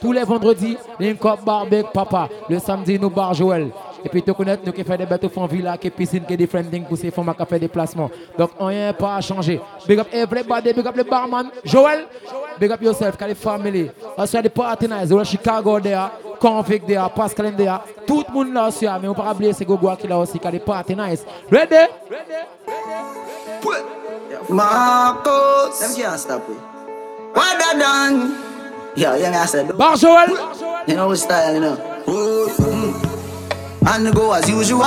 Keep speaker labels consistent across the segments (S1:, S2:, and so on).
S1: Tous les vendredis, Lincoln Bar avec Papa. Le samedi, nous Bar Joël. Et puis, tu connais, nous qui fait des bêtes au fond villa, qui piscine, qui des friending pour ces fonds, qui fait des placements. Donc, on n'y a pas à changer. Big up everybody, big up le barman, Joël. Big up yourself, Cali family. Parce des partenaires, le Chicago there, Convict there, Pascal there. Tout le monde là aussi, mais on pas oublier c'est Gogoa qui là aussi, qui a des partenaires. Ready?
S2: Marcos. Them can't stop we. What done? Yo, young ass said.
S1: Bar Joël.
S2: You know style, you know. Ooh, mm. And go as usual.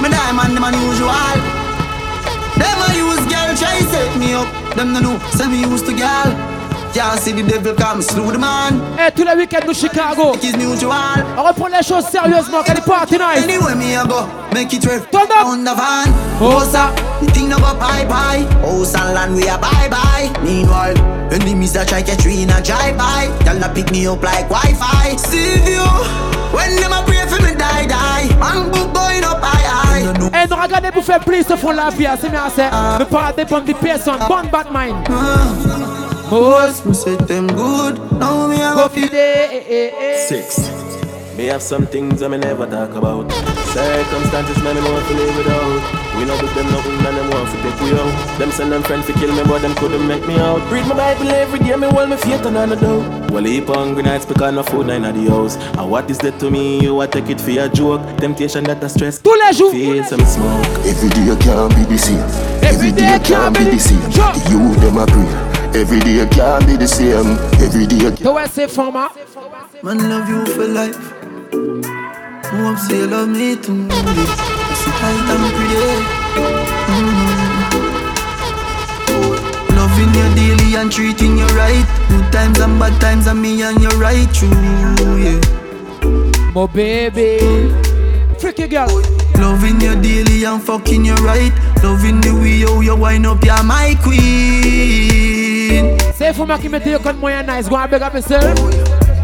S2: Me die man, them unusual. Them I use girl try set me up. Them no know, say me used to girl. Can't see the devil come slew the man.
S1: Et tous les week-ends, nous Chicago.
S2: It is mutual.
S1: On reprend les choses sérieusement, Cali partenaires.
S2: Anyway, me I go make it worth
S1: Turn up.
S2: on the van. Osa, the thing no go bye bye. Osa land we a bye bye. Meanwhile, enemies that try catch we in a drive by. Y'all a pick me up like Wi-Fi. See you when them a pray for me die die. I'm book going up high high.
S1: Et nous regardez pour faire plus, se font la vie, c'est bien c'est.
S2: Ah.
S1: Ne pas dépendre de personne, bonne Batman. Mose,
S2: Who said them good? Now me I go feel
S1: Fidé, Oh, eh, eh, eh.
S3: Six. Me have some things I me never talk about. Circumstances many more to live without. We not do them nothing and them want to take we out. Them send them friends to kill me, but them couldn't make me out. Read my Bible every day, me hold my faith and I doubt. Well, heap hungry nights because no food nine at the house. And what is that to me? You a take it for a joke. Temptation that a stress.
S1: Tous les jours.
S3: Feel some smoke.
S4: Every day can't be the same.
S1: Every day can't be the
S4: same.
S1: Sure.
S4: The youth them a pray. Every day can't be the same. Every day
S1: Tu vois, c'est format.
S2: Man love you for life. No one say you love me too. Sit tight and create. Mm-hmm. Loving you daily and treating you right. Good times and bad times and me and you right true. Yeah.
S1: Mon bébé. Freaky girl.
S2: Loving you daily and fucking you right. Loving the way how you wind up, you're my queen.
S1: C'est format qui mette le code moyen nice. Go and beg up yourself.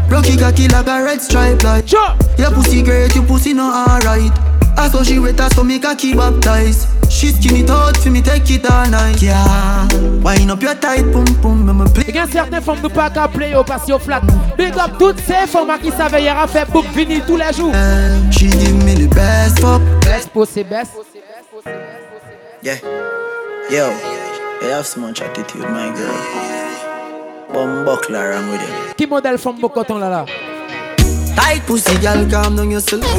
S2: Rocky cocky like a red stripe light.
S1: Sure.
S2: Your pussy great, your pussy not alright. I saw she wet, I saw me cocky baptized. She skin it out for me, take it all night. Yeah, wind up your tight, boom boom, me me
S1: Il
S2: play.
S1: y a certaines femmes qui ne pas qu'à play au passé au flat. Big up toutes ces femmes qui savaient hier à faire book vinyle tous les jours.
S2: Eh, She give me the best fuck.
S1: Best pour ses best.
S2: Yeah, yo, you have so much attitude, my girl. Bum buckler, I'm with it.
S1: Qui modèle femme beau coton là là?
S2: Tight pussy, girl, calm down yourself. You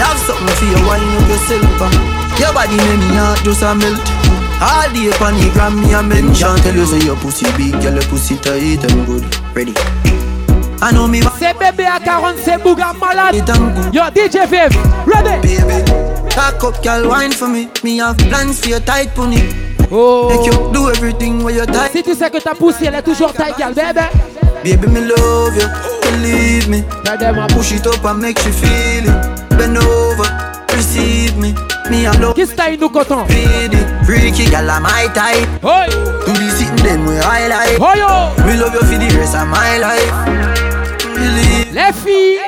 S2: have something for you, wind up yourself. uh. Your body make me heart just a melt. All day upon the gram, me a mention. Tell you say your pussy big, girl, your pussy tight and good. Ready? I know me want
S1: C'est bébé à 40, c'est Bouga malade.
S2: it and good,
S1: Yo, DJ Viv, ready?
S2: baby. Talk up, girl, wine for me. Me have plans for your tight pony.
S1: Oh.
S2: Make you do everything where you tight.
S1: Si tu sais que ta poussée, elle est toujours taille gal, bébé.
S2: Baby, me love you, believe me.
S1: Regardez ma bouche.
S2: Push it up and make you feel it. Bend over, receive me. Me I love
S1: Qui style nous coton?
S2: feed it. Freaky gal a my type.
S1: Hey!
S2: Do be sitting them we highlight.
S1: Oh yo!
S2: We love you for the rest of my life. Really.
S1: Les filles!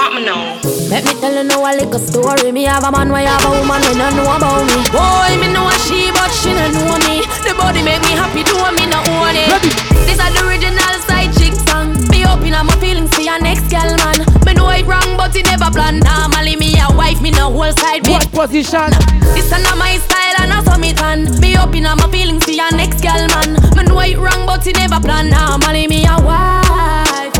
S5: Let me tell you now a little story. Me have a man, why have a woman who don't know about me. Boy, me know a she, but she don't know me. The body make me happy, do me not own it.
S1: Ready.
S5: This are the original side chick song. Me open up my feelings for your next girl, man. Me know it wrong, but it never planned. Normally me a wife, me no whole side bitch.
S1: What position?
S5: This a not my style and I saw me tan. Me open up my feelings for your next girl, man. Me know it wrong, but it never planned. Normally me a wife.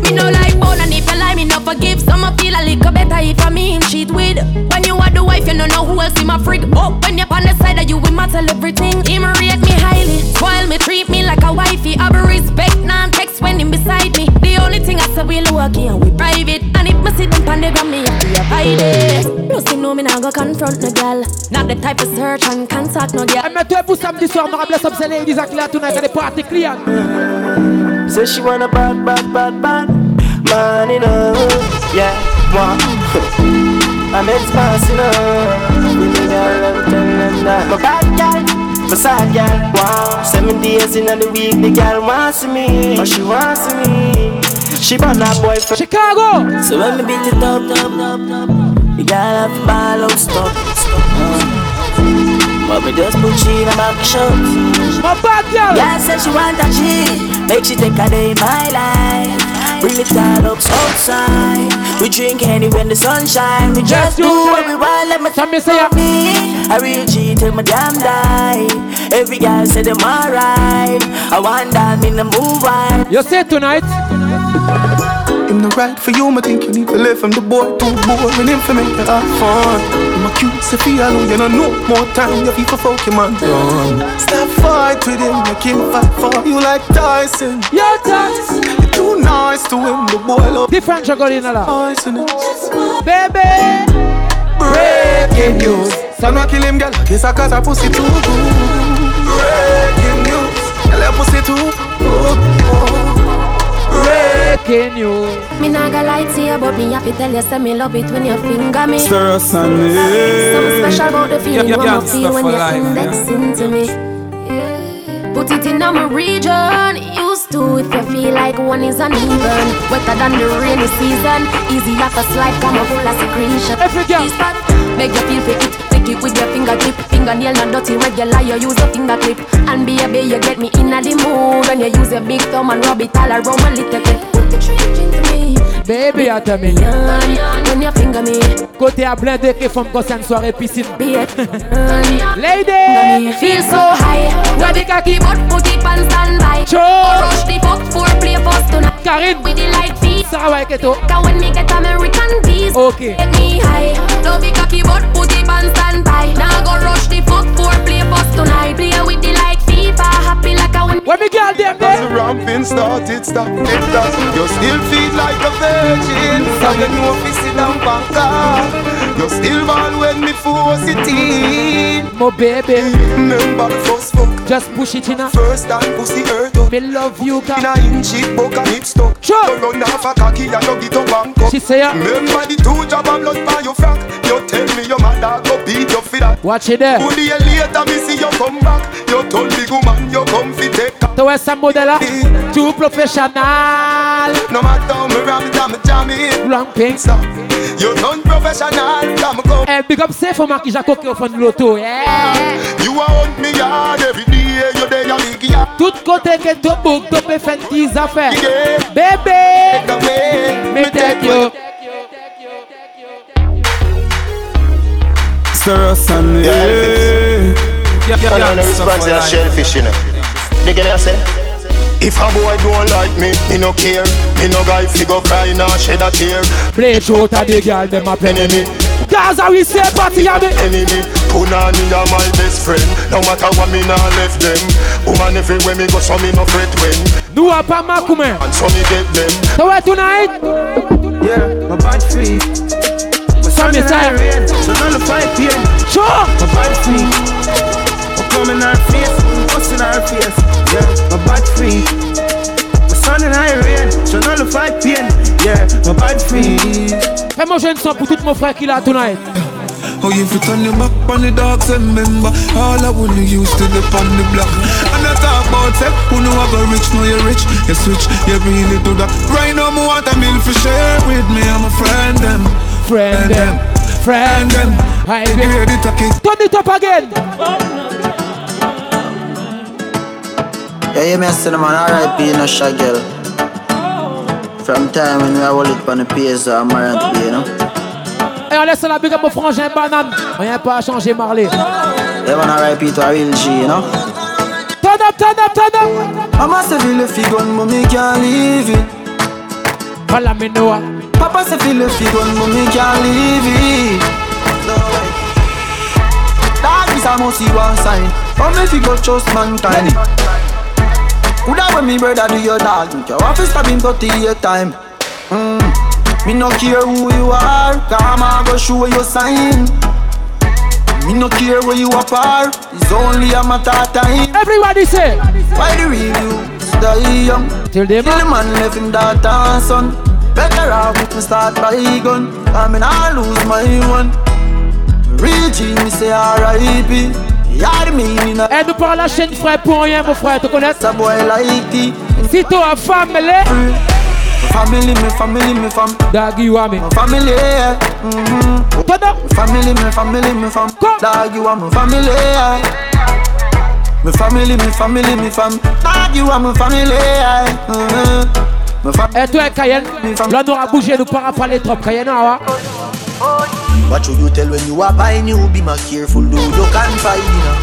S5: Me no like bone and if I lie, me no forgive. Some a feel a little better if I me him cheat with. When you are the wife, you don't know who else in my freak. But when you're on the side that you will matter everything. Him rate me highly, spoil me, treat me like a wifey. I be respect, non text when him beside me. The only thing I say we low key and we private. And if me see them pan the ground, me have to hide it. No see no me nah go confront no girl. Not the type of search and contact no girl.
S1: Elle me tuait pour samedi soir, on rappelait ça, c'est les Isaac là, tout n'est pas tes clients.
S6: Say she want a bad, bad, bad, bad man, you know. Yeah, moi, I'm expensive, you know. Me big girl, I'm telling them that. My bad girl, my sad girl. Wow, seven days in the week, the girl wants me, or she wants me. She born a boyfriend.
S1: Chicago!
S6: So when me beat it up, up, up, up you gotta have to ball out, stop, stop. uh. But me just put she in a back shot.
S1: Ma bad girl!
S6: Girl said she want a G, make she take a day in my life.
S7: Bring the clouds outside. We drink any when the sun shine. We
S1: Let's
S7: just
S1: do
S7: do what
S1: it.
S7: we want. Let me
S1: Some me say,
S7: me. I real G till my damn die. Every guy said them alright. I want that in the move on.
S1: You say tonight,
S2: Him no right for you, me think you need to live from the boy too boring him for make you have fun. Him a cute Sophia, no, you don't know more time, you people folk him and done. Stop fight with him, make him fight for you like Tyson.
S1: your touch.
S2: You're too nice to him, the boy love
S1: Different jugolina là.
S2: Tyson.
S1: Baby.
S2: Breaking news, so no kill him, girl. Kiss a cause a pussy too good. Breaking news, girl, a pussy too
S1: Breaking news.
S5: Me nah gonna lie to you, but me happy tell you, say me love it when you finger me.
S8: First and me.
S5: Something special about the feeling
S8: Yeah, yeah,
S5: when I
S8: yeah,
S5: feel
S8: stuff
S5: when you're
S8: alive,
S5: indexing to me. Yeah. Put it in my region. Used to if you feel like one is uneven. Wetter than the rainy season. Easy off a slide, come a full of secretion.
S1: Every girl.
S5: This part, make you feel fake it. Take it with your fingertip. Fingernail not dirty, regular. You use a finger clip. And baby, you get me in a the mood. When you use your big thumb and rub it all around my little bit. Put the change into me.
S1: Baby, à ta minute.
S5: When you finger me,
S1: Côté à blindé qui font qu'on une soirée piscine.
S5: be it.
S1: Lady!
S5: Me feel so high. Grab the cocky butt, put it on standby.
S1: Sure.
S5: Oh, Rush the fuck for play first tonight.
S1: Karine.
S5: With the light feet.
S1: Sarah Waiketo.
S5: Cause when me get American peace.
S1: Okay.
S5: Take me high. Love the cocky butt, put it on standby. Now go rush the fuck for play first tonight. Play with the light fever. Happy like I when.
S1: When me girl them there.
S8: Ramping started, stop it, stop. You still feel like a virgin. So you know if you sit down back up. You still ball when me force it in.
S1: Mon baby.
S8: Remember the first fuck,
S1: Just push it in a.
S8: first time pussy hurt up.
S1: Me love you,
S8: In
S1: girl.
S8: a inch it broke and it stuck.
S1: Sure.
S8: You run off a cocky and you get up and cut.
S1: She say, uh,
S8: Remember the two job of blood by your frack. You tell me your mother go beat you for that.
S1: Watch it there.
S8: Two days later me see you come back. You told me woman you come fi take her.
S1: Tu vois ce modèle là? Tout professionnel.
S8: No matter how me ram it, I'm jam it.
S1: Blanc pink.
S8: Stop. You done professional, I'm come.
S1: Eh, big up safe for ma qui jacoque au fond de l'auto. Yeah.
S8: You are on me yard every day. You there, you big yard.
S1: Tout côté que tu bouc, tu peux faire tes affaires.
S8: Yeah.
S1: Baby.
S8: The way
S1: Me take you.
S9: And on the response is shellfish, you know. You get what I say?
S8: If a boy don't like me, me no care. Me no guy fi go cry nor shed a tear.
S1: Play show ta des girls, them a peine.
S8: Enemy,
S1: Gaza, we say party, y'a me.
S8: enemy. Punani are my best friend. No matter what me nah left them. Woman everywhere me go, so me no fret when.
S1: Nous a pas ma coumain.
S8: And so me get them.
S1: Tu vois tonight?
S6: Yeah, my bad free. My
S1: Some
S6: son
S1: is
S6: is
S1: tired.
S6: Iran, so none of fight here.
S1: Show.
S6: My bad free. I'm coming our face, I'm busting our face. Yeah, my bad free. My son in Iran, so none of fight pain. Yeah, my bad free.
S1: Fais-moi jeune sang pour tout mon frère qui l'a tonight.
S2: Oh, if you turn your back on the dogs, remember all I would used to dip on the block. And I talk about it, who know I go rich, know you're rich, you switch, you really do that. Right now, me want a meal for share with me, I'm a friend, them,
S1: Friend them. Friend
S2: and them.
S1: them. Hi,
S2: They
S1: baby.
S2: ready to kick.
S1: Turn it up again.
S2: Yeah, yeah, me cinnamon, alright, be no shy girl. From time when we are wallet on the PS, I'm around, you know.
S1: Et on Eh, laisse la big up mon frangin banane. Rien pas à changer, Marley.
S2: They wanna rap it to a real G, you know.
S1: Turn up, turn up, turn up.
S2: Mama say feel if you gone, mommy can't leave it.
S1: Voilà, mais Noah.
S2: Papa se fait le figon, mommy can't leave it. That is a must see one sign. But me fi go trust mankind. Coulda when me brother do your dog, you your office stab him 38 time. Mm. Me no care who you are, come I go show you sign. Me no care where you are far, it's only a matter of time.
S1: Everybody say.
S2: Why the reviews die young?
S1: Till the
S2: Kill
S1: man.
S2: the man left him daughter and son Better off if me start by gun I mean I lose my one Reggie me say R.I.P Yeah the meaning of
S1: Et Eh, nous parlons la chaîne frère pour rien, mon frère, tu connais.
S2: a boy like thee
S1: Si tu as femme, les.
S2: free Family me family me fam
S1: Dagi wa me.
S2: My family yeah mm-hmm.
S1: Turn up.
S2: Family me family me fam
S1: Go.
S2: Dog you are my family yeah Me family, me family, me fam Dog you are my family yeah mm-hmm.
S1: Et Eh, toi, Cayenne, là, nous avons bougé, nous pas parler trop. Cayenne, ah
S2: What should you tell when you are buying you? Be more careful, dude. You can't find dinner.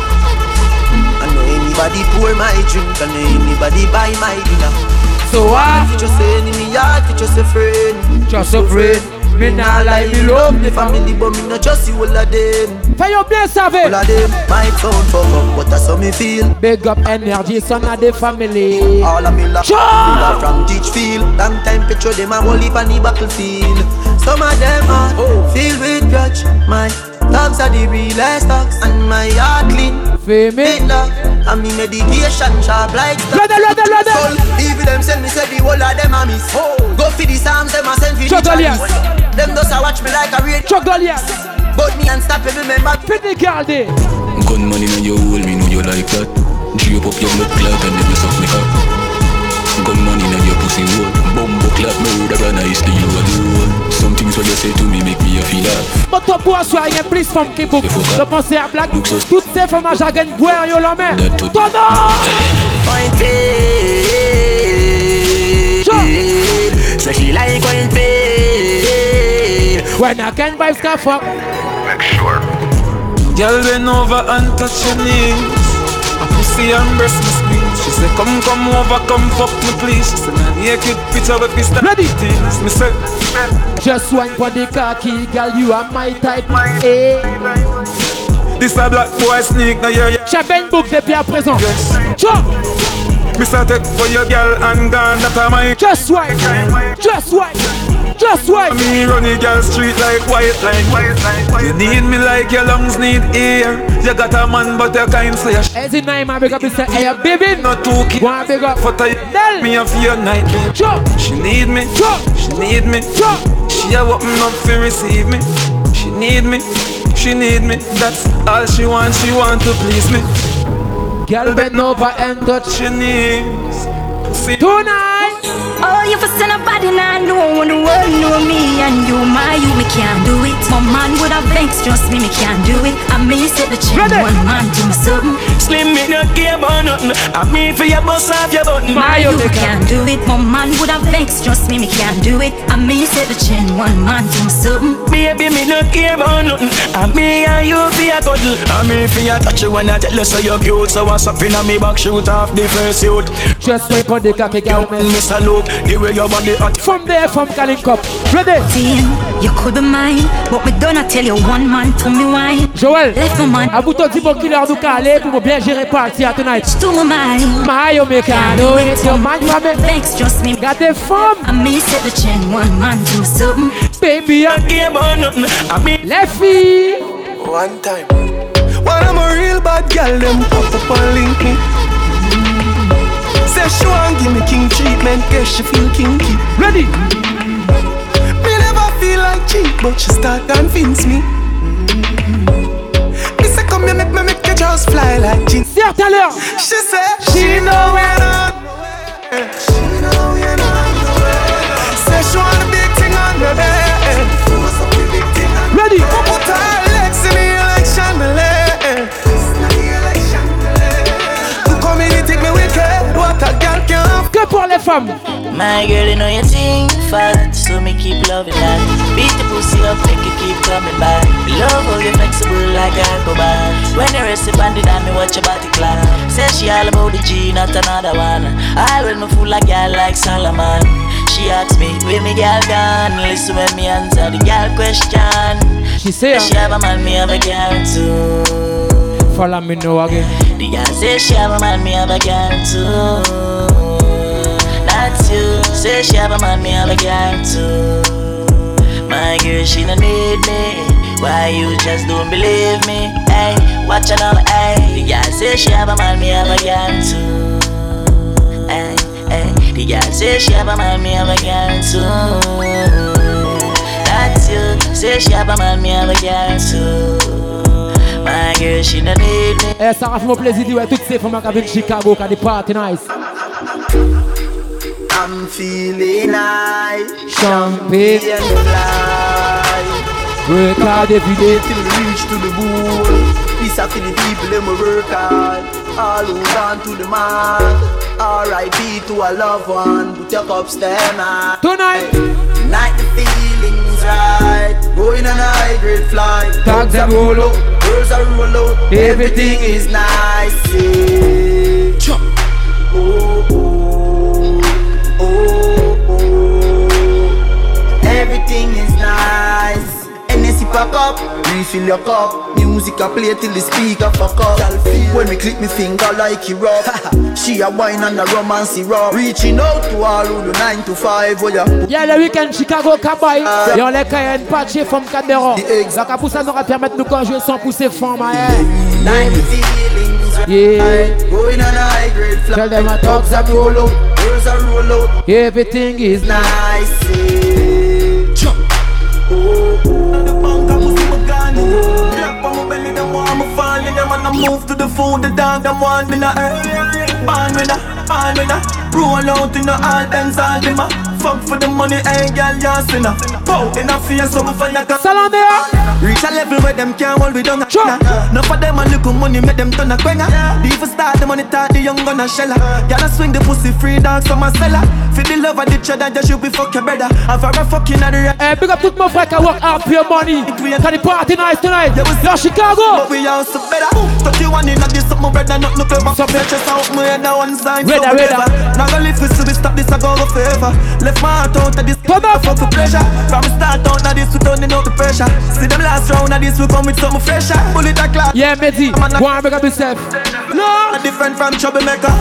S2: I know anybody pour my drink, I know anybody buy my dinner.
S1: So what?
S2: If you just say enemy, yeah, if you just a friend.
S1: Just a friend. Me nah like me love
S2: the family, but me not trust you all of them.
S1: Fais yo bien
S2: All
S1: savé.
S2: of them. My phone fuck up, but that's how me feel.
S1: Big up energy, son a des family.
S2: All of me love
S1: Sure.
S2: people from Teachfield. Long time picture them a whole heap on the battlefield. Some of them are filled with grudge. My thugs are the realest thugs, and my heart clean.
S1: Femi.
S2: Big love, and me medication sharp like stuff.
S1: Lode, lode,
S2: Soul,
S1: lode.
S2: even them send me say the whole of them a miss. Go for the Psalms, them a send for the
S1: Chocolias.
S2: Chinese. Them does a watch me like a radio.
S1: Chogolias.
S2: But me unstoppable, member.
S1: Fini garder.
S10: Gun money in your hole, me know you like that. Drip up your blood clot and then you suck me up. Gun money in your pussy hole. Bumbo clot, murder and I steal you a do. Some things what you say to me make me a feel up.
S1: Mwen tou pou aswa yon plis fom ki pou Yo pense a blak Tout se fom a jagen bwen yo lan men Tono
S2: Pointed. So she like pointed.
S1: When I can vibes ka fok
S9: Girl bend over and touch your knees. My pussy and breast must be. She said, Come, come over, come fuck me, please. She said, Man, naked picture with this
S1: Ready.
S9: things. Me say,
S1: Just one for the kaki Girl you are my type Eh
S9: This a black boy sneak, now yeah, yeah.
S1: Che ben bouk depi a prezon Chok
S9: Me say, take for your girl and gone. That a my.
S1: Just wipe Just wipe Just wipe
S9: Me run the girl street like white line. You need me like your lungs need air. You got a man, but you can't say a sh.
S1: Ezi nan iman big up Mr. Ayo Bibin
S9: Not too kid.
S1: Wan big up
S9: But I
S1: Del.
S9: me a fear nightly.
S1: Chok
S9: She need me,
S1: Chop.
S9: she need me,
S1: Chop.
S9: she a open up to receive me. She need me, she need me. That's all she wants. She want to please me.
S1: Girl bend over and touch
S9: She needs. See,
S1: Tonight
S11: Oh, you for send a body now, no one the world know me and you, my you, me can't do it. My man would have thanks, trust me, me can't do it. I miss it, the change
S1: Ready.
S11: one man do me something.
S12: Slim me no care about nothing. I mean for your boss off your button.
S11: My
S1: Mayo
S11: you, me can't do it. My man would have vexed, trust me, me can't do it. I miss it, the change one man do me something.
S12: Baby, me no care about nothing. I me and you for your cuddle. I me for your touch you when I tell you so you're cute. So what's up in a me back shoot off the first suit.
S1: Just wipe for the kaki girl men
S12: Miss a look, the way your body hot.
S1: From there from Kalin Cup Ready
S11: Damn, you could be mine, but me don't I tell you one man to me why.
S1: Joel
S11: Left my man,
S1: A bouton di bon ki lor nou ka ale pou mou byen jere parti a tonight
S11: to my mind.
S1: Ma yo me ka do it yo man yo me
S11: Thanks, trust me.
S1: Gade fom
S11: I miss it, the change one man do me something.
S1: Baby yo
S12: Care about nothing. I me
S1: Le fi
S6: One time. One of my real bad gal, them pop up and link me. Say she want give me king treatment, guess she feel kinky.
S1: Ready
S6: Me never feel like cheap, but she start convince me. Me say come here, make me make your jaws fly like jeans.
S1: Sir taler
S6: She said she know where to. She know where to. Say she want a big thing on the bed.
S1: Ready
S6: Who put her legs in the election delay? Who come in and take me wicked? What a girl can't.
S1: Que pour les femmes
S7: My girl, you know you think fat, so me keep loving that. Beat the pussy up, make it keep coming back. Love how you flexible like acrobat. When you rest upon the dime, me watch your body clap. Say she all about the G, not another one. I will me fool a girl like Solomon. She asked me, where me girl gone? Listen when me answer the girl question.
S1: She say
S7: She
S1: uh,
S7: have a man, me have a girl too.
S1: Follow me now again
S7: The girl say she have a man, me have a girl too. That's you. Say she have a man, me have a girl too. My girl, she don't need me. Why you just don't believe me? Hey, watch another hey. The girl say she have a man, me have a girl too. Hey, hey. The girl say she have a man, me have a girl too. That's you. Say she have a man, me have a girl too. My girl, she don't need me.
S1: Eh Sarah fait mon plaisir di wè tout se fom ak avin Chicago ka di party nice
S2: I'm feeling high,
S1: Champagne
S2: and fly.
S1: Work hard every day
S2: Till we reach to the moon. Peace out to the people, them work hard. All who gone to the mark. R.I.P. to a loved one. Put your cups them high.
S1: Tonight.
S2: Night the feelings right. Going on a high grade flight.
S1: Dogs
S2: Boats
S1: and
S2: are
S1: roll up.
S2: Girls are roll up.
S1: Everything
S2: Everything is nice. eh. Oh, oh, oh, oh. Everything is nice. Hennessy pack up, refill your cup. Music I play till the speaker fuck up. Y'all feel when me click me finger like it rub. she a wine and a romance rub. Reaching out to all who do nine to five. Oh yeah.
S1: Yeah, le week-end Chicago Kabay. Yon le kayen patche fom kaderon. La kapousa nous va permettre nous conjurer sans pousser fond, ma Yeah.
S2: Going on a high grade flight.
S1: Tell them I
S2: Dogs are roll out, girls are roll out.
S1: Everything is
S2: nice.
S6: I move to the food, the dog, them want me na Band with a, band with a Roll out in the all bands, all them a Fuck for the money, hey girl, you're sinner Pow, in a face, so me fire gun
S1: Salame
S6: Reach a level where them can't hold we down a nah. Now for them a little money, make them turn a quenga The evil start, the money talk, the young gun a sheller Gotta swing the pussy free, dog, so my seller For the love of the cheddar, just you be fuck your brother I've a fucking other
S1: Hey, big up tout mon frère qui work hard for your money. Can the party nice tonight? Yo, Chicago!
S6: But we also better. Talk you one in a this up my bread and not no clever. So bitch, just out my head now one sign.
S1: Red,
S6: so
S1: red.
S6: clever. Now go live with so we stop this I go go forever. Left my heart out of this. Come up for pleasure. From the start out of this we turning out the pressure. See them last round of this we come with something fresher. Bullet a clock.
S1: Yeah, Mehdi, go and make up yourself. No.
S6: Different from troublemaker.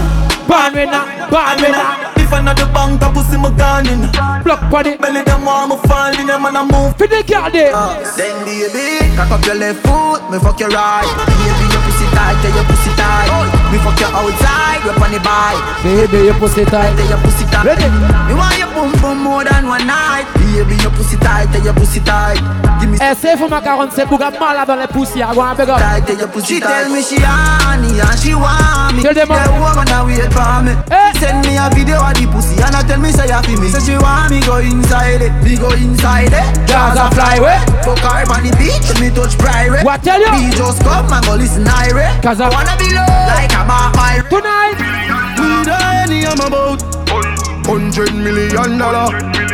S1: Born winner, born winner.
S6: If I not the bank, I pussy my gun in.
S1: Block body.
S6: Belly them want me fall in them and I move.
S1: For the girl there.
S2: Then baby, cock up your left foot, me fuck your right. Baby, your pussy tight, tell your pussy tight. Me fuck your outside, we on the bike.
S1: Baby, your pussy tight.
S2: Tell your pussy tight.
S1: Ready?
S2: Me want your boom boom more than one night. Baby, your pussy tight, tell your pussy tight. Give me
S1: Eh, c'est pour ma 47 pour gars mal là dans les poussières. Go and big up.
S2: tight, tell your pussy tight. She tell me she honey and she want me.
S1: Tell them Eh.
S2: That
S1: all.
S2: woman that wait for me. Send me a video of the pussy and I tell me say you feel me. Say she want me go inside it, me go inside it.
S1: Gaza fly way.
S2: Fuck her on the beach, me touch private.
S1: What tell you?
S2: Me just come and go listen irate.
S1: Cause I-
S2: I wanna be loved like a vampire.
S1: Tonight.
S13: We know any I'm about. Hundred million dollar.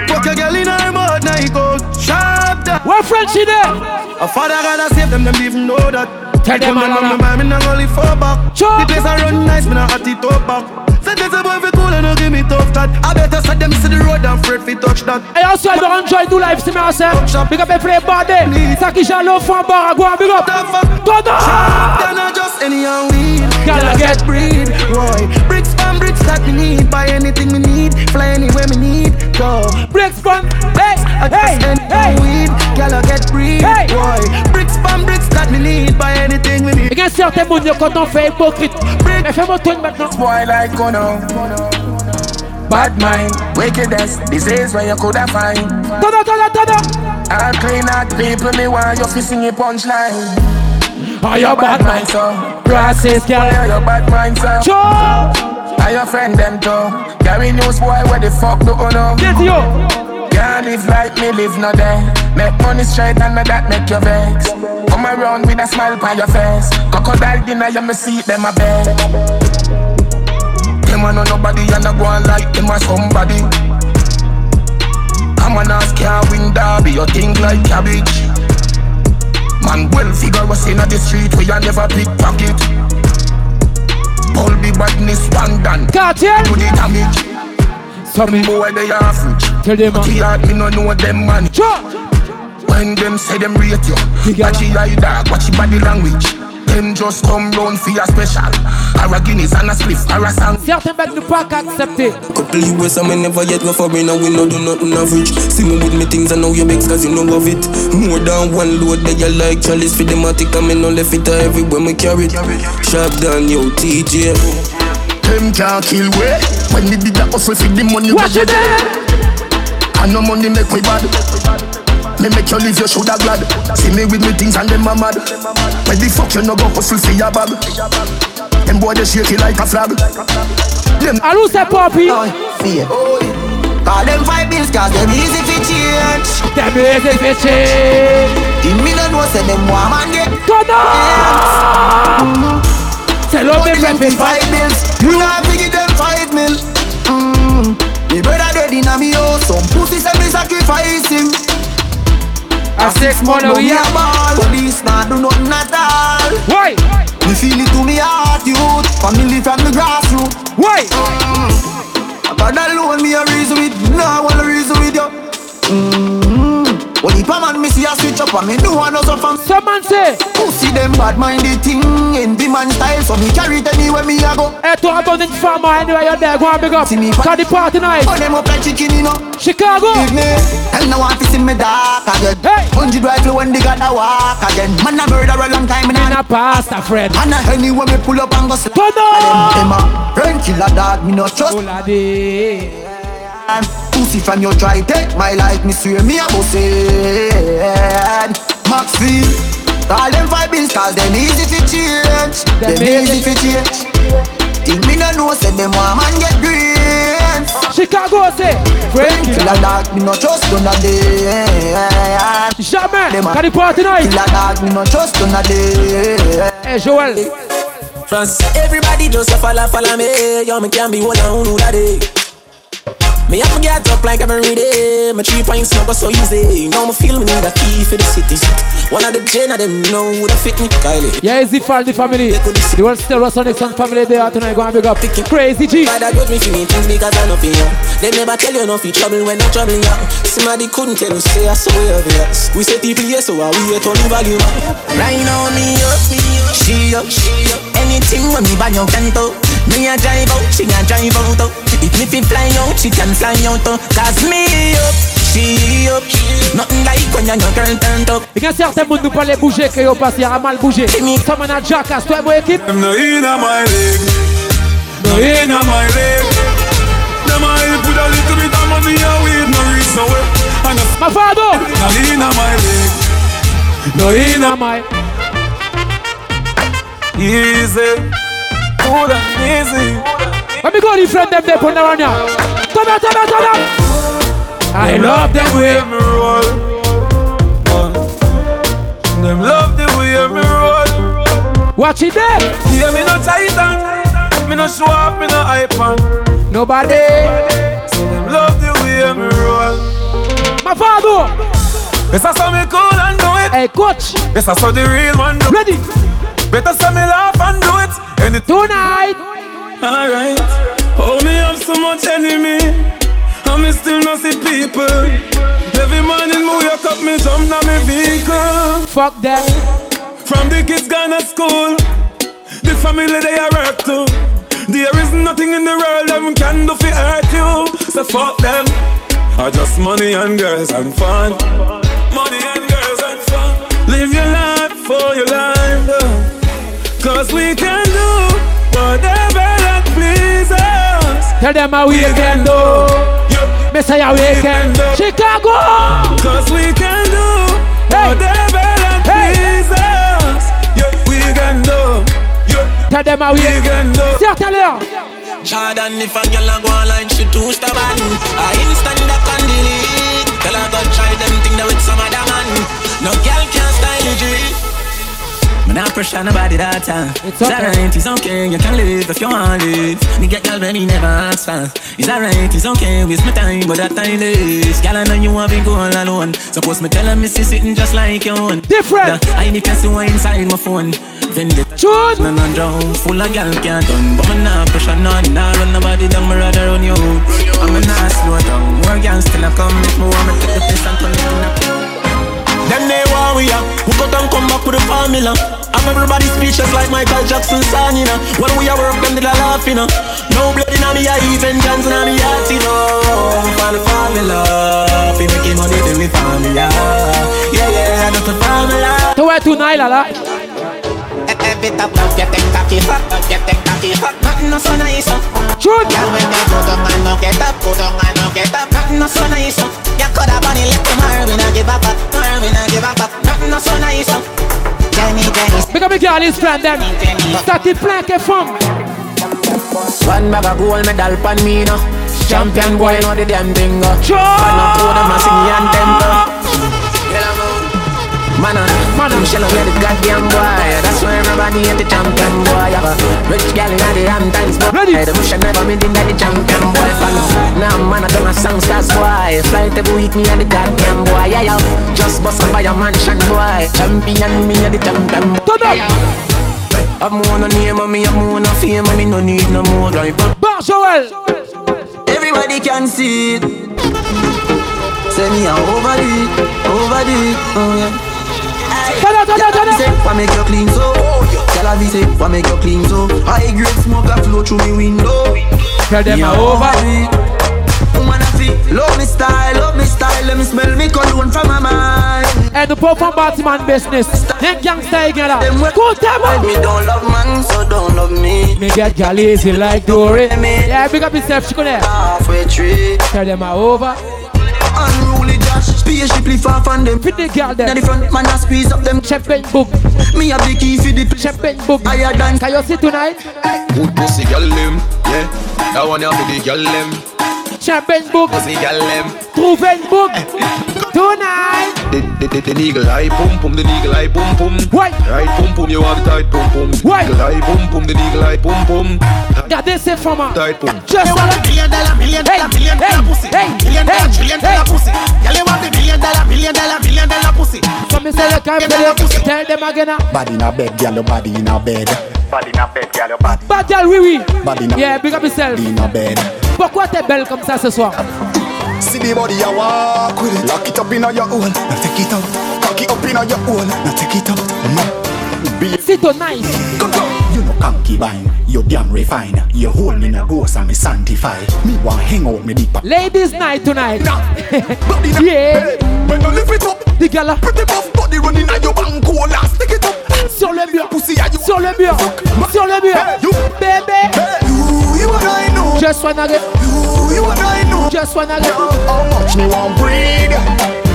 S13: Fuck a girl in her mouth, now he go sharp that.
S1: What Frenchie there?
S13: A father gotta save them, them even know that.
S1: Tell them
S13: Come
S1: all
S13: down,
S1: along.
S13: me mind, me not only four back.
S1: Chop.
S13: The place I run nice, me not at it up back. Said there's a boy fi cool and no give me tough that. I better set them to the road and afraid fi touch that.
S1: Et Eh, on soit dans Enjoy Do Life, c'est merci. Big up et play body. Ça qui j'ai l'enfant bar à go and big up. Tonton!
S13: They're not just any young weed.
S1: Gotta get
S13: breed, Roy. Bricks from bricks that we need. Buy anything we need. Fly anywhere we need. Go.
S1: Breaks from. Hey,
S13: I
S1: hey,
S13: just end
S1: hey.
S13: the weed. Gotta get breed,
S1: Hey.
S13: Roy. Bricks from bricks that we need. Buy anything we need.
S1: Il y a certains mondes quand on fait hypocrite. Mais fais-moi tourne maintenant.
S8: Boy like Kono Bad mind, wickedness, disease where you coulda find
S1: Tonton, tonton, tonton.
S8: I'll clean out people, me while you're fixing your punchline
S1: Are your bad
S8: mind,
S1: minds?
S8: so
S1: Process,
S8: Are
S1: girl.
S8: your bad mind, so
S1: Chow!
S8: Are your friend them too Gary News boy, where the fuck do you know?
S1: Get yo!
S8: Can't live like me live no day. Make money straight and not that make you vex. Come around with a smile on your face. Crocodile dinner, you me see them a bed. Them a know nobody and a go on like them a somebody. Come and ask ya win derby, you think like cabbage. Man, well figure us in the street where you never pickpocket. Pull the badness, London,
S1: Cartier!
S8: do the damage.
S1: Some
S8: boy they average.
S1: Tell them, uh,
S8: But
S1: man.
S8: we hard, me no know them man.
S1: Chow!
S8: When them say them rate you,
S1: Big
S8: watch your eye dog, watch your body language. Them just come round for your special. Or a Guinness and a spliff, or a song.
S1: Certains bêtes ne pas qu'accepter.
S14: Couple US and me never yet go foreign and we no do nothing average See me with me things and now you begs cause you know of it More than one load that you like chalice for them I take and me no left it uh, everywhere me carry it Sharp down yo TJ
S8: Them can't kill way. When me did that hustle for the money,
S1: Watch
S8: we
S1: it
S8: get
S1: there!
S8: And no money make me bad. Me make you live, you shoulda glad. See me with me things and them a mad. Where the fuck you no go hustle for your bag? Them boy they shake it like a flag. Them
S1: Allô, c'est Poppy!
S2: Fear. Call them five bills, cause them easy fi change.
S1: T'es mieux, c'est péché!
S2: The me no know say them want man get
S1: Tonton! Tell all them
S2: them
S1: rapping
S2: five bills. You not big them five mil. Mm. Me brother dead inna me house. Some pussy say me sacrifice him.
S1: A six month
S2: Now
S1: we
S2: me a
S1: have
S2: ball. Police not do nothing at all.
S1: Why?
S2: Me feel it to me heart, youth. Family from the grassroots.
S1: Why?
S2: Mm. God alone me a reason with. No, I wanna reason with you. Mm. Well, if a man me see a switch up, and me do I know so from.
S1: Some man say.
S2: Pussy them bad minded thing. Envy man style, so me carry it anywhere me a go.
S1: Hey, talk about this farmer anyway, you're there. Go and big up. Cause the party night.
S2: Burn them up like chicken, you know.
S1: Chicago.
S2: Give me. Hell no one fi see me dark again. Hey. Hundred rifle when they gotta walk again. Man a murderer long time in a
S1: pastor friend.
S2: And a henny when me pull up and go slap.
S1: Turn up.
S2: Them a brain killer dog, me not trust. I'm pussy from your try take my life, me swear me a boss it. Maxfield. All them five bills cause them easy fi change.
S1: Them
S2: Them easy fi change. Think me no know say them one man get green.
S1: Chicago say
S2: Friend killer dog, me no trust none of them.
S1: Jamais.
S2: Them a
S1: Can you party night?
S2: killer dog, me no trust none of them.
S1: Hey, Joel.
S6: France. Everybody just a follow, follow me. Yo, me can be one on who that day. Me have to get up like every day. My three pints not go so easy. Now me feel me need a key for the city. One of the gen of them know who that fit me, Kylie.
S1: Yeah, it's the family family. The world still Russell Nixon family they are tonight. Go and big up. Crazy G.
S6: Father got me feeling things because I nothing young. They never tell you nothing trouble when I'm troubling you. Somebody couldn't tell you say I saw you over here. We say TPS so I we at all the volume.
S5: Right now me up, me up, she up, she up. Anything when me buy your canto, me a drive out, she a drive out. Oh. If me fi fly out, she can fly out. Oh. Cause me up, she up, nothing like when your girl turned up.
S1: Il y a certains monde nous pas les bouger que yo passé à mal bouger. Comme on a Jackass, toi et mon équipe.
S9: Them no inna my league, no inna my league. Them a help with a little bit of money and weed, no reason why. And a
S1: my father,
S9: no inna my league, no inna
S1: my
S9: easy, good and easy.
S1: Let me go the friend them there pour now now. Turn up, turn up, turn up. I love them
S9: way me roll. Uh, Them love the way me roll.
S1: Watch it there.
S9: Yeah, me no titan, me no show off, me no hype on.
S1: Nobody.
S9: So them love the way me roll.
S1: My father.
S9: Yes, I saw me cool and do it.
S1: Hey, coach.
S9: Yes, I saw the real one do
S1: Ready.
S9: Better saw me laugh and do it. And it
S1: tonight.
S9: Alright. Oh, me have so much enemy. And me still not see people. Every morning, me wake up, me jump down me vehicle.
S1: Fuck that.
S9: From the kids gone to school. The family they are hurt to. There is nothing in the world them can do for hurt you. So fuck them. I just money and girls and fun. Money and girls and fun. Live your life for your life. though. Cause we can do whatever that pleases.
S1: Tell them how we can do. Messiah we can do. Chicago.
S9: Cause we can do whatever that pleases. Yeah, we can do.
S1: Tell them how we
S9: can do.
S1: C'est à tout à l'heure.
S6: Jordan, if a girl a go online, she too stubborn. I instant that can delete. Tell her go try them thing that with some other man. No girl can style you, G. Man, I pressure nobody that time. It's alright, it's okay, you can live if you want live. Me get girl when me never ask for. It's alright, it's okay, waste my time, but that time is. Girl, I know you want me go all alone. Suppose me tell her me see sitting just like you own.
S1: Different.
S6: I need to see why inside my phone. Vendetta.
S1: Chun.
S6: None on drown. Full of gal can't done. But me nah pressure none. Nah run nobody down. Me rather run you. I'm a nah slow down. More gal still a come. Make me want me take the place and turn it on.
S15: Them they want we up. We go down, come back with the formula. I'm everybody speechless like Michael Jackson song, you know. When we are work, them they laugh, you know. No blood in me eyes and guns in me heart, you know. We find the formula. We making money, then we formula. Yeah, yeah, that's the formula.
S1: Tu vois tout là là.
S5: Every top love get them cocky hot, love get them cocky hot. Nothing no so nice.
S15: uh.
S1: Shoot.
S5: Girl, when they go down and no get up, go down and no get up. Nothing no so nice.
S15: uh.
S5: You coulda bunny left them hard, we not give up, up. hard, we not give up,
S15: uh.
S5: up. Nothing no so nice. Tell me, tell me.
S1: Big up big girl is plein them. Stati plein que femme.
S6: One bag of gold medal pan me no Champion boy know the damn thing go
S1: Choo!
S6: Man a pour them a sing the anthem go
S15: uh.
S6: Man a Man a Michelle a the goddamn boy That's why everybody hate the champion boy yeah, but
S2: Rich gal inna the ham times boy. The bush and never made inna the champion boy. Fans. Now man I done a song stars boy. Fly to week me and the goddamn boy. Yeah yeah. Just bust up by a mansion boy. Champion me and the champion. boy. Yeah, yeah. I'm on a name and me I'm on a fame and me no need no more like
S1: Bar Joel
S2: Everybody can see it Say me I'm over it, over it, oh yeah
S1: Tada, tada, tada.
S2: Say, why make you clean so? Tell her, say, why make you clean so? High grade smoke a flow through me window
S1: Tell them
S2: Me
S1: I'm
S2: a
S1: over
S2: it Woman a fit, love me style, love me style Let me smell me cologne from my mind
S1: Et Eh, nous pas faire bâtiment business Les gangsters ils sont là Côté
S2: moi Love man, so don't love me
S1: Me get gal easy like Dory Yeah, big up yourself, she connaît
S2: Halfway tree
S1: Tell them I'm over
S2: Unruly dash, spaceship leave off on them
S1: Fit the girl them
S2: Now the front man a squeeze up them
S1: Champagne book
S2: Me have the key for the place
S1: Champagne book
S2: Higher than
S1: Can you see tonight?
S16: Good pussy gal them, yeah. That one here for the gal them.
S1: Champagne book
S16: Pussy gal them.
S1: Trouvaine book Tonight
S16: The the the, the eagle eye pum pum, the eagle eye pum pum.
S1: Why?
S16: Right pum pum, you have tight pum pum.
S1: Why?
S16: Eagle eye pum pum, the eagle eye pum pum.
S1: Regardez ces femmes
S16: Tight pum.
S1: Just
S6: want a billion dollar, billion dollar, billion dollar pussy. Billion dollar, billion dollar pussy. Girl, you want the billion dollar, billion dollar, billion dollar pussy.
S1: Come and say the kind of pussy Tell them again ah.
S8: Body in a bed, girl, your body in a bed. Body in a bed, girl, your body.
S1: Bad girl, oui oui
S8: Body in a
S1: Yeah, big up yourself
S8: in a bed.
S1: Pourquoi t'es belle comme ça ce soir?
S8: See the body, I walk with it. Lock it up in your own. Now take it out. Cock it up in your own. Now take it out. No. Be
S1: Sit on nice.
S8: Go, go. You no conky bind. You damn refine. You hold me na ghost and me sanctify. Me want hang out me deeper.
S1: Ladies night tonight Yeah
S8: When you lift it up
S1: The gala
S8: Pretty buff body running at your bank cola Stick it up
S1: Sur le mur
S8: Pussy are you
S1: Sur le mur Sur le mur Bébé
S8: You, you and I know
S1: Just wanna get
S8: You, you and I know
S1: Just wanna get
S8: How much me want breed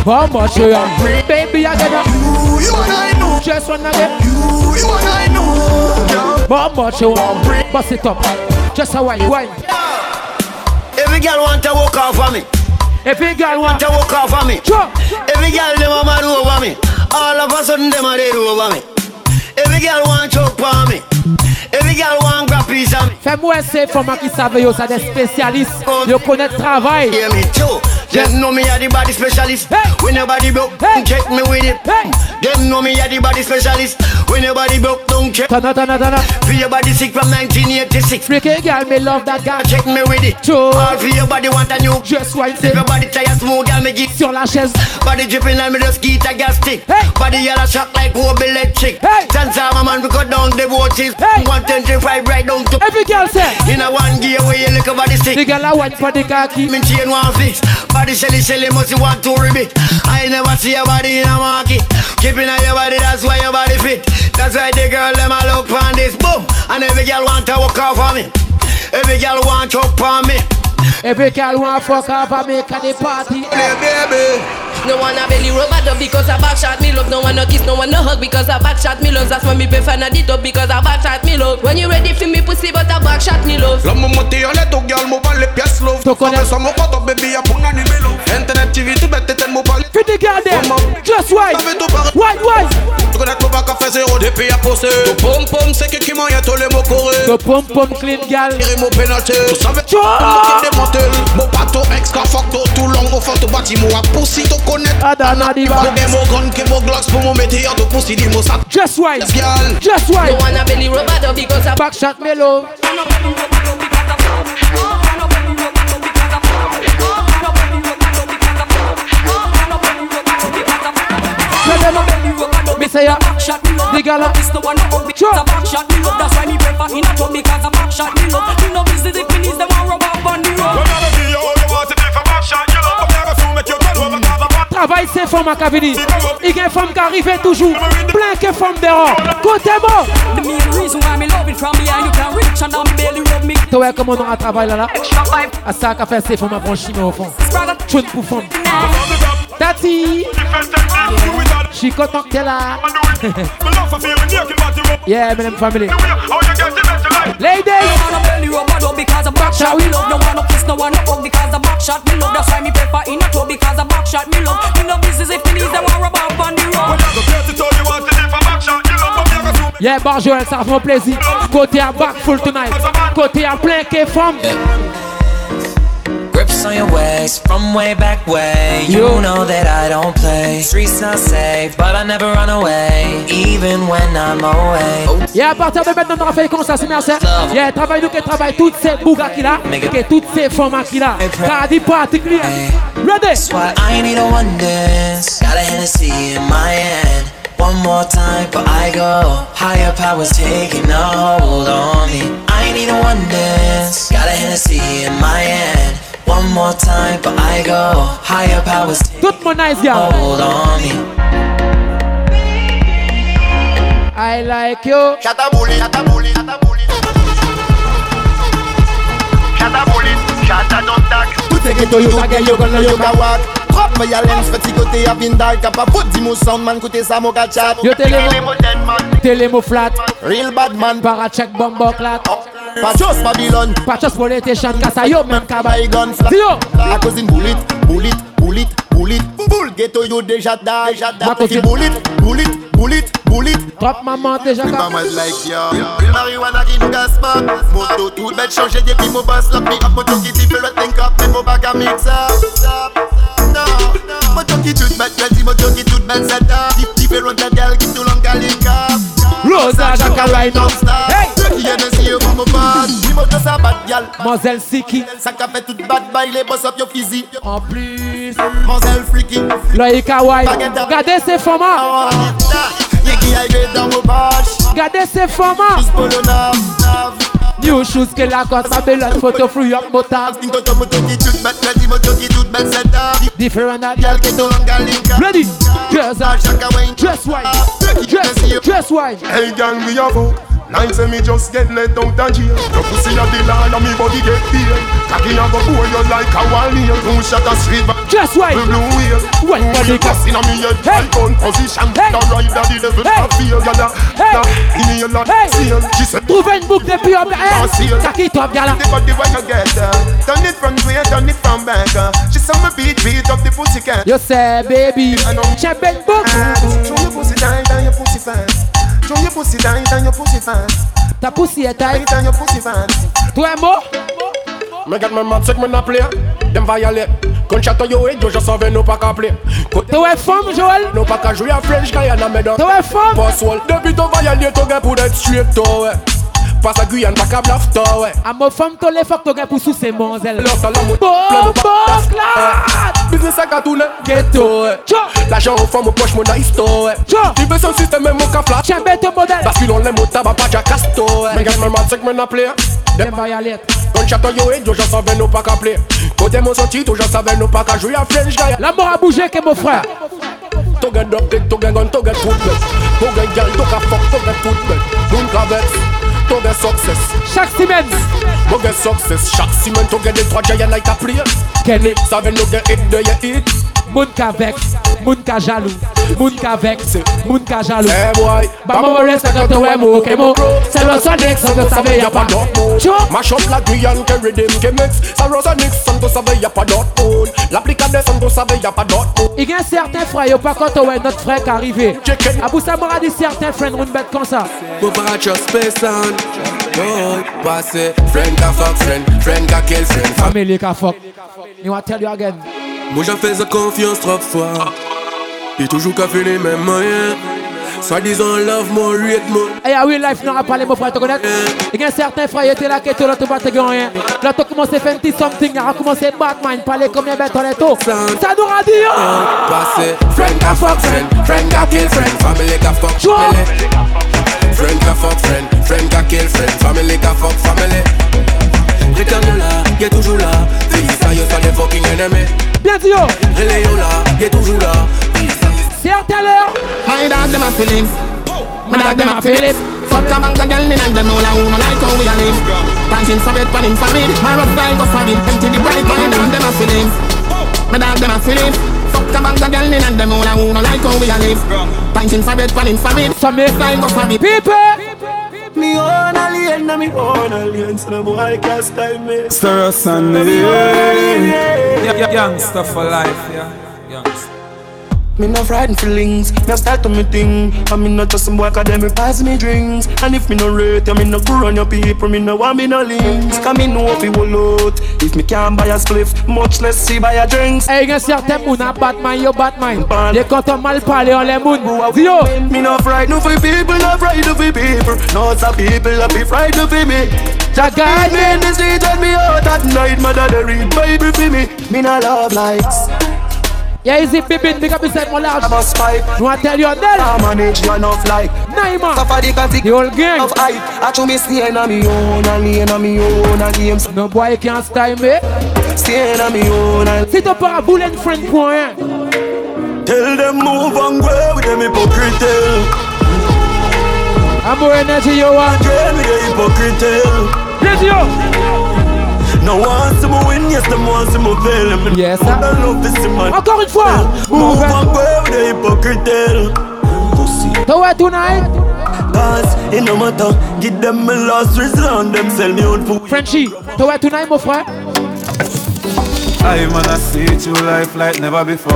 S1: How much you have Baby I gotta
S8: You, you and I know
S1: Just wanna get
S8: You, you and I know Yeah.
S1: How much you want Bust it up Just a wine wine
S6: Every girl want to walk off of me.
S1: Every girl want
S6: to walk off of me. Every girl them a mad over me. All of a sudden them a dead over me. Every girl want choke on me. Every girl want grab piece of me.
S1: Fais-moi ces femmes qui savent yo ça des spécialistes Yo connaît travail
S6: Hear me too. Them know me a the body specialist. When your body broke, don't check me with it. Them know me a the body specialist. When your body broke, don't check.
S1: Turn up, turn up, turn up.
S6: Feel your body sick from 1986.
S1: Freaky girl, me love that girl.
S6: Check me with it.
S1: True.
S6: All for your body want a new.
S1: Just wine
S6: If your body tired smooth, girl me get
S1: sur la chaise.
S6: Body dripping like me just get a gas stick. Body yellow shock like Kobe electric.
S1: Hey.
S6: Chance of a man we cut down the watches. Hey. One ten three five right down to.
S1: Every girl say.
S6: In a one gear where you look body stick.
S1: The girl a wine for the khaki.
S6: Me chain one fix. Body shelly shelly must you want to ribbit. I never see a body in a market. Keeping on your body, that's why your body fit. That's why the girl them a look on this boom. And every girl want to walk off on me. Every girl want to choke on me.
S1: Every girl want fuck up and make a the party.
S5: No one a belly rub at up because I backshot me love. No one a kiss, no one a hug because I backshot me love. That's why me prefer not it up because I backshot me love. When you ready for me pussy, but I backshot me love.
S17: L'homme motivé, ton girl, mon parle pièce love. Tu connais ça, mon pote, baby, y'a pour l'anime love. Internet TV, tu bête, t'es mon parle.
S1: Fit the girl there. Just wine. Wine, wine.
S17: Tu connais ton bac à faire zéro depuis à poser. Ton pom pom, c'est que qui m'en y'a tous les mots corés.
S1: The pom pom clean girl.
S17: Tirer mon pénalité. Tu savais, tu as des démantel. Mon bateau, ex, car fuck, tout, tout long, au fond, ton bâtiment, à poussi, tu connais.
S1: Adana diva.
S17: Mon démo, gun, que mon glace pour mon métier, ton poussi, dis-moi ça.
S1: Just wine.
S17: Girl.
S1: Just wine.
S5: No one a belly rub at up because I
S1: backshot me love. Tell them I'm- Me say ya. The girl a- Travail c'est femmes à Cavini. Il y a une femme qui arrive toujours. Plein que femmes dehors. Côté moi.
S4: The main reason why me love it from behind you can reach and I'm barely rub me
S1: Tu vois comment on a travail là là.
S4: extra vibe.
S1: À ça qu'a fait ces femmes à brancher mais au fond. Choune pour femme. Tati. Chico tant que t'es là. yeah, mesdames family. Ladies.
S4: No one a belly rub a dub because a backshot me love. No one a kiss, no one a hug because a backshot me love. That's why me prefer in a tub because a backshot me love. Me no business if me needs them want rub up on the road.
S1: Yeah, bar Joël, ça fait plaisir. Côté à back full tonight. Côté à plein qui forme.
S18: Grips on your waist from way back way. You know that I don't play. Streets not safe, but I never run away, even when I'm away.
S1: Yeah, à partir de maintenant, on va faire comme ça, c'est merci. Yeah, travaille nous qui travaille toutes ces bougas qu'il a, que toutes ces formes qu'il a. Cardi particulier. Ready?
S18: I need a one dance. Got a Hennessy in my hand. One more time before I go. Higher powers taking a hold on me. I need a one dance. Got a Hennessy in my hand. One more time before I go. Higher powers
S1: Tout mon nice girl.
S18: hold on me.
S1: I like you.
S8: Chata bully, chata bully, chata bully. Chata bully, chata don't talk.
S19: Tout est ghetto, yo ta gueule, yo gonna yo ka walk. Propre, mais y'a l'ems, petit côté, y'a bin dark, y'a pas foot, dis mon sound, man, côté ça, mon gars, chat.
S1: Yo télémo, télémo flat.
S19: Real bad man. Oh.
S1: Paracheck, bombo clat.
S19: Pas just Babylon.
S1: Pas just politician, kasa yo même kabay
S19: gun flat. La cousine bullet, bullet, bullet, bullet. Bull ghetto, yo déjà die, déjà die.
S1: Ma cousine.
S19: bullet, bullet, bullet, bullet.
S1: Trop maman déjà
S19: Me
S1: ka.
S19: mama like ya.
S8: Marijuana qui nous gasse pas
S19: Moto tout bête changé depuis mon boss lock me up moto qui dit veulent think up mais mon baga mix up.
S8: Non, non Moto qui tout bête, ready moto qui tout bête set up Deep deep around the girl qui tout long galika
S1: Rosa Jacaray non
S8: Hey Qui est de si yo pour mon bad Dis moto ça bad gal
S1: Mademoiselle Siki
S8: Ça qu'a fait tout bad by les boss up yo physique
S1: En plus
S8: Mademoiselle freaky
S1: Loïka Wai. Regardez ces formats.
S8: Y'a qui aille dans mon badge
S1: Regardez ces formats. New shoes que la cote Babylon photo free up motard. Different at Ready. Dress up. Dress white. Dress. Dress white.
S20: Hey gang, we have out. Nine say me just get let out of jail. Your pussy a the line and me body get paid. Cocky a go pour you like a one nail. Two shot a street back.
S1: Just wait.
S20: Blue wheel.
S1: One body
S20: cut. Inna me head. Hey. gun position. Hey. The right that the devil hey. a feel. Yeah, yeah. Hey. Inna your life. Hey. Seal. She said.
S1: Trouvez une boucle depuis un gars. Kaki toi bien là.
S8: The body when you get uh, Done it from way, done it from back uh. She saw me beat, beat up the pussy cat
S1: You say baby. Champion book.
S8: Throw your pussy tight and your pussy fast Throw your pussy tight and your pussy fast
S1: Ta pussy est taille.
S8: Tight and your pussy fast
S1: Toi mot.
S6: Me get my man sick, me not play. Them violate. Gunshot on your head, you just have no pack a play.
S1: Toi est femme Joël.
S6: No pack a jouer a French Guyana, me don.
S1: Toi est femme.
S6: Boss wall. Depuis ton violate, on get put it straight to it. Pass a Guyane, back a bluff to it.
S1: A mo femme to les fuck to gars pour sous ces monzelles.
S6: Lost a long with
S1: Bombo clat.
S6: Business a katoune, ghetto it. L'argent au fond, mon poche, mon nice to it. Vive son système et mon cafla.
S1: Champion de modèle.
S6: Bascule on l'aime au tabac, pas jacasto it. Me get my man sick, me not play.
S1: Dem violet.
S6: Gunshot on your head, you just have no pack a play. Côté mon sorti, tu just have no pack a jouer a French Guyana.
S1: La mort a bougé que mon frère.
S6: To get drop dick, to get gun, to get food bed To get girl, to get fuck, to get food bed Boom cavex, to get success
S1: Chaque semaine.
S6: To get success, chaque semaine To get des trois giants like a player
S1: Kenny.
S6: Ça veut nous get hit, de ye hit
S1: Moun ka vex, moun ka jaloux, moun ka vex, moun ka jaloux.
S6: Eh boy,
S1: Bah maman reste quand on est mou, que mou. C'est le son ex, on ne savait y'a pas
S6: d'autre
S1: d'autre. Tchou,
S6: Mash up la Guyane, que rhythm, que mix Ça rose un nix, on ne savait y'a pas d'autre moon L'applicable, on ne savait y'a pas d'autre moon
S1: il y a certains frères, y'a pas quand on est notre frère qui arrivé. A pour ça, moi, dit certains frères, nous bête comme ça.
S6: Go para just space and Yo, passe Friend ka fuck friend, friend ka kill friend
S1: Family ka fuck. You want tell you again.
S6: Moi j'en fais confiance trop fort Et toujours qu'à faire les mêmes moyens Soit disant love mon rate mon
S1: Eh ah oui, life, non, à parler, mon frère, tu connais. Il y a certains frères, ils étaient là, qui étaient là, tout pas te gagner. Là, tu commences à faire un petit something, à commencer Batman, parler combien bête on est tôt. Ça nous a dit, hein.
S6: Passe Friend ka fuck friend, friend ka kill friend Family ka fuck
S1: Sure.
S6: family Friend ka fuck friend, friend ka kill friend Family ka fuck family L'éternel là, il est toujours là Pays ça, yo soit des fucking ennemis
S1: Bien dit, yo.
S6: Reléon là, il est toujours là
S1: Certains l'heure.
S21: My dog them a feelings. My dog them a feelings. Fuck a bank a girl in and them know la woman like how we a live. Punching for bed, panning for weed. My rough guy go for it. Empty the bright. My dog them a feelings. My dog them a feelings. Fuck a bank a girl in and them know la woman like how we a live. Punching for bed, panning for weed.
S1: Some
S21: guy go for it.
S1: People.
S8: Me own alien, na me own alien So the boy can't style me
S9: Serious and the Youngster for life, yeah. Youngster.
S6: Me no frightened feelings, no start to me thing. I mean not just some boy cause them me pass me drinks. And if me no rate, I mean no grow on your people, me no want me no links. Cause me know if we will out. If me can't buy a spliff, much less see buy a drinks.
S1: Hey, gen certain moun a Batman yo Batman. De kontan mal pale on le moun. Di yo!
S6: Me no frightened for people, no frightened for people. No some people that be frightened for me.
S1: Jagged
S6: me in the street when me out at night, mother they read Bible for me. Me no love lights.
S1: Yeah, easy bibin, big up yourself, my large.
S6: No,
S1: I tell you, Nell.
S6: I manage you enough like.
S1: Naima.
S6: Suffer the conflict.
S1: The whole gang.
S6: Of hype. I chew me stay on me own, and lane on me own, and games.
S1: No boy can't style me.
S6: Stay on me own, and.
S1: Si t'as pas un boulet de friend pour rien.
S6: Tell them move and go with them hypocrite.
S1: I'm more energy you want.
S6: Game with the hypocrite.
S1: Let's go.
S6: No one see me win, yes, them one see me fail. I mean,
S1: Yes,
S6: I love this man.
S1: Encore une fois.
S6: Move and go with the hypocrite.
S1: T'as ouais, tonight?
S6: Cause it no matter, give them a last resort, them sell me out for
S1: Frenchie, t'as ouais, tonight, mon frère?
S22: I wanna see true life like never before.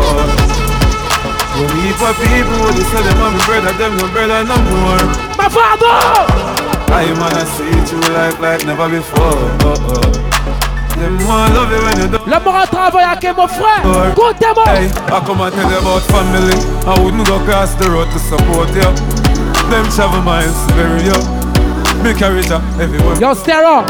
S22: We for people who say them want me brother, them no brother no more.
S1: My father!
S22: I wanna see true life like never before. Oh, oh. Them want love you when you don't.
S1: Le moral travaille avec mon frère. Comptez-moi.
S22: Hey, I come and tell you about family. I wouldn't go cross the road to support you. Them travel miles to bury you. Me carry you everywhere.
S1: Yo, stare up.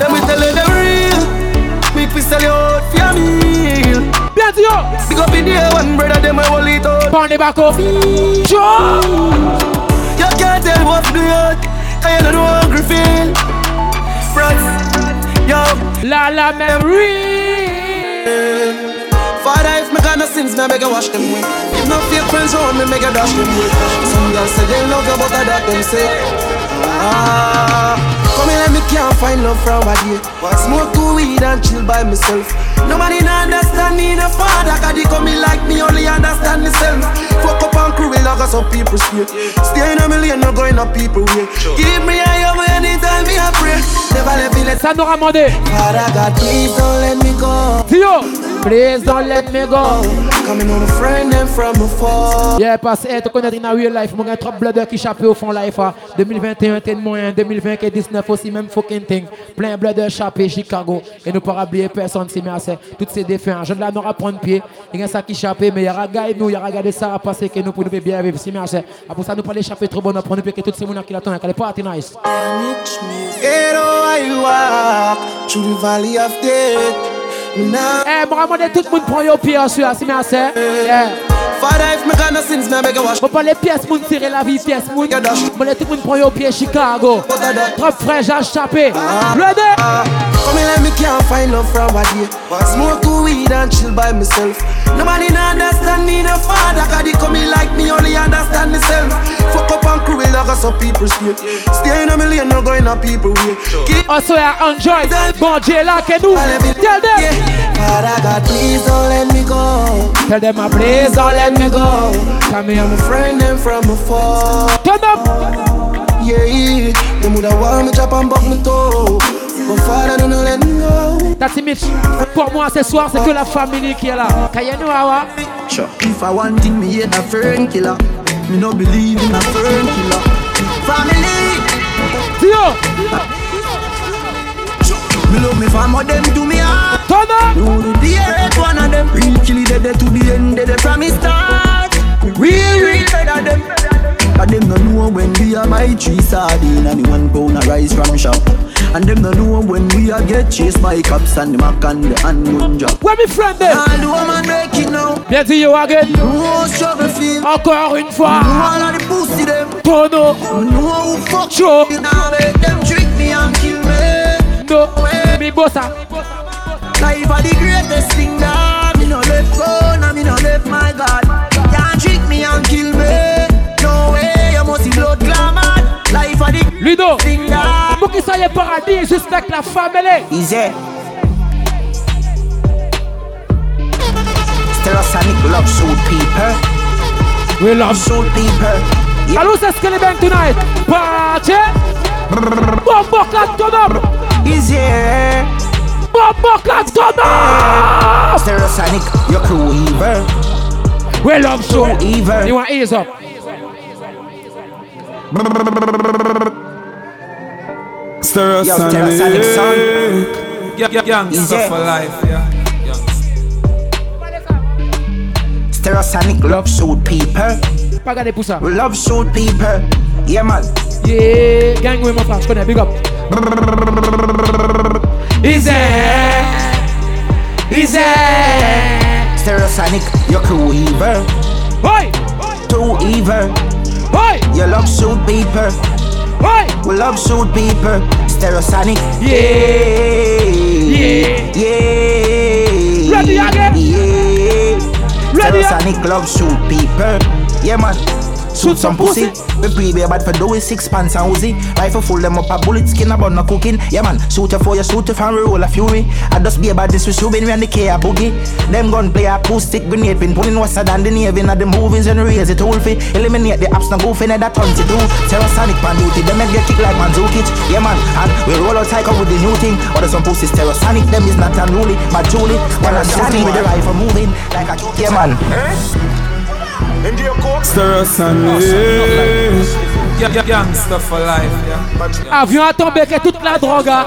S6: Let me tell you the real. Me pistol you out for meal.
S1: Bien dit yo.
S6: Big up in the air, one brother them I will it out.
S1: Pound it back up. Joe.
S6: You can't tell what do you Cause you don't know hungry feel. Brats, yo.
S1: La la memory.
S6: Father, if me got no sins, me make you wash them away. If no fake friends around me, make you dash them away. Some girls say they love you, but I that them say. Ah, come here, let me can't find love from a day. Smoke two weed and chill by myself. Nobody no understand me, the father, cause they come me like me, only understand myself. Fuck up and crew, like how some people stay. Stay in a million, not going up people way. Give me a young anytime me a pray. Never let me let
S1: Ça nous ramandé.
S6: Father God, please don't let me go.
S1: Dio. Please don't let me go.
S6: Coming on a friend and from afar.
S1: Yeah, parce que tu connais dans real life, mon gars, trop blooders qui chapé au fond life. ah. 2021, t'es de moyen. 2020, que 19 aussi, même fucking thing. Plein blooders chapé, Chicago. Et nous pas oublier personne, si merci. Toutes ces défunts. Je ne la n'aura prendre pied. Il y a ça qui chapé, mais il y a gars et nous, il y a gars de ça à passer que nous pour nous bien vivre, si merci. Ah, Pour ça, nous pas les chapé trop bon, nous prendre pied que toutes ces gens qui l'attendent, qu'elle est pas nice.
S6: Hero I walk through the valley of death. Now,
S1: Eh, moi, ramandé, tout le monde prend au pied, ensuite, si merci. Yeah.
S6: Father, if me gonna sins, me beg you wash.
S1: On parle les pièces, moun tirer la vie, pièces, moun. Moi, les tout moun prend au pied Chicago. Trop frais, j'ai chapé. Blooders!
S6: Ah. Come here, let me can't find love from a day. Smoke two weed and chill by myself. Nobody no understand me, no father. God, they come here like me, only understand myself. Fuck up and cruel, like how some people stay. Stay in a million, not going up people way. Give
S1: Also, I enjoy. Bon Dieu là que nous. Tell them.
S6: Father God, please don't let me go.
S1: Tell them I
S6: Please
S1: please.
S6: don't let me go.
S1: Come here,
S6: I'm a friend and from afar.
S1: Turn up.
S6: Yeah, them woulda want me drop and buck me toe, but Father don't let me go.
S1: Tati Mitch, pour moi ce soir, c'est que la famille qui est là. Kayano Awa.
S6: Sure. If I want it, me hate a fern killer. Me no believe in a fern killer. Family,
S1: Dio.
S6: me love me family, them do me heart.
S1: Turn up.
S6: You do the earth, one of them. Real killy, they dead to the end, they dead from me start. Real, real, dead of them. But them no know when we are buy three sardine and the one pound of rice from shop. And them no know when we are get chased by cops and the mac and the handgun job.
S1: Where me friend
S6: All
S1: them?
S6: the woman making now.
S1: Bien dit you again.
S6: No struggle feel.
S1: Encore une fois.
S6: No all of the pussy them. No
S1: Tono.
S6: who fuck
S1: Sure.
S6: me now. Make them trick me and kill me.
S1: No. Mi bossa.
S6: Life are the greatest thing now. Me no left phone and me no left my God. Can't trick me and kill me. No way, you must be blood clamored. Life are the
S1: Ludo.
S6: thing now.
S1: Pour qui ça y est paradis, juste avec la famille.
S6: Easy. Still a Sonic love shoot people.
S1: We love
S6: Shoot people.
S1: Allons, c'est ce que les bangs tonight. Party. Bombo clap, turn up.
S6: Easy.
S1: Bombo clap, turn up.
S6: Stereosonic, your crew evil.
S1: Where love show?
S6: Evil.
S1: You want ease up?
S9: Stereo
S6: Yo,
S9: sound.
S6: Stereosonic sound.
S9: Yeah, yeah, Gangsta
S6: Yeah.
S9: for life. Yeah.
S6: Stereosonic love shoot people.
S1: Pagade pou sa.
S6: Love shoot people. Yeah, man.
S1: Yeah, gang we mon frère, je connais, big up. Easy. Easy.
S6: Stereosonic, your crew evil.
S1: Boy.
S6: Too evil.
S1: Boy.
S6: Your love shoot people.
S1: Boy.
S6: We love shoot people. Stereosonic. Yeah. Yeah. Yeah.
S1: Ready again.
S6: Yeah.
S1: Ready
S6: Ready Stereosonic love shoot people. Yeah, man. Shoot some pussy. We baby bad for doing six pants and Uzi. Rifle full them up a bullet skin about no cooking. Yeah, man. Shoot you for your shoot you fan we roll a fury. I just be about this with shooting when the K a boogie. Them gun play a pool stick grenade pin pulling what's than the navy at the movies and raise it whole fi Eliminate the apps no goofy and that tons to do. Terrasonic pan duty. Them make get kick like Manzukic. Yeah, man. And we roll out cycle with the new thing. Other some pussies terrasonic. Them is not unruly. But truly, when I'm shooting with the rifle moving like a yeah, man.
S9: Stereo sound. Yeah. Yeah, yeah, Gangsta for life. Yeah.
S1: Avion a tombé que toute la drogue. a-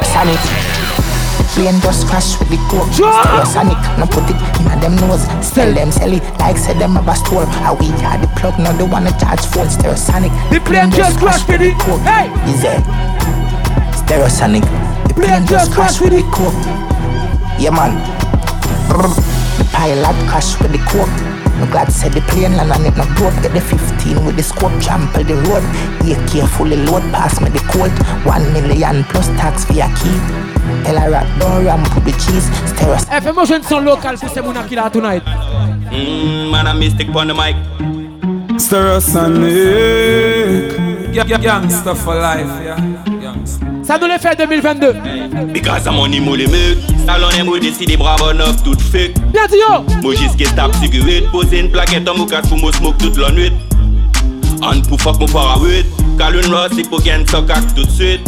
S6: Plane just crash with the coke. Stereosonic, no put it in a them nose. Sell them, sell it like say them have a store. How we had the plug, now they wanna charge phone. Stereosonic. The plane just crash with the coke. Hey, is it? Stereosonic. The plane just crash with the coke. Yeah man. Brr. The pilot crash with the coke. No glad said the plane land and it no broke. Get the 15 with the scope, trample the road. Here carefully load, pass me the coat. One million plus tax via key. Tell her rock don't ram, put the cheese. Stereos.
S1: Eh, fais-moi jouer une son local pour ces mouna qui là tonight.
S23: Mm, man, I'm mystic on the mic.
S9: Stereosonic. Yeah, yeah, Gangsta for life. Yeah. Gangsta.
S1: Ça nous le fait 2022.
S23: Because I'm on the money make. Salon et moi décidé bravo neuf tout fake.
S1: Bien dit yo.
S23: Moi jusqu'à tap cigarette, poser une plaquette en mouka sous mon smoke toute la nuit. And pour fuck mon far away. Calune là, c'est pour gain son cac tout de suite.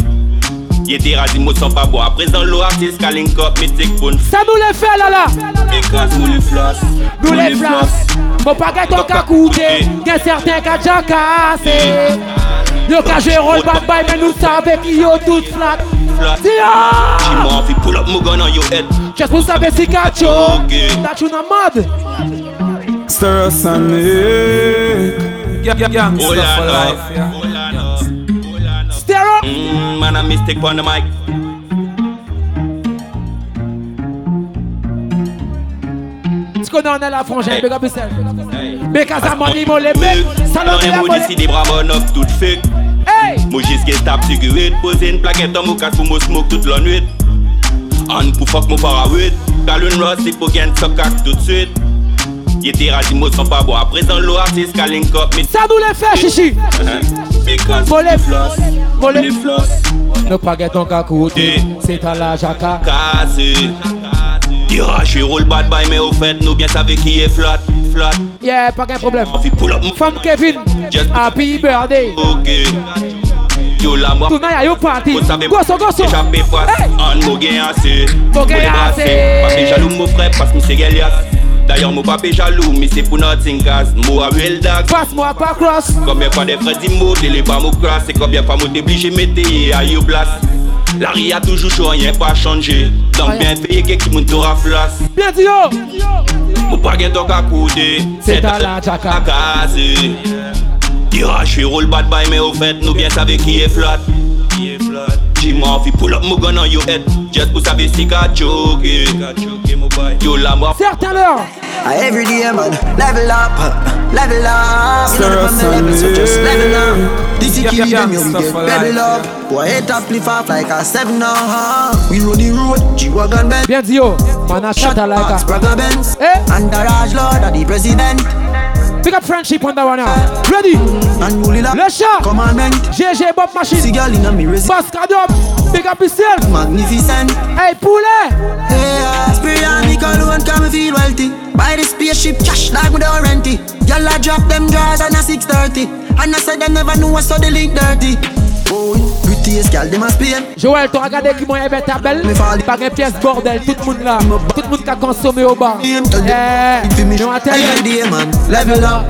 S23: Yété rasi mou sans pas boire. Présent l'eau artiste, calling cop, mystique pour une f.
S1: Ça nous le fait là là.
S23: Because nous les floss.
S1: Nous les flasses. Mon pas gâteau qu'à couper. Y'a certains qu'à jacasser. Yo qu'à jouer rôle bad boy, mais nous savons qui yo toute flat.
S23: Floss.
S1: Dia.
S23: She more fi pull up mou gun on your head.
S1: Just pour savoir si qu'à choke. T'as chou dans mode.
S9: Stereosonic. Yeah, yeah,
S23: Hold
S9: Gangsta for
S23: on
S9: life.
S23: up.
S9: Yeah.
S1: Stereo.
S23: Mm, man, I'm mystic on the mic.
S1: Ce qu'on en a la frangin, big up yourself. Big as a money, mon les mecs. Salon de la
S23: Mwen
S1: monnaie.
S23: deside bravo nok tout fek
S1: Hey!
S23: Mwen jiske tap sigaret Pose n plaket an mou kat pou mou smoke tout lan nwet An pou fok mou fara wet Kaloun ros si pou gen sok ak tout swet Yete razi mou san pa bo Apresan lo artist kalin kop mi
S1: Ça nous le fait, chichi.
S23: Uh-huh. Because
S1: Mon les
S23: floss.
S1: Mon les Nos paquets en cacouté. C'est à la jaca.
S23: Kase Dira jwe roll bad bay men ou fet Nou bien save ki e flat Flat
S1: Yeah, pas de problème.
S23: pull up mou
S1: Femme Kevin. Happy birthday.
S23: Yo la mwa
S1: Tonight, are you party?
S23: Mwen save
S1: Gosso, gosso.
S23: Deja pe fwas An mou gen ase
S1: Mou gen
S23: Mou le
S1: ase.
S23: brase Pape jalou mou fre Pas mou se gel yas D'ayor mou pape jalou Mi se pou notin gas Mou a wel dag
S1: Pas mou a pa cross
S23: Kombyen pa de fre di mou Dele pa mou kras E kombyen pa mou deblije mete Ye a yo blas La ri a toujou chou Rien pa chanje Donk bien peye Kek ki moun tou raflas
S1: Bien dit yo.
S23: Mou pa gen donk akoude
S1: C'est à la jaca.
S23: Kaze Dira jwe roll bad bay men ou fet Nou bien save ki e flat Jima fi pull up mou gun on yo head Just pou save si ka choke Yo la mwa
S1: Certain l'heure
S6: Uh, Every day, man, level up, uh, level up. You know the family level, so just level up. This is
S9: Yeah,
S6: killing
S9: yeah,
S6: them, you
S9: stuff
S6: get
S9: for
S6: level
S9: life.
S6: up. Boy, head up, lift off like a seven up. We run the road, G-Wagon Benz.
S1: Bien dit oh. yo. Man a shot a like a.
S6: Brother Benz, Entourage Lord of the President.
S1: Big Eh? up friendship on that one now. Ready? Le chat. GG Bob Machine.
S6: Cigal in a mirror.
S1: Bascadop. Big up yourself.
S6: Magnificent.
S1: Hey, poulet.
S6: Yeah, spray on me cologne, come and feel wealthy. Buy the spaceship, cash like with don't rent it. Y'all a drop them drawers and a 630. And I said I never knew I saw the link dirty. Oh, pretty taste, girl, them a spin.
S1: Joël, tu regardes qui m'a aimé ta belle Pas de pièce bordel, tout le monde là Tout le monde qui a consommé au bar Eh, nous attendons
S6: Every day, man, level up,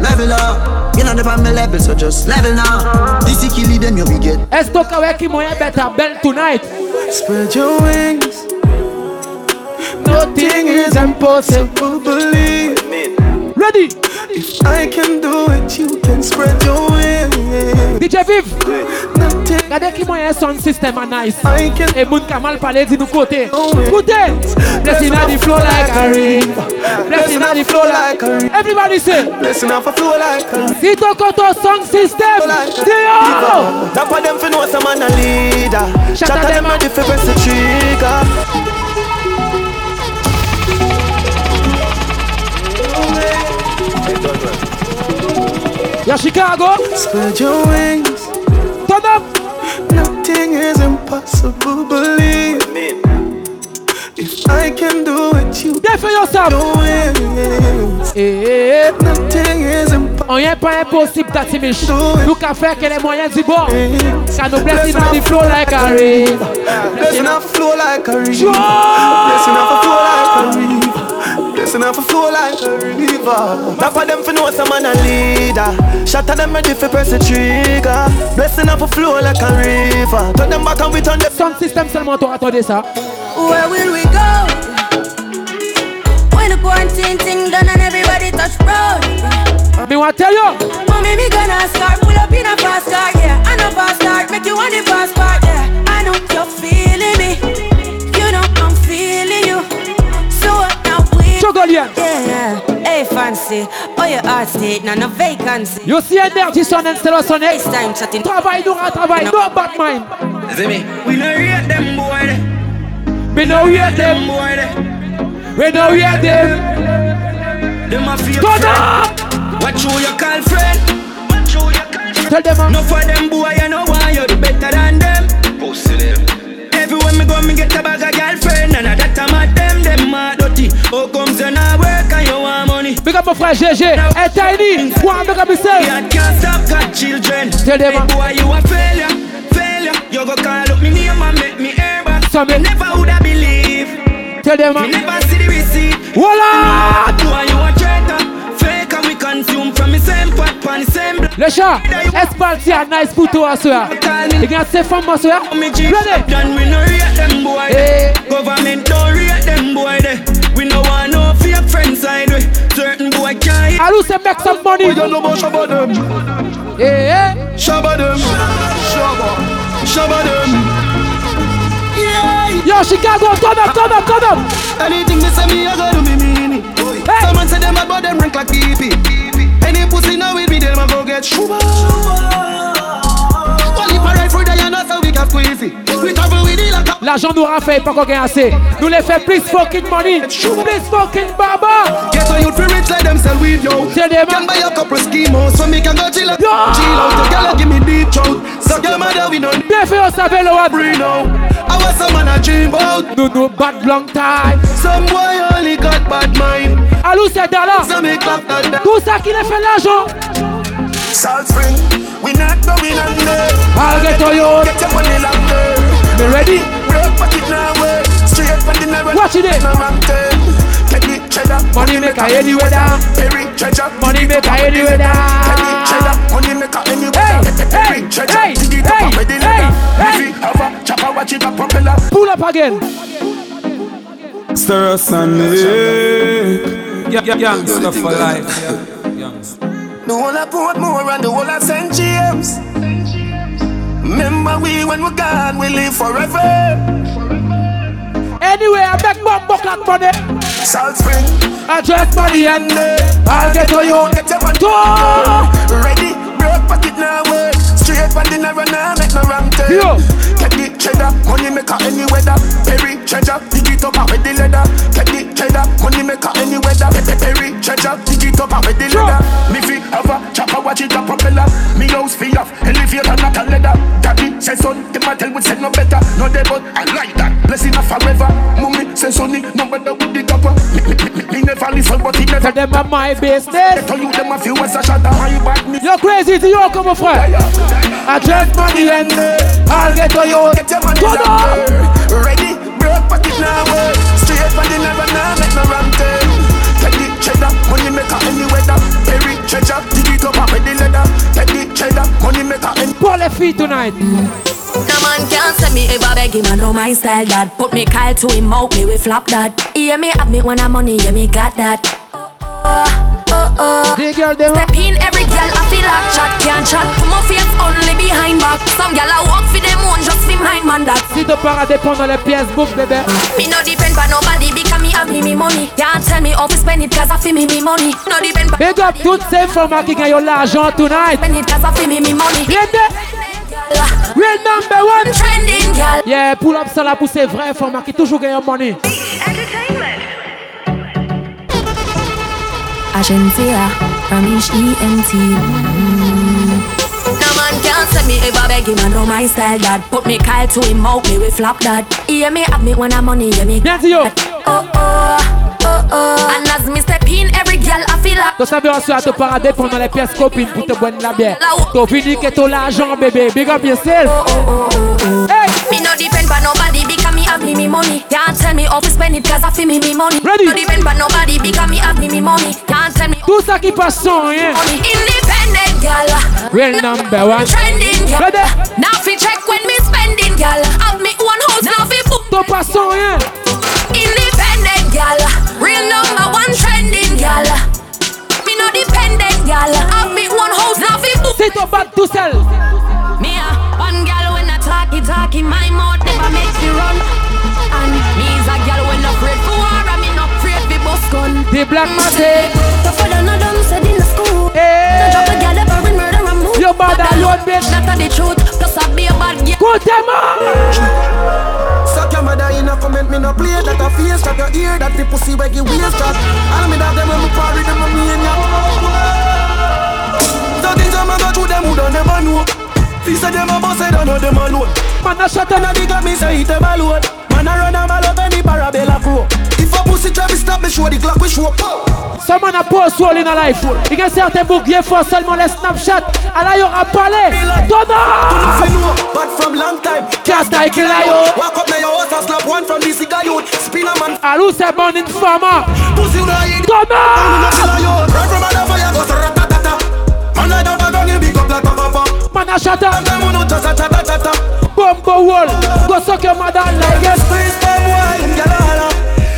S6: level up. You know the family level, so just level now. This is killing them, you we get.
S1: Est-ce que tu as qui m'a aimé ta belle tonight
S6: Spread your wings. Nothing is impossible, believe.
S1: Ready?
S6: If I can do it, you can spread your wings.
S1: DJ Viv Gade ki mwen yon sound system a nice E moun kamal pale di nou kote Kote Blessing a di flow like a rain Blessing a di flow like a rain Everybody say
S6: Blessing off a flow like a
S1: Sito koto sound system Diyo
S6: Top of them fi know some man a leader. Shut up them a different press the trigger.
S1: Yo Chicago
S6: Spread your wings.
S1: Turn up.
S6: Nothing is impossible, believe. If I can do it, you
S1: Defend yourself. Eh,
S6: Nothing is impossible.
S1: On yon pa impossible dati mich Nou ka fè ke le moyen di bon Sa nou blessing a di flow like a rain
S6: Blessing off a flow like a river. Blessing
S1: Sure.
S6: off a flow like a river. Blessing off a flow like a river. Top of them fi know some man a leader. Shot of them ready fi press the trigger. Blessing off a flow like a river. Turn them back and we turn them.
S1: Sound system seulement to attendez ça
S4: Where will we go? When the quarantine thing done and everybody touch road.
S1: Me want tell you
S4: Mommy, me gonna start pull up in a fast car, yeah. I know fast start, make you want the fast part, yeah. I know you're feeling me. You know I'm feeling you. So what now we?
S1: Chogolian.
S4: Yeah. Hey, fancy. Oh, your heart state, none of vacancy.
S1: Yo si energy son and stellar son eh?
S4: Time chatting.
S1: Travail nou a travail No bad mind
S6: We no rate them boy.
S1: Me no hear them We no hear them
S6: Them a fake friend.
S1: Turn up
S6: What you you call friend?
S1: Tell them ah.
S6: No for them uh. boy, you know why you're better than them. Everywhere me go, me get a bag of girlfriend, and I that I'm at them, them mad dirty. How comes you not work and you want money?
S1: Big up mon frère GG Hey Tiny One big up yourself
S6: I can't stop got children.
S1: Tell them
S6: Hey,
S1: ah.
S6: boy, you a failure, failure. You go call up me name and make me air back.
S1: Some me-
S6: never would I believe.
S1: Tell them
S6: You
S1: ah.
S6: never see the receipt.
S1: Voila
S6: Boy, you a traitor, fake, and we consume from the same pot, pan the same block.
S1: Le chat Espalti a nice pour toi ce soir Il y a ses femmes ce soir
S6: Me jeep shop done, we no rate them boy
S1: Hey.
S6: de. Government don't rate them boy de. We no want no fake friends side we. Certain boy can't hit
S1: Alou c'est make some money
S8: We don't know about Shabba them
S1: Eh eh
S8: Shabba them Shabba Shabba them
S1: Yo Chicago Turn up turn up turn up
S6: Anything they say me I go do me mean it
S1: Hey.
S6: Someone say them about them rank like BP Any pussy now with me them a go get shuba Only for right for day and that's how we get squeezy We travel with it like a
S1: L'argent nous rend fait pas qu'on gagne assez Nous les fait plus fucking money Plus fucking baba
S6: Get a youth for rich like them sell weed yo
S1: Tell them
S6: Can buy a couple schemos so me can go chill out Chill out, the girl give me deep throat So your mother we don't
S1: Bien fait on savait le wad
S6: free now. I was a man I dream about.
S1: Nous nous bad long time
S6: Some boy only got bad mind.
S1: Alou c'est dollar
S6: Some me clap that that.
S1: Tout ça qui les fait l'argent
S8: Salt spring We not going under
S1: Malgré toi yo
S8: Get your money longer
S1: Me ready
S8: Work but it not work Straight from the narrow
S1: Watch it, eh?
S8: No man turn Get the cheddar
S1: Money maker anywhere da
S8: Perry treasure
S1: Money maker anywhere da
S8: Get the cheddar Money maker anywhere
S1: Hey,
S8: Perry
S1: hey,
S8: treasure
S1: hey,
S8: Dig it up and
S1: hey,
S8: ready
S1: hey,
S8: leather
S1: hey.
S8: If you have a chopper Watch it a propeller
S1: Pull up again
S9: Stir us and Gangsta for life.
S8: The whole of Portmore and the whole of St. James. Remember we when we're gone, we live forever.
S1: Anyway I make more buckland money
S8: Salt Spring,
S1: I just money and Malgré toi yo
S8: get your money.
S1: Toi
S8: Ready, broke pocket now work. Straight from the narrow now, make no wrong turn.
S1: Yo.
S8: Get the cheddar, money maker any weather. Perry treasure, dig it up and with the leather. Get the cheddar, money maker any weather. Pe- pe- Perry treasure, dig it up and with the
S1: Sure.
S8: leather. Me fi have a chopper, watch it a propeller. Me house fi off, elevator not a leather. Daddy say son, the man tell we say no better. No they but I like that, blessing a forever. Mummy say sonny, no better with the copper. Me, me, me, me, me never listen but he never
S1: Tell them I'm my business
S8: Tell you them a few words a shot a high back me
S1: Yo crazy dis yo comme mon frère
S8: Fire.
S1: I just money and I'll get to you. Get your money.
S24: Ready, broke pocket now work. Straight for the never now make no wrong turn. Take the cheddar, money maker any weather. Perry treasure, dig it up and with the leather. Take the cheddar, money maker any.
S1: Pour les filles tonight.
S5: No man can send me ever beg him, I know my style that Put me Kyle to him out, me we flop that Hear me have me when I'm money, yeah me got that Oh, oh, oh Step in every girl, I feel like chat, can't chat Put my face only behind back Some girl I walk for them one, just for mine man that
S1: Si te para dépend dans les pièces, bouffe bébé.
S5: Me no depend by nobody because me have me me money Can't tell me how to spend it cause I feel me me money No depend by
S1: Big up toutes ces femmes qui gagnent l'argent tonight.
S5: spend it cause I feel me me money
S1: Real number one. Yeah, pull up ça là pour ces vraies femmes qui toujours gagnent money.
S5: Agencia from H-E-N-T No man can send me ever beg him, I know my style that Put me Kyle to him out, me we flop that Hear me have me when I'm money, hear me
S1: Bien yo.
S5: Oh, oh, oh, oh And as me step in, every girl I feel like
S1: Tu savais aussi à te para dépend dans les pièces copines pour te boire de la bière. T'as fini que t'as l'argent bébé. Big up yourself.
S5: Oh, Me no depend by nobody because me have me me money. Can't tell me how to spend it cause I feel me me money.
S1: Ready.
S5: No depend by nobody because me have me me money. Can't tell me
S1: Tout ça qui
S5: oh.
S1: passe sans rien.
S5: money. Independent girl,
S1: Real number one.
S5: trending girl.
S1: Ready.
S5: Now fi check when me spending girl. Have me one house now fi book.
S1: T'as pas sans rien.
S5: Independent girl, real number one trending girl. Me no dependent girl. Have me one house now fi book.
S1: C'est ton bac tout seul.
S5: Me a one girl when I talkie talkie, my mouth never makes me run. And me is a girl when not afraid for war, and me not afraid for bus gun.
S1: Des black massés.
S5: The father no dumb said in the school.
S1: Hey.
S5: Don't drop a girl ever in murder and move.
S1: Your bad alone, bitch.
S5: That a the truth. Plus I be a bad girl.
S1: Go them up.
S6: Suck your mother in a comment, me no play that a face, that your ear, that the pussy where you waist that. All me that them when me party, them a me and ya. So things them a go through them who don't never know. These are them a boss, I don't know them alone.
S1: Man a shot
S6: and a dig up, me say it a balloon. Man a run a mal up any parabella crow. If a pussy try to stop me, show the clock we show.
S1: Ça m'en a pas swole in a life. Il y a certains boucliers font seulement les Snapchat. Alors il y aura parlé. Donna!
S6: Fi know, but from long time.
S1: Just like Lio.
S6: Walk up now your house and slap one from the cigar youth. Spin a man,
S1: Alou c'est bon une femme.
S6: pussy you know it.
S1: Donna!
S6: Run from under fire, go so ratatata. Man I don't want you big up like a papa.
S1: Man a shot up.
S6: Them who know just a chatta chatta.
S1: Bombo wall. Go suck your mother like
S6: Yes, please, come wine, get a holla.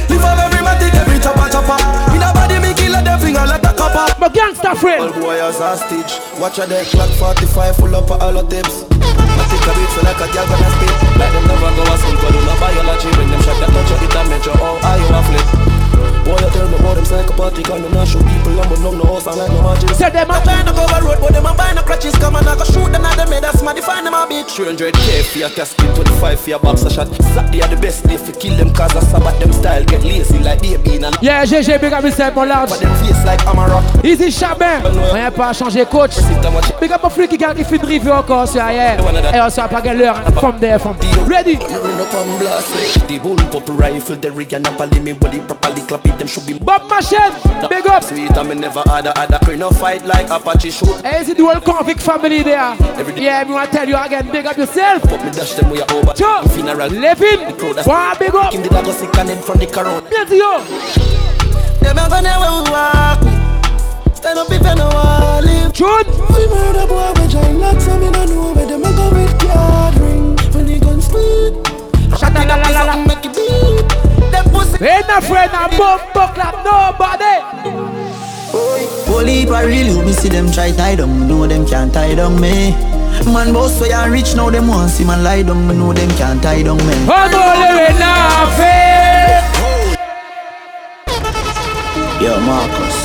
S6: Live up every matic, every chopper chopper. In a body, me kill a them finger like a copper.
S1: My gangster friend.
S6: All boy has a stitch. Watch a deck clock 45 full up of all the tips. I take a beat so like a gal gonna spit. Like them never go a school, call you no biology. When them shot that touch you, it a major. Oh, I you a flip. Boy, you tell me about them psychopathy, call me not show people. I'm a numb, no house, and like no magic.
S1: Say them a-
S6: I buy no cover road, but them a buy no crutches. Come and I go shoot them, now them made us mad, find them a bitch. 300k for your casket, 25 for your boxer shot. Saturday are the best day for kill them, cause I sabat them style. Get lazy like they been and
S1: Yeah, GG, big up yourself, mon large.
S6: them face like I'm a rock.
S1: Easy Chabin. Rien pas à changer, coach. Big up mon frère qui garde, il fait une revue encore sur ailleurs. Et on sera pas gagné l'heure. hein. Femme des femmes. Ready?
S6: Run up and blast it. The bull pop rifle, the rig and a pally, me body properly clap it, them should be
S1: Bob Machette. Big up.
S6: sweet. I me never had a had a crane no fight like Apache shoot.
S1: Hey, is it the whole convict family there? Yeah, we want to tell you again, big up yourself.
S6: But me dash them way over.
S1: Sure.
S6: Funeral.
S1: Levin. Wow, big up.
S6: In the dog sick and then from the corona.
S1: Bien dit, yo.
S6: Them a gonna where we walk. Stand up if you know I live.
S1: June.
S6: We murder boy with giant locks and me no know where them a go with yard ring. When they gun split,
S1: Shut up, la la la la.
S6: make it beat. Them pussy.
S1: Ain't no friend, I'm bum, buck, like nobody.
S2: Holy paril, you me see them try tie them, know them can't tie them me. Man boss way and rich now them want see man lie them, know them can't tie them me.
S1: Oh, no, le fait.
S2: Yo Marcus,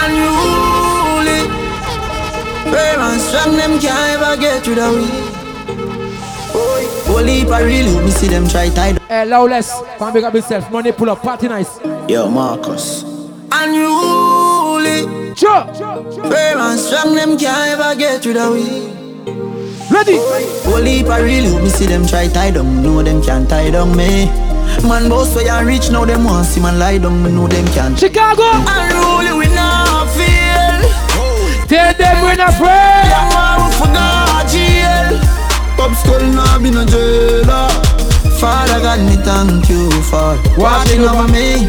S2: unruly. Parents from them can't ever get rid of we. Holy paril, you me see them try tie them.
S1: Hey, Lawless, come big up yourself. Money pull up, party nice.
S2: Yo Marcus, unruly.
S1: Sure.
S2: Parents from them can't ever get rid of we.
S1: Ready?
S2: Holy paril, you me see them try tie them, know them can't tie them me. Man boss way and rich now them want see man lie them, know them can't.
S1: Chicago.
S2: Unruly we not feel.
S1: Tell them we're not friends.
S2: Them want we for God jail.
S25: School now be no jailer. Father God, me thank you for watching over me.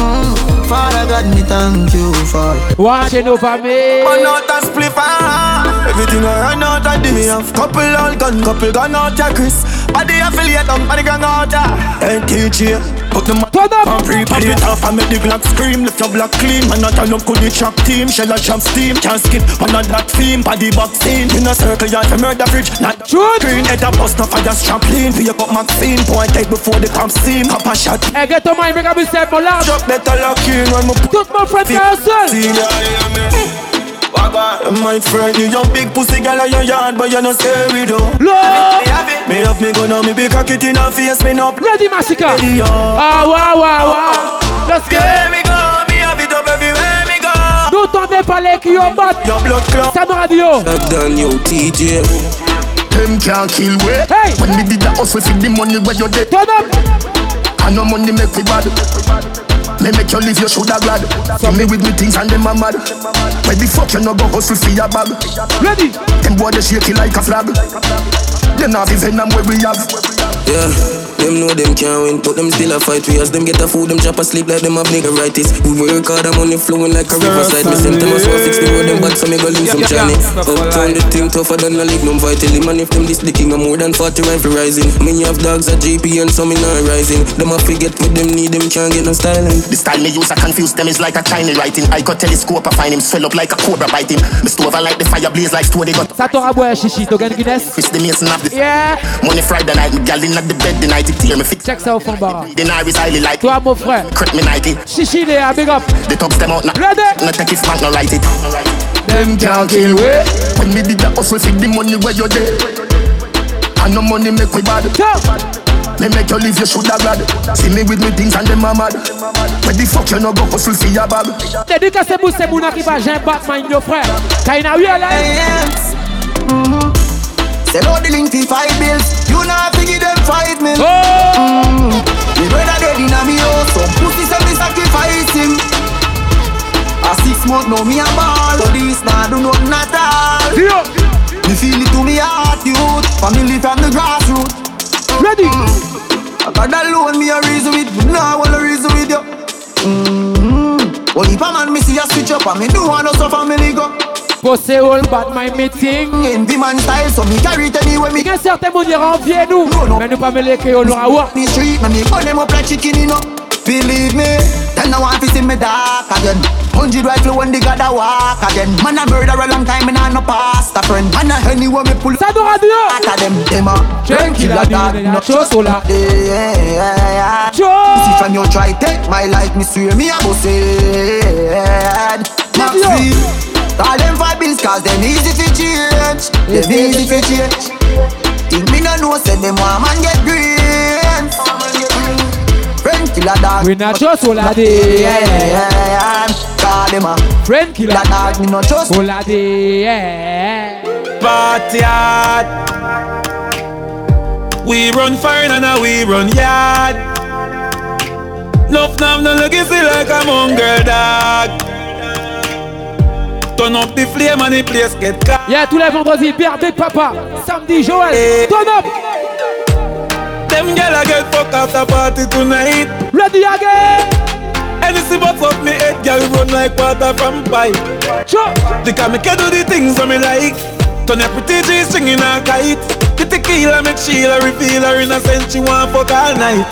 S25: Mm. Father God, me thank you for
S1: watching over me.
S6: Burn out and spliff ah. Everything I run out of the have Couple all gun, couple gun out ya Chris Body affiliate, um, body gang out ya NTJ, put the map up Pump it off and make the Glock scream Left your block clean, man I turn up to the track team Shell a jump steam, can't skip One of that theme, body boxing In a circle, yard, a murder fridge Not shoot Green head a bust, no fire strap lean Be a cup Maxine, point take before the comp scene Cop a shot
S1: Hey, get on my bring up yourself, my lad.
S6: Drop better lock in when my
S1: Tout mon friend
S6: My friend, you young big pussy girl on your yard, but you no scary though.
S1: Love,
S6: me up, me go now, me be cocky in her face, me no.
S1: Ready, massacre.
S6: Ready,
S1: Ah, wow, wow, wow. Let's go.
S6: Here we go, me have it up everywhere me go.
S1: Nous tombez par les qui ont bat. Ça nous radio.
S26: Daniel TJ.
S8: Them can't kill we. Hey. When we did the hustle for the money where you dead.
S1: Turn up.
S8: I know money make me bad. Me make you live, you shoulda glad. See me with me things and them a mad. Where the fuck you no go hustle for your bag?
S1: Ready?
S8: Them boy they shake it like a flag. Them have the venom where we have.
S26: Yeah, them know them can't win, but them still a fight. We as them get a food, them drop asleep like them have niggeritis. We work hard, I'm money flowing like a riverside. Me send them a swap six, they roll them back, so me go link some Johnny. Uptown the thing tougher than a league, no vital. Him And if them this the king, I'm more than 40 rifle rising. Me have dogs at GP and some in a rising. Them a forget what them need, them can't get no styling.
S8: The style me use, I confuse them, is like a Chinese writing. I got telescope, I find him, swell up like a cobra bite him. Me stove, I like the fire blaze like store, they got
S1: Ça t'aura boire chichi, t'as gagné Guinness.
S8: fish, the mason of the
S1: Yeah.
S8: Money Friday night, me gal in at the bed, the night it tear me fix.
S1: Check ça au fond, Barra.
S8: Then I is highly like
S1: Toi, mon frère.
S8: Crit me nightly.
S1: Chichi, les big up.
S8: The top them out now.
S1: Ready?
S8: Not take his man, no light it. Them can't kill we. When me did the hustle, see the money where you dead. And no money make we bad. Me make you live, you shoulda glad. See me with me things and them a mad. Where the fuck you no go hustle for your bag?
S1: Dédicacé pour ces mouna qui va, j'ai un Batman, yo frère. Kaina, oui, là.
S2: Sell out the link fi five bills. You not fi give them five mil.
S1: Oh.
S2: The brother dead inna me house. Some pussy say me sacrifice him. A six month now me a ball. So this nah do nothing at all. Me feel it to me heart, youth. Family from the grassroots.
S1: Ready.
S2: I got alone me a reason with. Me nah wanna reason with you. Mm-hmm. Only pa man me see a switch up and me do want no suffer me ligo.
S1: Go say all about my meeting.
S2: Envy man style, so me carry it anywhere me
S1: Gen certains moun ira envier nous. Mais nous pas mêler que l'on aura.
S2: the street, man, me burn them up like chicken, you know. Believe me, then I want to see me dark again. Hundred rifle when they gotta walk again. Man, I murder a long time and I no past a friend. Man, I anywhere me pull
S1: Ça nous radio.
S2: out of them, them a
S1: Chen
S2: kill a dog, no
S1: chose ou là.
S2: yeah. See from you try take my life, me swear me a bust it. Max V, all them five bills cause them easy to change. Them easy to change. Think me no know say them one man get green. Friend killer dog.
S1: We not just all a day.
S2: Yeah, call them a
S1: friend killer
S2: dog. Me no trust.
S1: All a day. yeah.
S9: Party hard. We run fine and now we run yard. Nuff nam no look easy like a mongrel dog. Turn up the flame and the place get caught. Eh.
S1: Yeah, tous les vendredis, BRB Papa. Samedi, Joël. Turn up.
S9: Them girl I get fucked after party tonight.
S1: Ready again.
S9: Anything but up me head, girl run like water from pipe.
S1: Sure.
S9: They can make you do the things that me like. Turn your pretty G string in a kite. The tequila make Sheila reveal her innocent. She want fuck all night.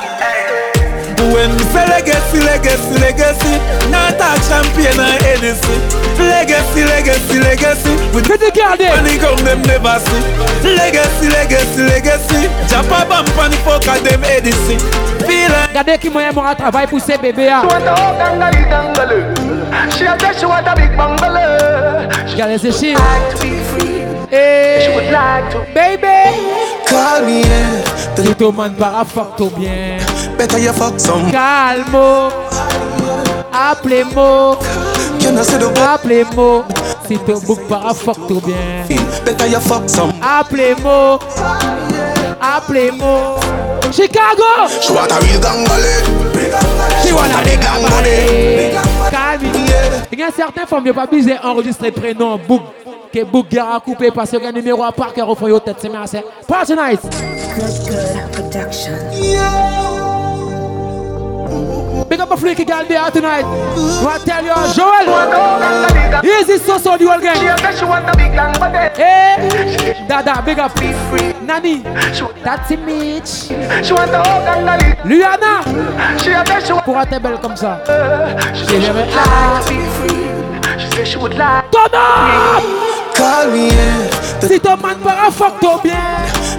S9: When me say legacy, legacy, legacy, not a champion or anything. Legacy, legacy, legacy. With
S1: Pretty girl there.
S9: Money come them never see. Legacy, legacy, legacy. Jump a bump and fuck at them Edison. Feel like
S1: Regardez qui moyen m'a travail pour ces bébés. ah. Regardez ces chiens. Hey, baby.
S27: Call me, yeah.
S1: Tu te demandes pas à fuck tout bien.
S27: Better you fuck some.
S1: Calmo. Appelez-moi. Appelez-moi. Si te bouc pas à fuck tout bien.
S27: Better you fuck some.
S1: Appelez-moi. Appelez-moi. Chicago.
S27: She want a real gang money. She want a big gang money.
S1: Calme. Il y a certains femmes, il n'y a pas besoin d'enregistrer prénom, boum. que Bougar a coupé parce qu'il y a un numéro à part qui au fond de tête. C'est merci. Party night. Big up a freaky girl there tonight. What tell you, Joel? Easy so so the whole gang. Hey, Dada, big up. Nani, that's Mitch. Luana, pour être belle comme ça. Uh, She never
S6: Call me, yeah.
S1: Si ton man para fuck ton bien.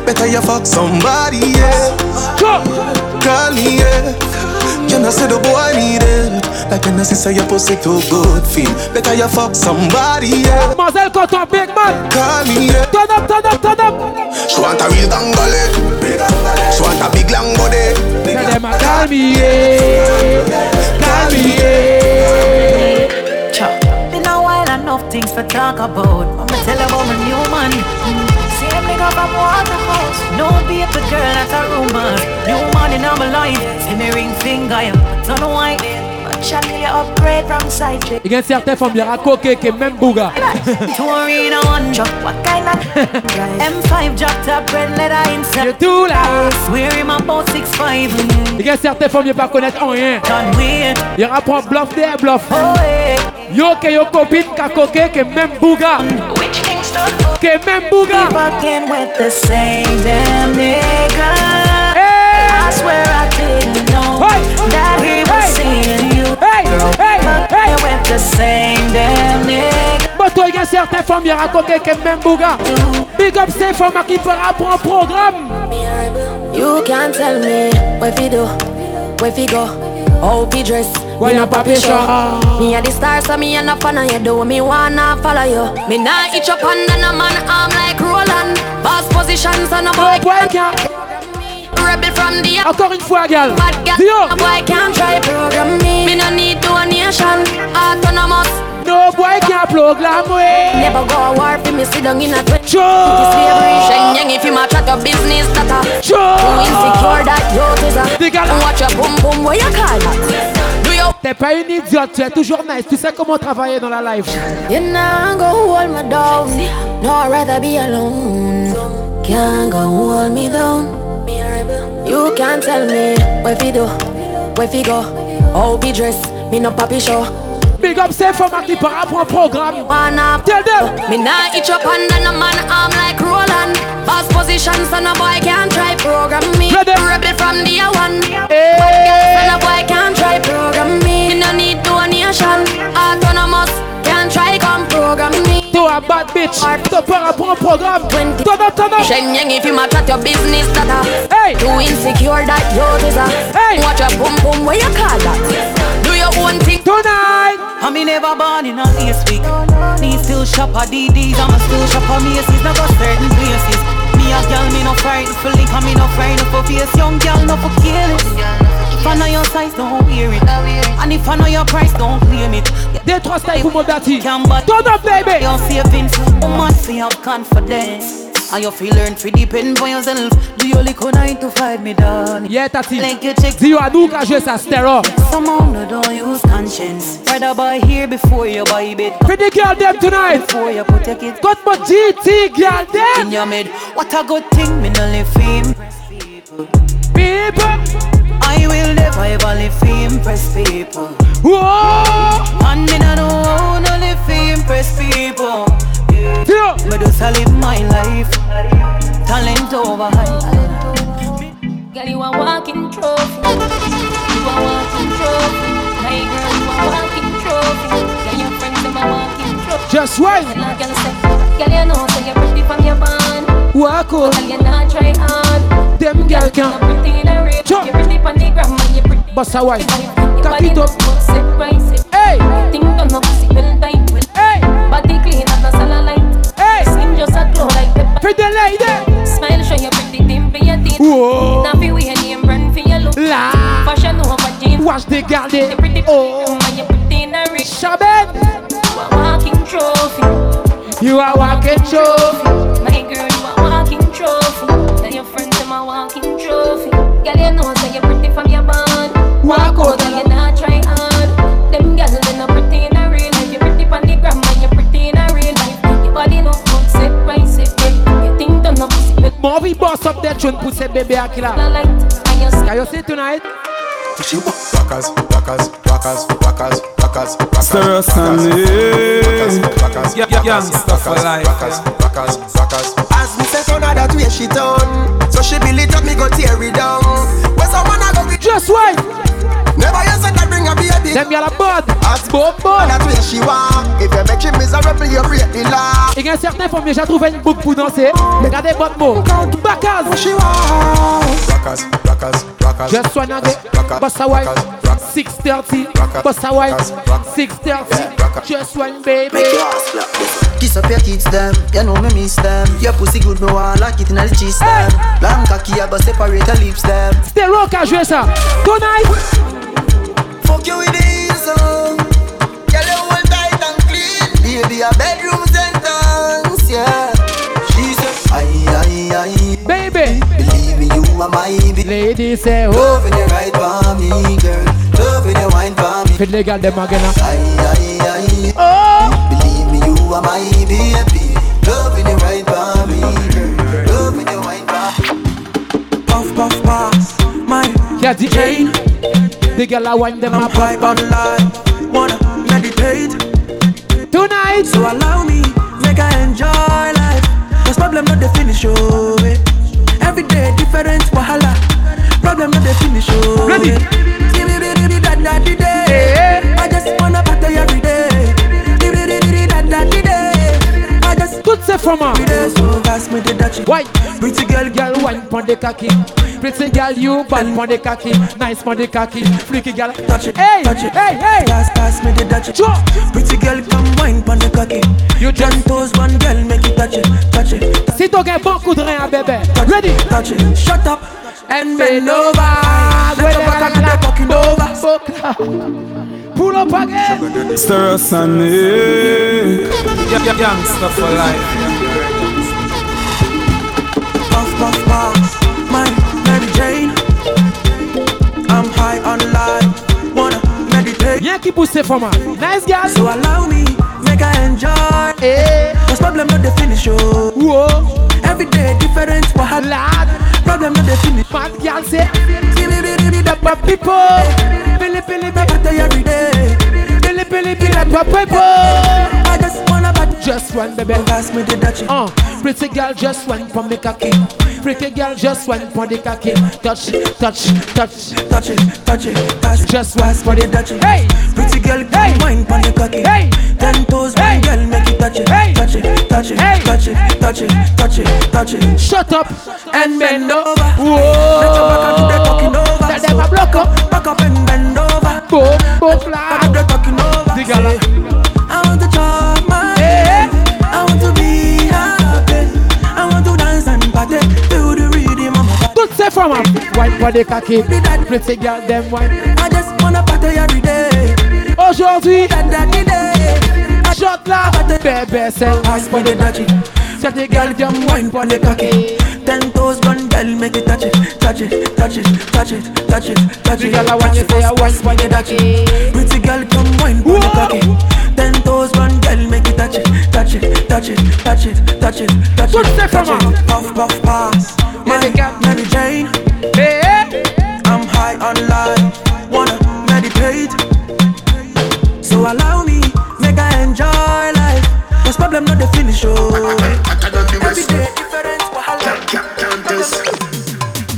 S6: Better you fuck somebody, yeah. Call me, yeah. You know, say the boy need it. Like when I see say your pussy too good, feel. Better you fuck somebody, yeah.
S1: Mademoiselle Coton, big man.
S6: Call me, yeah.
S1: Turn up, turn up, turn up.
S6: She want a real dangole. She want a big long body.
S1: Tell them I call me, yeah. Call me, yeah.
S4: Been a while enough things for talk about. I'ma tell about my new man. Same nigga from Waterhouse. No baby girl, that's a rumor. New man in my life. See me ring finger, yeah. Turn white. But Chanel, you upgrade from side chick.
S1: Il y a certaines femmes, il y a coquet que même Bouga.
S4: Two arena one drop. What kind of M5 drop top red leather inside? You
S1: do that.
S4: Swear him about six five.
S1: Il y a certaines femmes, il n'y a pas connaître rien.
S4: Done weird.
S1: Il y a un bluff des bluff.
S4: Oh,
S1: Yo que yo copine qu'a coquet que même Bouga. Que même Bouga.
S4: Fucking with the same damn nigga. I swear I didn't know that he was seeing you. Girl, fucking with the same damn nigga.
S1: Bon, toi, il y a certaines femmes, il y a coquet que même Bouga. Big up ces femmes qui fera pour un programme.
S5: You can tell me where we do, where we go, how we dress.
S1: Why
S5: Me
S1: you
S5: no
S1: pop
S5: papi
S1: it short?
S5: Me a the star, so me a no fan of you. Do me wanna follow you? Me nah itch up under no man arm like Roland. Boss position, so no boy
S1: can.
S5: Rebel from the
S1: Encore une fois, gal.
S5: bad girl, no boy can try program me. Me no need donation, autonomous.
S1: No boy can program me.
S5: Never go a war for me sit down in a twin.
S1: Sure.
S5: Shenyang if you match at your business data.
S1: Sure.
S5: Too insecure that you teaser.
S1: The girl-
S5: Watch your boom boom, where you call that?
S1: T'es pas une idiote, tu es toujours nice. Tu sais comment travailler dans la life.
S5: You know go hold me down. No, I'd rather be alone. Can't go hold me down. You can't tell me what we do, where we go, how we dress. Me no papi show.
S1: Big up ces femmes qui parlent pour un programme.
S5: Wanna
S1: tell them.
S5: Me nah itch up under no man arm like Roland. Boss position, so no boy can try program me. Rebel from the one. Bad girl, so no boy can try program me. Me no need donation. Autonomous can try come program me.
S1: Tu a bad bitch. Tu parles pour un programme. Turn up, turn up.
S5: Shenyang if you match at your business data
S1: Hey.
S5: Too insecure that you deserve
S1: Hey.
S5: Watch your boom boom where you call that Do your own thing
S1: Tonight
S4: I me never born in a ace week Me still shop at DD's I'm a still shop at Macy's Now go certain places Me a girl, me no frightened for lick And me no frightened for face Young girl, no for careless If I know your size, don't wear it And if I know your price, don't claim it
S1: They trust I for my daddy
S4: Turn up,
S1: baby
S4: Your savings Woman, for your confidence and you feel learn free depend on yourself Do you lick on nine to five me down
S1: Yeah, Tati
S4: Like you check
S1: Dis à nous qu'à jouer sa stéro.
S4: Someone who don't use conscience. Rather buy here before you buy bed.
S1: Pretty girl them tonight.
S4: Before you put your kid.
S1: Got my GT girl them.
S4: In your mid. What a good thing me no live for impress people.
S1: People.
S4: I will never ever live for impress people.
S1: Whoa.
S4: And me no know how no live for impress people.
S1: Yeah.
S4: Me just a live my life. Talent over hype.
S11: Girl, you a walking trophy. You a walking trophy. My girl, you a walking trophy. Girl, your friends them a walking trophy.
S1: Just wait.
S11: And a girl say, girl, you know say you're pretty from your bond.
S1: Walk on.
S11: Girl, you not try hard.
S1: Them girl
S11: You're
S1: can.
S11: pretty in a rip. You're pretty on the gram and you're pretty.
S1: Bossa wine.
S11: Your
S1: Cock
S11: body
S1: it up.
S11: looks good, sit right, sit. Thing done up, sit well tight, well. Body clean and a cellulite. Skin just a glow like pepper. Smile show your pretty thing for your teeth.
S1: Whoa.
S11: Now be with your name brand for your look.
S1: La.
S11: Fashion over jeans.
S1: Watch the garden.
S11: Oh. You're pretty in a rich.
S1: Shabbat.
S11: You a walking trophy.
S1: You are walking trophy.
S11: My girl, you a walking trophy. Tell your friends I'm a walking trophy. Girl, you know that you're pretty from your bond.
S1: Walk out.
S11: Girl, you not try hard. Them girls, they not pretty in a real life. You're pretty on the gram and you're pretty in a real life. Your body look
S1: How we boss up that tune pour ces bébés à qui là? Can you see tonight?
S5: Rockers, rockers, rockers, rockers, rockers, rockers.
S9: Stereo Stanley. Yeah, yeah, Gangsta for life.
S5: As me say so now that way she done So she believe that me go tear it down Where's a man I go be
S1: Just wait
S5: Never you said that bring a baby
S1: Them y'all a bud
S5: As both bud That way she walk If you make she miserable you break the law
S1: Il y a certains font déjà trouvé une boucle pour danser. Regardez votre mot. Bacaz.
S5: Rockers, rockers, rockers
S1: Just one again. Bossa White. 630. Bossa White. 630. Just one baby.
S28: Kiss up your kids them, you know me miss them Your pussy good, me want like it in the cheese them Lamb cocky, I go separate your lips them
S1: C'était Rock à jouer ça. Tonight.
S6: Fuck you with the easel. Girl, you hold tight and clean. Baby, a bedroom sentence, yeah. She said, aye, aye, aye.
S1: Baby.
S6: Believe me, you are my baby.
S1: Lady say, oh.
S6: Loving you right for me, girl. Loving you wine for me.
S1: Faites les gars de Magana.
S6: Aye, aye, aye. Oh. Believe me, you are my baby. Loving you right for me, girl. Loving you wine for me. Puff, puff, pass. My
S1: Qui a dit Jane? Des gars la wine them up.
S6: pipe on life. Wanna meditate.
S1: Tonight.
S6: So allow me, make I enjoy life. Cause problem not the finish, oh. eh. Every day different wahala. Problem not the finish, oh.
S1: Ready.
S6: eh. Give me the- the- the- that- that the day. I just wanna party every day. Give me the- the- the- that- that the day. I just
S1: Toutes ces femmes.
S6: every day so fast, me the Dutchie.
S1: Why?
S6: Pretty girl,
S1: Girl wine pon de kaki. Pretty girl you bad pon de kaki. Nice pon de kaki. Freaky girl.
S6: touch it, hey, touch it, hey, hey. Pass, pass me the touch it. Pretty girl, come wine pon the cocky. You just toes one girl, make you touch it, touch it,
S1: Si t'as un bon coup de rein à bébé.
S6: touch Ready? it, touch it. Shut up and bend over. Let your back and the fucking over.
S1: Pull up again.
S9: Stereo Sonic. Yeah, yeah, Gangsta for life.
S6: Puff, puff, puff. My Mary Jane. I'm high on life. Wanna meditate.
S1: Rien qui pousse ces femmes. Nice girl. Eh.
S6: So allow me, make I enjoy.
S1: Hey.
S6: Cause problem not the finish, oh.
S1: Whoa.
S6: Every day different wahala. Problem not the finish.
S1: Bad girl say.
S6: Give me, give me, give me the
S1: Bad people. Pili pili pili.
S6: party every day.
S1: Pili pili pili. Bad
S6: I
S1: people.
S6: just wanna party.
S1: Just one baby.
S6: Pass me the Dutchie.
S1: Uh, pretty girl just one for me cocky. Pretty girl just one for the cocky. Touch, touch, touch.
S6: Touch it, touch it, pass it.
S1: Just
S6: pass for the Dutchie.
S1: Hey.
S6: pretty girl, hey, wine pon the cocky.
S1: Hey.
S6: ten toes, hey, girl, make it touch it,
S1: Hey.
S6: touch it, touch it,
S1: Hey.
S6: touch it, touch it, touch it, touch it.
S1: Shut up and bend over. Whoa.
S6: Let your back and do the talking over.
S1: Let them a block up.
S6: Back up and bend over.
S1: Boom, boom,
S6: I do
S1: fly.
S6: the talking over.
S1: The girl a-
S6: I want to chop my
S1: Hey.
S6: I want to be happy. I want to dance and party. Do the rhythm of my body.
S1: Toutes ces femmes. Wine for the cocky. Pretty girl them wine.
S6: I just wanna party every day.
S1: Aujourd'hui,
S6: That that the day. I
S1: shot là. Bébé c'est.
S6: pass for the dodgy. Shut the girl jump wine for the cocky. Ten toes gone girl make it touch it, touch it, touch it, touch it, touch it, touch
S1: The
S6: it.
S1: girl a wine, you say a wine for the
S6: dodgy. Pretty girl come wine for the cocky. Ten toes gone girl make it touch it, touch it, touch it, touch it, touch it, touch
S1: Good
S6: it,
S1: step,
S6: touch
S1: come
S6: it. Puff puff pass. My Mary Jane.
S1: Hey, hey.
S6: I'm high on life, wanna meditate. So allow me, make I enjoy life. Cause problem not the finish, oh. Every day different, wahala.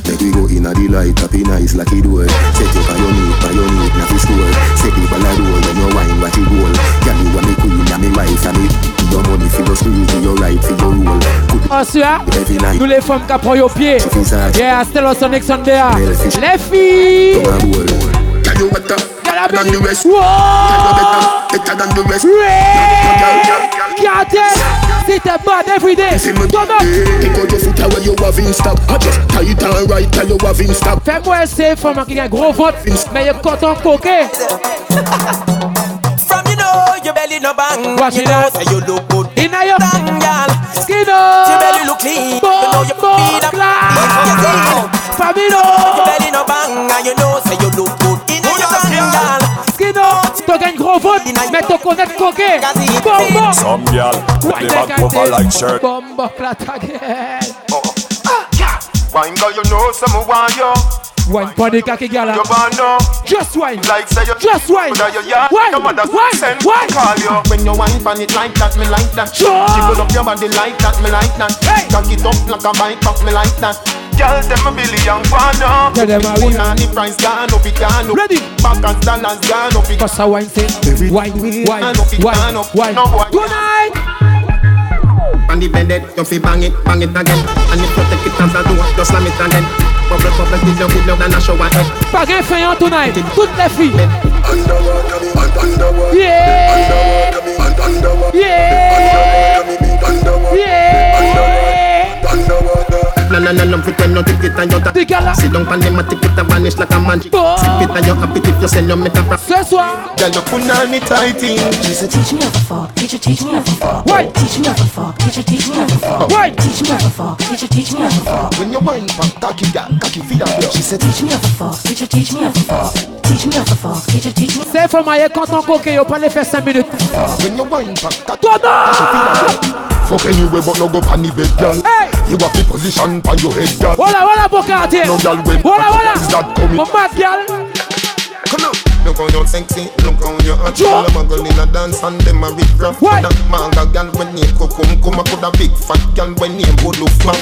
S29: Make we go in a the light, up in ice like it door Set you by your knee, by your knee, not the store Set the ball a roll, when you wine, watch it roll Can you want me queen, and me wife, and me Your money for your squeeze, do your right for your roll Could
S1: Ensuite,
S29: every night,
S1: nous les femmes qui prennent au pied.
S29: inside,
S1: Yeah, Stella Sonic Sunday. Les filles.
S29: my roll Can you uh, better,
S1: Gotta
S29: than
S1: be-
S29: the rest Can you
S1: Whoa!
S29: better, better than the rest
S1: Cartel, c'est ta bad everyday. Turn up.
S29: Take out your foot away, you have in stock I just tight and right, tell you have in stock
S1: Fais-moi essayer, femme qui a un gros vote, mais il est content coquet.
S5: From you know your belly no bang
S1: Watch
S5: You
S1: it
S5: know
S1: out.
S5: say you look good
S1: In a yo,
S5: Dang y'all
S1: skino,
S5: Your belly look clean You know
S1: bon,
S5: you
S1: bon,
S5: feel a
S1: class.
S5: Your
S1: Familo,
S5: belly no bang And you know say you look good In a yo dang y'all
S1: skino, t'as gagné gros vote, mais t'as connais coquet. Bon, bon.
S30: Some girl, they
S1: Ouais,
S30: back over
S1: cartel.
S30: like shirt.
S1: Bon, bon, clatague.
S3: Oh. Ah, Wine girl, you know some want you.
S1: Wine for the cocky gala.
S3: You want know.
S1: Just wine.
S3: Like say you
S1: just wine.
S3: Whether you yard,
S1: Wine.
S3: your mother's
S1: Wine.
S3: send
S1: Wine.
S3: call you. When you wine pan it like that, me like that.
S1: Sure.
S3: Jiggle up your body like that, me like that. Hey. Cock it up like a bike, up me like that. Girl, them a billion guano.
S1: Tell them I win.
S3: the price gone up, it gone up. Ready. Back and dollars gone up, it
S1: Cause I wine say wine, wine, wine, wine, wine.
S3: Tonight.
S31: And the bend it, you fi bang it, bang it again. And you protect it as a door, you slam it again. Bubble, bubble, till you feel down and a show a head.
S1: Pas gain fin en tonight. Toutes les filles.
S3: Yeah.
S1: Yeah.
S31: Na na na na, pretend you take it and you tap. Sit down pon them and take it and vanish like a magic. Sip it and you happy if you sell, you make a profit.
S1: Ce soir.
S31: Girl, you punani tight in.
S30: Teacher, teach me how to fuck. Teacher, teach me how to fuck. What? Teach me how to fuck. Teacher, teach me how to fuck. What? Teach me how to fuck. Teacher, teach me how to fuck. When you wine pop, cocky gal, cocky feet up. She said, teach me how to fuck. Teacher, teach me how to fuck. Teach me how to fuck. Teacher, teach me.
S1: C'est faut mailler quand on coquille, on peut les faire 5 minutes.
S8: When you wine back, Fuck anyway, but no go pan the bed, girl. You have the position pan your head, girl.
S1: Voilà, voilà, bon quartier.
S8: No girl when
S1: Voilà, voilà.
S8: is that coming?
S1: Mon mat, gal.
S31: Look how you're sexy, look how you're hot All of my girl in a dance and them a bit rough What? That manga girl when name Kukum Kuma could a big fat girl when name Bulufa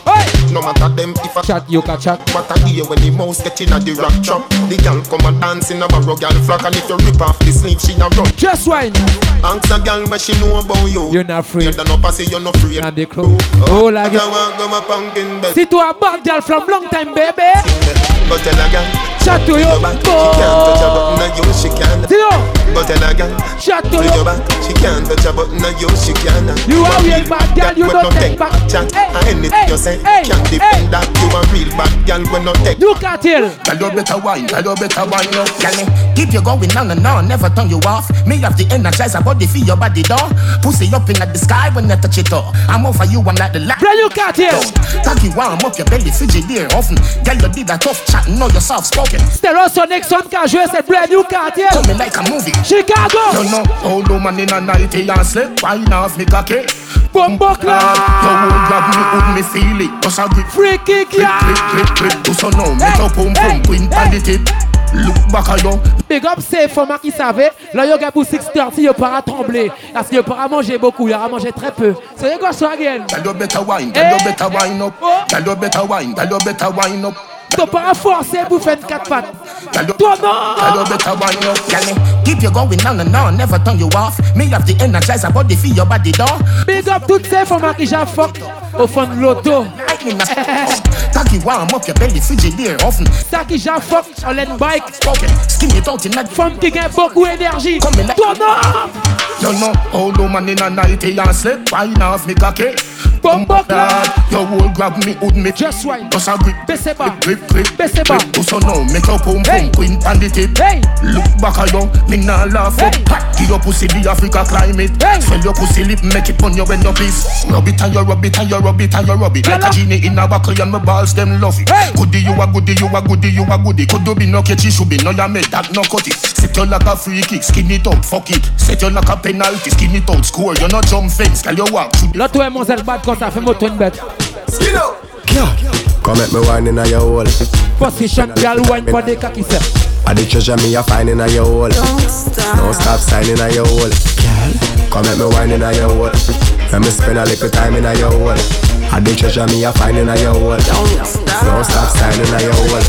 S31: No matter them if a
S1: chat you can chat
S31: What a gear when the mouse get in a the rock trap The girl come a dance in a barrow girl flock And if you rip off the sleeve she a run
S1: Just wine
S31: Ask a girl when she know about you
S1: You're not free
S31: You done up I say you're not free
S1: Not the clue Oh la gueule. Si
S31: Sit
S1: tu as bad girl from long time, baby.
S31: Go tell a girl
S1: Chat to you.
S31: She can't touch a button on you, she can
S1: Tino.
S31: Go tell a girl
S1: Chat to
S31: to
S1: you.
S31: your back. She can't touch a button on you, she can
S1: You are real bad girl, you don't take
S31: back chance And anything you say, can't defend that You a real bad girl, we no take
S1: You can't tell
S8: Girl, you better wine, girl, you better wine, yo.
S2: Tell me, keep you going on and on, never turn you off. Me have the energizer body feel your body door. Pussy up in the sky when you touch it up. I'm over you, I'm like the light.
S1: Bro, you got here.
S2: Cocky warm up your belly, fidget there often. Girl, you did a tough chat, know you're soft spoken.
S1: Stello Sonic Son qui a joué cette brand new quartier.
S2: Coming like a movie.
S1: Chicago.
S8: You know, old woman oh, in a nighty and slip, wine off me cocky.
S1: Bumbo clap.
S8: You won't grab me, would me feel it, just a grip.
S1: Free kick,
S8: yeah. Clip, clip, clip, clip, do so now, make a boom, boom, queen, pan the tip. Look back at you,
S1: Big up, c'est Foma qui savait. Là, yoga pour 630, il pas à trembler. Parce qu'il pas à manger beaucoup, il a mangé très peu. C'est quoi, ça, again?
S8: Girl, you better wine, girl, you better wine up.
S1: Eh?
S8: Girl, you better wine, girl, you better wine up.
S1: T'as pas à forcer pour faire 4 pattes.
S8: Girl, you,
S1: Toi,
S8: girl, you better wine up.
S2: Tell me, keep you going on and on, never turn you off. Me have the energizer body feel your body door.
S1: Big up toutes ces femmes qui j'ai fuck au fond de l'auto.
S2: Cocky warm up your belly, fidget there often.
S1: Ça qui j'ai fuck on l'aide bike.
S2: Skin it out in that
S1: femme qui gagne beaucoup d'énergie. Toi, non!
S8: You know, old woman in a nighty and slip, wine off me cocky.
S1: Bumbo
S8: clap. You won't grab me, would me.
S1: Just wine,
S8: just a grip.
S1: Baissez pas,
S8: Clip, clip,
S1: baissez pas.
S8: Do so now, make a boom, boom, queen, pan the tip.
S1: Hey.
S8: Look back at you, me nah laugh up. Hot, Give your pussy the Africa climate. Swell your pussy lip, make it on your end of this. Rub it and you rub it and you rub it and you rub it. Like a genie in a buckle and my balls them love it. Goody you a goody you a goody you a goody. Could do be no catchy, should be no ya made that no cut it. Set you like a free kick, skin it up, fuck it. Set you like a penalty, skin it out, score. You no jump fence, girl you walk.
S1: Là, toi, mon zèle bad quand ça fait mon twin bet.
S32: Come at me wine in a your hole.
S1: Position, girl, wine, pas des cas qui sert.
S32: I the treasure me a find in a your hole. Don't stop signing a your hole. Come at me wine in a your hole. Let me spend a little time in a your hole. I the treasure me a find in a your hole. Don't stop signing a your hole.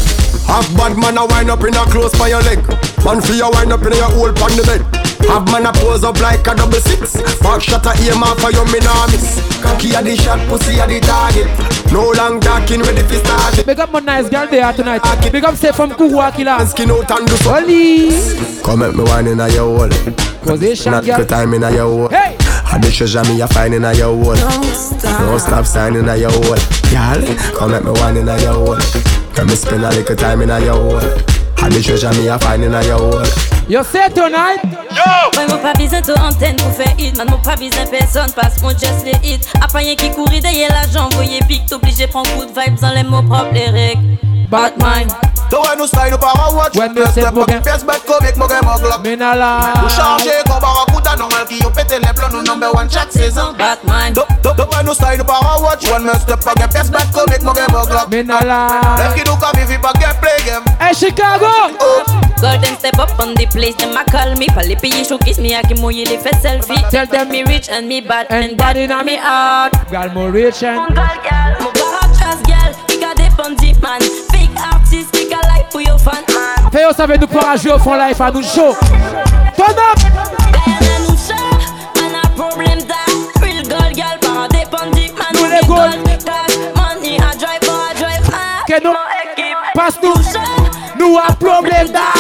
S33: Half bad man a wind up in a close by your leg. Man for your wind up in your hole pon the bed. Half man a pose up like a double six. Back shot a aim off for your minamis. Cocky a the shot, pussy a the target. No long talking ready for start it.
S1: Big up mon nice girl there tonight. Big up ces femmes couroua qui là. Oli!
S32: Come at me wine in a your hole.
S1: Position,
S32: Not
S1: girl.
S32: good time in a your hole.
S1: Hey!
S32: I the treasure me a find in a your hole. Don't stop signing a your hole. Y'all, come let me wine in a your hole. Let me spend a little time in a your hole. I the treasure me a find in a your hole.
S1: Yo, c'est tonight.
S34: Mwen mwen pa bizan to anten pou fe hit Man mwen pa bizan person pas mwen just le hit Apanyen ki kouri deye la jan Voye pik t'oblige pran kout vibes An lè mwen prop lè rek Bad mind
S33: Toi nous style nous pas à watch. When me step up, face back comme avec mon game en glock.
S1: Mais n'a la.
S33: Nous changer comme barracuda normal qui ont pété les plombs. Nous number one chaque saison. Batman. Toi nous style nous pas à watch.
S6: one man step a get best back up, make no get bug up.
S1: Me na la.
S6: Left kid who come if he back get play game.
S1: Hey Chicago!
S34: Girl, them step up on the place, them a call me for lippy issue, kiss me, I can move you live a selfie. Tell them me rich and me bad, and that in me heart.
S1: Gal more rich and
S34: Girl, girl, mou ka hot trust, girl, ki ka depend di man. Fake artist, ki ka like pou yo fan man.
S1: Fais yo savez nous pas jouer au fond life à nous show Turn up
S34: Problem that, real girl, girl, pa depend di man.
S1: Nous les
S34: Ki
S1: gold.
S34: gold, cash, money, I drive, I drive, ah.
S1: Que nous Passe nous Nous a problème d'art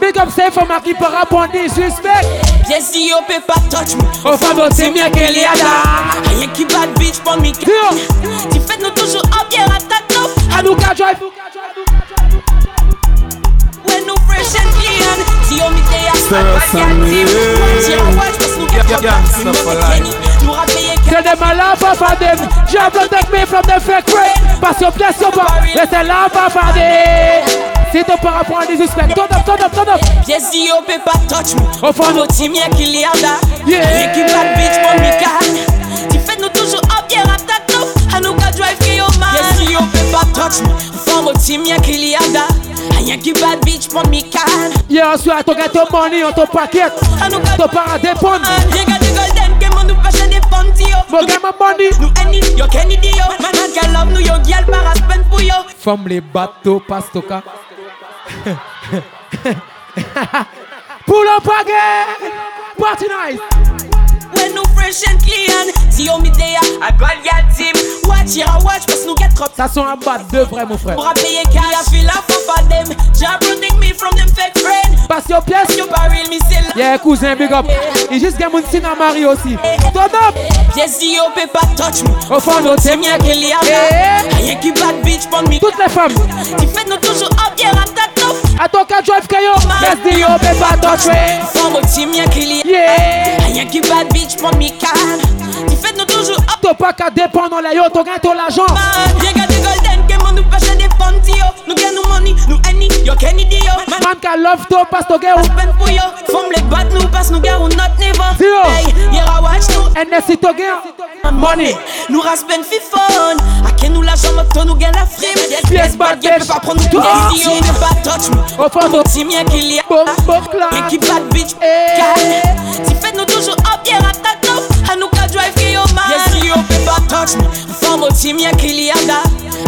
S1: Big up c'est femme qui peut répondre suspect
S4: Jesse, you pay for touch me.
S1: Au faveur c'est mieux que les hasards.
S4: Rien qui bad bitch pour me. Tu fais nous toujours up, yeah, à ta top.
S1: À nous qu'à drive.
S4: When nous fresh and clean. Si on m'y t'est à
S9: Sir Sammy.
S4: J'ai un watch parce que nous get
S9: Gangsta for life.
S4: Nous rappelons
S1: C'est des malades papa dem J'ai protect me from the fake way Passe au pièce au bas Laissez la papa dem Si tu peux répondre suspect Turn up, turn up, turn up
S4: Jesse, you pay for touch me.
S1: Au fond
S4: nous team, yeah, qu'il y a là.
S1: Yeah.
S4: Rien qui bad bitch pour me. Tu fais nous toujours up, yeah, à ta top. À nous qu'à drive, qui yo man. Jesse, you pay for touch me. Au fond nous team, yeah, qu'il y a là. Rien qui bad bitch pour me.
S1: Yeah, ensuite, on gagne ton money, on ton paquet. Ton para dépendre.
S4: ah, Mon
S1: gamme money.
S4: Nous any, yo Kenny Dio. Man, man, girl love nous, yo girl para spend pour yo.
S1: Femme les bateaux, pastoka. Pull up again. Party nice.
S4: When nous fresh and clean. Si yo mi deya, a girl ya team. Watch here, watch, parce nous get trop.
S1: Ça sent un bat de vrai, mon frère.
S4: Pour appeler car la feel la for for them. Jah protect me from them fake friend.
S1: Passe your pièce.
S4: You pas real, me c'est la.
S1: Yeah, cousin, big up. Il juste gagne mon signe à Marie aussi. Turn up.
S4: Yes, yo pay pas touch me.
S1: Au fond, nos
S4: Team ya qu'il y a là. Rien qui bad bitch pour me.
S1: Toutes les femmes.
S4: Tu fais nous toujours up, yeah, à ta top.
S1: À ton cas, drive Kayo. Let's do your paper touch me.
S4: Forme team, y'a qu'il y a.
S1: Yeah.
S4: Rien qui bad bitch pour me calme. Tu fais nous toujours up.
S1: T'as pas qu'à dépendre là, yo, t'as gagné ton l'argent.
S4: Y'a gardé golden, que mon nous pas chez des panty, yo. Nous gagnons nous money, nous any, yo Kenny Dio.
S1: Man, qu'à love to, passe ton gars.
S4: Spend pour yo. Forme les bat, nous passe, nous gagnons notre niveau. Hey, y'a à watch nous.
S1: NSC to gain.
S4: Money. Nous raspen fifon. A qui nous la jambe, toi nous gagnons la frime. Yes, bad, yes, pas prendre tout.
S1: Ah.
S4: Yes, yo, ne pas touch me.
S1: Au fond, nos
S4: team, y'a qu'il y a.
S1: Bon, bon, clap. Eh.
S4: Y'a qui bad bitch, calme. Tu fais nous toujours up, y'a à ta top. À nous qu'à drive, qui yo man. Yes, yo, peut pas touch me. Forme team, y'a qu'il y a là.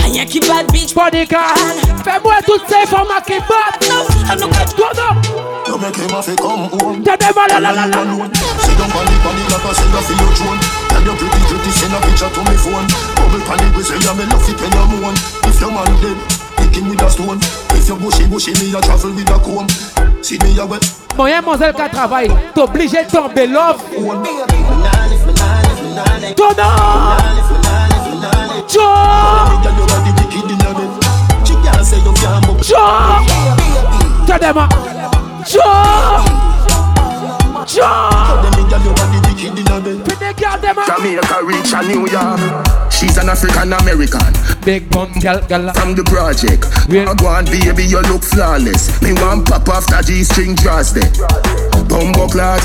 S4: Rien qui bad bitch,
S1: pas des gars. Fais-moi toutes ces formes qui battent.
S4: À nous qu'à
S1: Toi, non.
S35: You make him have to come home.
S1: Tell them all, la, la, la, la.
S35: Alone. Sit down on the panny like I said, I feel your drone. Tell your pretty, pretty, send a picture to me phone. Bubble panny whistle, yeah, me love it when you moan. If your man dead, kick him with a stone. If you bushy, bushy, me a travel with a comb. See me a wet.
S1: Mon mademoiselle qui travaille, t'es obligé de tomber love. Tonnerre! Tell them up.
S8: Jamaica reach a New York. She's an African American.
S1: Big bum gal gala.
S8: From the project. I go on, baby, you look flawless. Me want pop off that G-string dress there. Bumbo clad.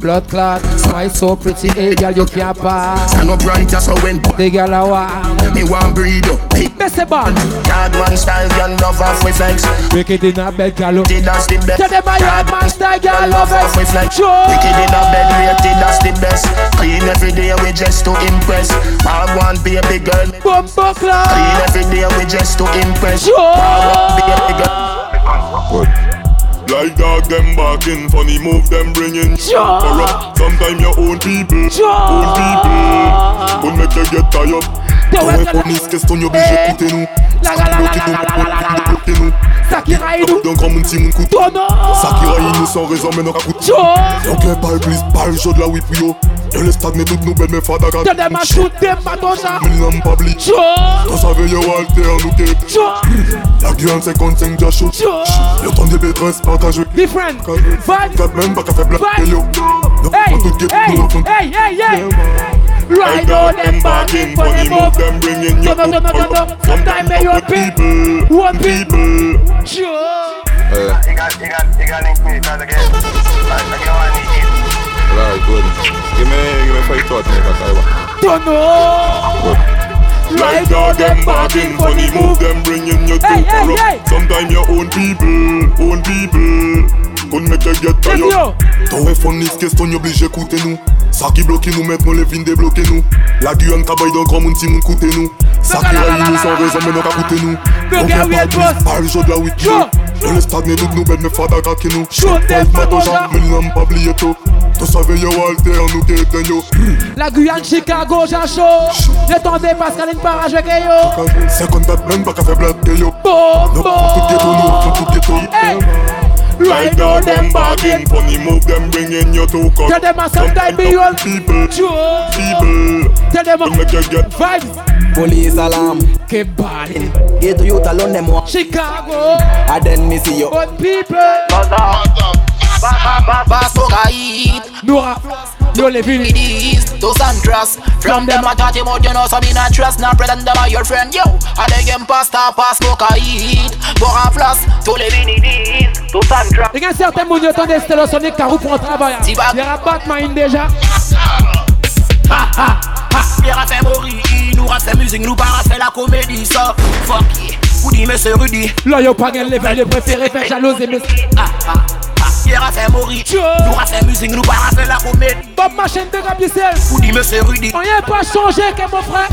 S1: Blood clot, smile so pretty, hey girl you can't pass.
S8: Stand up right just so when.
S1: The girl I want.
S8: Me want breed up. Hey.
S1: Messy band.
S8: Dog man style, girl love off with flex.
S1: Wicked in a bed oh. galo.
S8: Rated as the best.
S1: Tell them I had man style, girl love
S8: off with
S1: it.
S8: flex. Wicked in a bed, rated as the best. Clean every day, we just to impress. I want baby girl.
S1: Bumbo
S8: Clean every day, we just to impress.
S1: Sure.
S8: I want baby girl.
S10: Like dog them barking, funny move them bringing.
S1: Sure.
S10: Corrupt, sometime your own people,
S1: Sure.
S10: own people. Don't make you get tired. Quand
S1: ouais,
S10: répondez ces questions, y'a obligé d'écouter nous.
S1: Eh. La la la la la la la la la. Sakira et nous.
S10: D'un grand monde, si mon coup. Sakira et nous sans raison, mais non coup. Ok, parle, please, parle, j'ai de la whip, yo. De l'estade, mais toutes nos belles, mes fada gâte.
S1: Tell them I shoot them, Matosa.
S10: Mille n'aiment pas blit. T'en savais, y'a Walter, nous t'es. La gueule, 55, déjà chaud. Le temps des bêtresses, partagez.
S1: Different. Vibe.
S10: Quatre même, pas qu'à faire blague,
S1: Vibe.
S10: yo. Donc,
S1: Hey,
S10: on va tout guetter,
S1: hey,
S10: nous, on va-
S1: hey, hey, hey.
S10: I
S1: Right on
S10: got
S1: them
S10: them back
S1: barking
S10: in
S1: for
S10: funny
S1: them up.
S10: move them bringing you
S1: No, no, no, no, no, no.
S10: up
S1: Sometime may your people. One people. Sure.
S32: Right, go
S23: Good. Give me, give me five thoughts, nigga, Taiwan.
S1: Tono!
S23: Like dog, them bargain, funny move, them bringing you to
S1: Hey, hey,
S23: corrupt.
S1: hey!
S23: Sometime your own people, own people,
S10: Kon mèk te get tayo Tou e fon nis keston yo blije koute nou Sa ki bloke nou mèt mwen le fin de bloke nou La di an kabay don gran moun ti moun koute nou Sa ki rayi nou san rezon men an ka koute nou
S1: Mè gen wè
S10: bros Par jod la wik yo Yo le stad ne dout nou bed me fada kake nou Chot five mato jan men nan pa bliye to To save yo alter nou ke eten yo
S1: La Guyane, Chicago, Jean Chaud. Ne tendez pas, Caline Parage, avec yo.
S10: Se kon dat men baka fe blad ke yo
S1: Bon, Eh,
S23: Non,
S10: bon Tout geto nou, nou tout geto
S23: Like dog, them bargain, funny move, them bringing you to corrupt.
S1: Tell them a sometime be your
S23: people.
S1: People. Tell them a vibes.
S36: Police alarm.
S1: Kebali.
S36: Get to youth alone them one.
S1: Chicago.
S36: And then me see you.
S1: Good people. Baza. Nora. Yo les villes.
S6: To Sandras From them I got him out You know so me not trust Not pretend them are your friend Yo I dig him pasta Pass smoke I eat Go and floss To live in it is To Sandras
S1: Il y a certains mouns qui attendent Stello Sonic car vous prenez travail. Il y a Batman déjà.
S6: Ha ha ha Mira fait mourir Nous rase fait musique Nous pas fait la comédie Ça Fuck yeah Ou dit mais c'est Rudy
S1: Là, yo pas gagné les valeurs préférées faire jalouser mes.
S6: Ha ha ha Mira fait mourir Nous rase fait musique Nous pas fait la comédie
S1: Bob Machine de Gabriel.
S6: Ou dit mais c'est Rudy
S1: On y est pas changé que mon frère.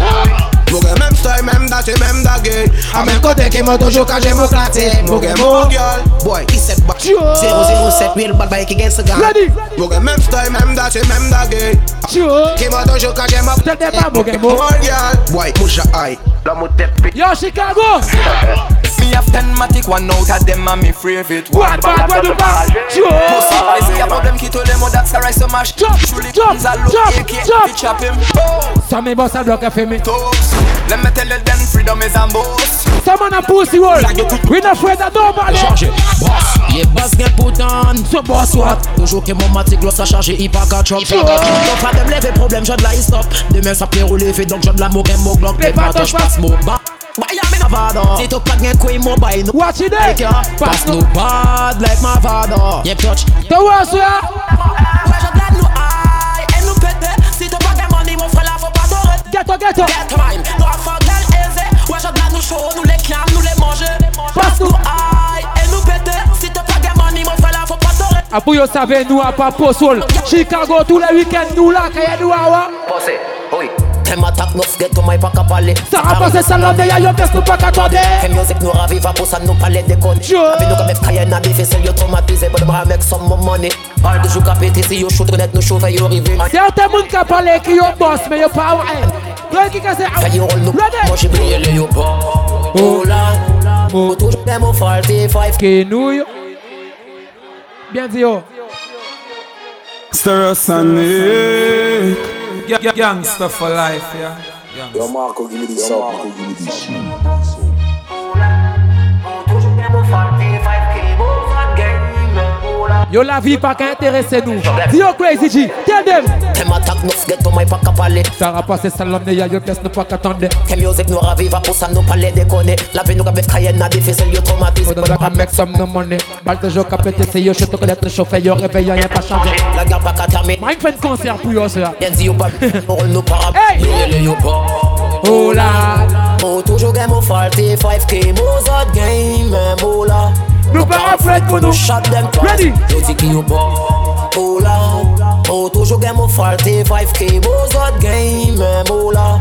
S37: Mou gen menm stoy, menm dache, menm dage A menm kote ki mou toujou ka jen mou klate Mou gen mou gyal, boy, ki set bak 007, real bad boy ki gen se gan Mou gen menm stoy, menm dache, menm dage Ki mou toujou ka jen mou klate
S1: mou gen mou
S37: gyal, boy, moucha ay La mou tep
S1: Yo Chicago
S6: Me have ten matic one out of them and me favorite
S1: One bad boy do bad
S6: Most of them see a problem ki to them Oh that's a rice to mash Surely guns a look AK fi chop him Oh
S1: Ça m'est bon, ça bloque à fermer.
S6: Let me tell you then freedom is a boss
S1: Ça m'en a poussé, wall. We not afraid of nobody.
S6: Changer.
S1: Boss.
S6: Yeah boss get put on
S1: So boss what
S6: Toujou ke mon matic gloss a changer Hip a ka chop
S1: Sure.
S6: Don't fa dem leve problem Jod la histop Demen sa ple roule fe Donk jod la mou gen mou glock Te pa touch pass mou ba Bayan men avada Se tok pat gen kwe mou bay nou
S1: Watch it there
S6: Pass nou bad like my father Yeah touch
S1: The worst way Ghetto, ghetto
S6: Get mine Nou a fa gel eze Wè jod la nou show Nou le klam Nou le manje Pass nou ay E nou pete Si te pa gen money Mon frère la fò pa tore
S1: A pou yo save nou a pa posol Chicago tous les week-ends nous là Kaya nou awa
S6: Pose Oi Tem atak nou fget Ou may pa ka pale
S1: Ça rapase salande ya yo kes nou pa katande
S6: Fè myozik nou raviva pou sa nou pale dekone Avi nou ka mef kaya na bife sel yo traumatize Bo dem ramek som mo money Al de jou ka pete si yo choute net nou chove yo rive
S1: Certains moun ka pale ki yo boss Mais yo pa awa Gwen ki kase
S6: Fè yo rol nou Mwen jibriye le yo pa Oh la Ou toujou dem ou falte five
S1: Ki nou yo Bien dit yo
S9: Stereo Sonic. Ga- ga- Gangsta for life, yeah.
S38: Yo Marco, give me this Yo Marco, give me this
S6: Oh,
S1: Yo la vie pas qu'à intéresser nous Dis yo crazy G Tell them
S6: Tem atak nou fget Ou may pa ka pale
S1: Ça rapase salande ya yo kes nou pa katande
S6: Fè myozik nou raviva pou sa nou pale dekone La vi nou ka mef kaya na bife sel yo traumatize
S1: Faudra pas mettre somme dans mon nez. Balle toujours qu'à péter, c'est yo, je te connais, le chauffeur, yo, réveillé, y'a pas changé.
S6: La gare pas qu'à tamer.
S1: Mike fait un concert pour yo, cela.
S6: Yenzi yo pas, on roule nos param. Hey! yo pas.
S1: Oh là!
S6: Oh, toujours game of 45k, Mozart game, même oh là. Nous pas afraid pour nous. Shot them twice. Ready! Yo dis qui yo pas. Oh là! Oh, toujours game of 45k, Mozart game, même oh là.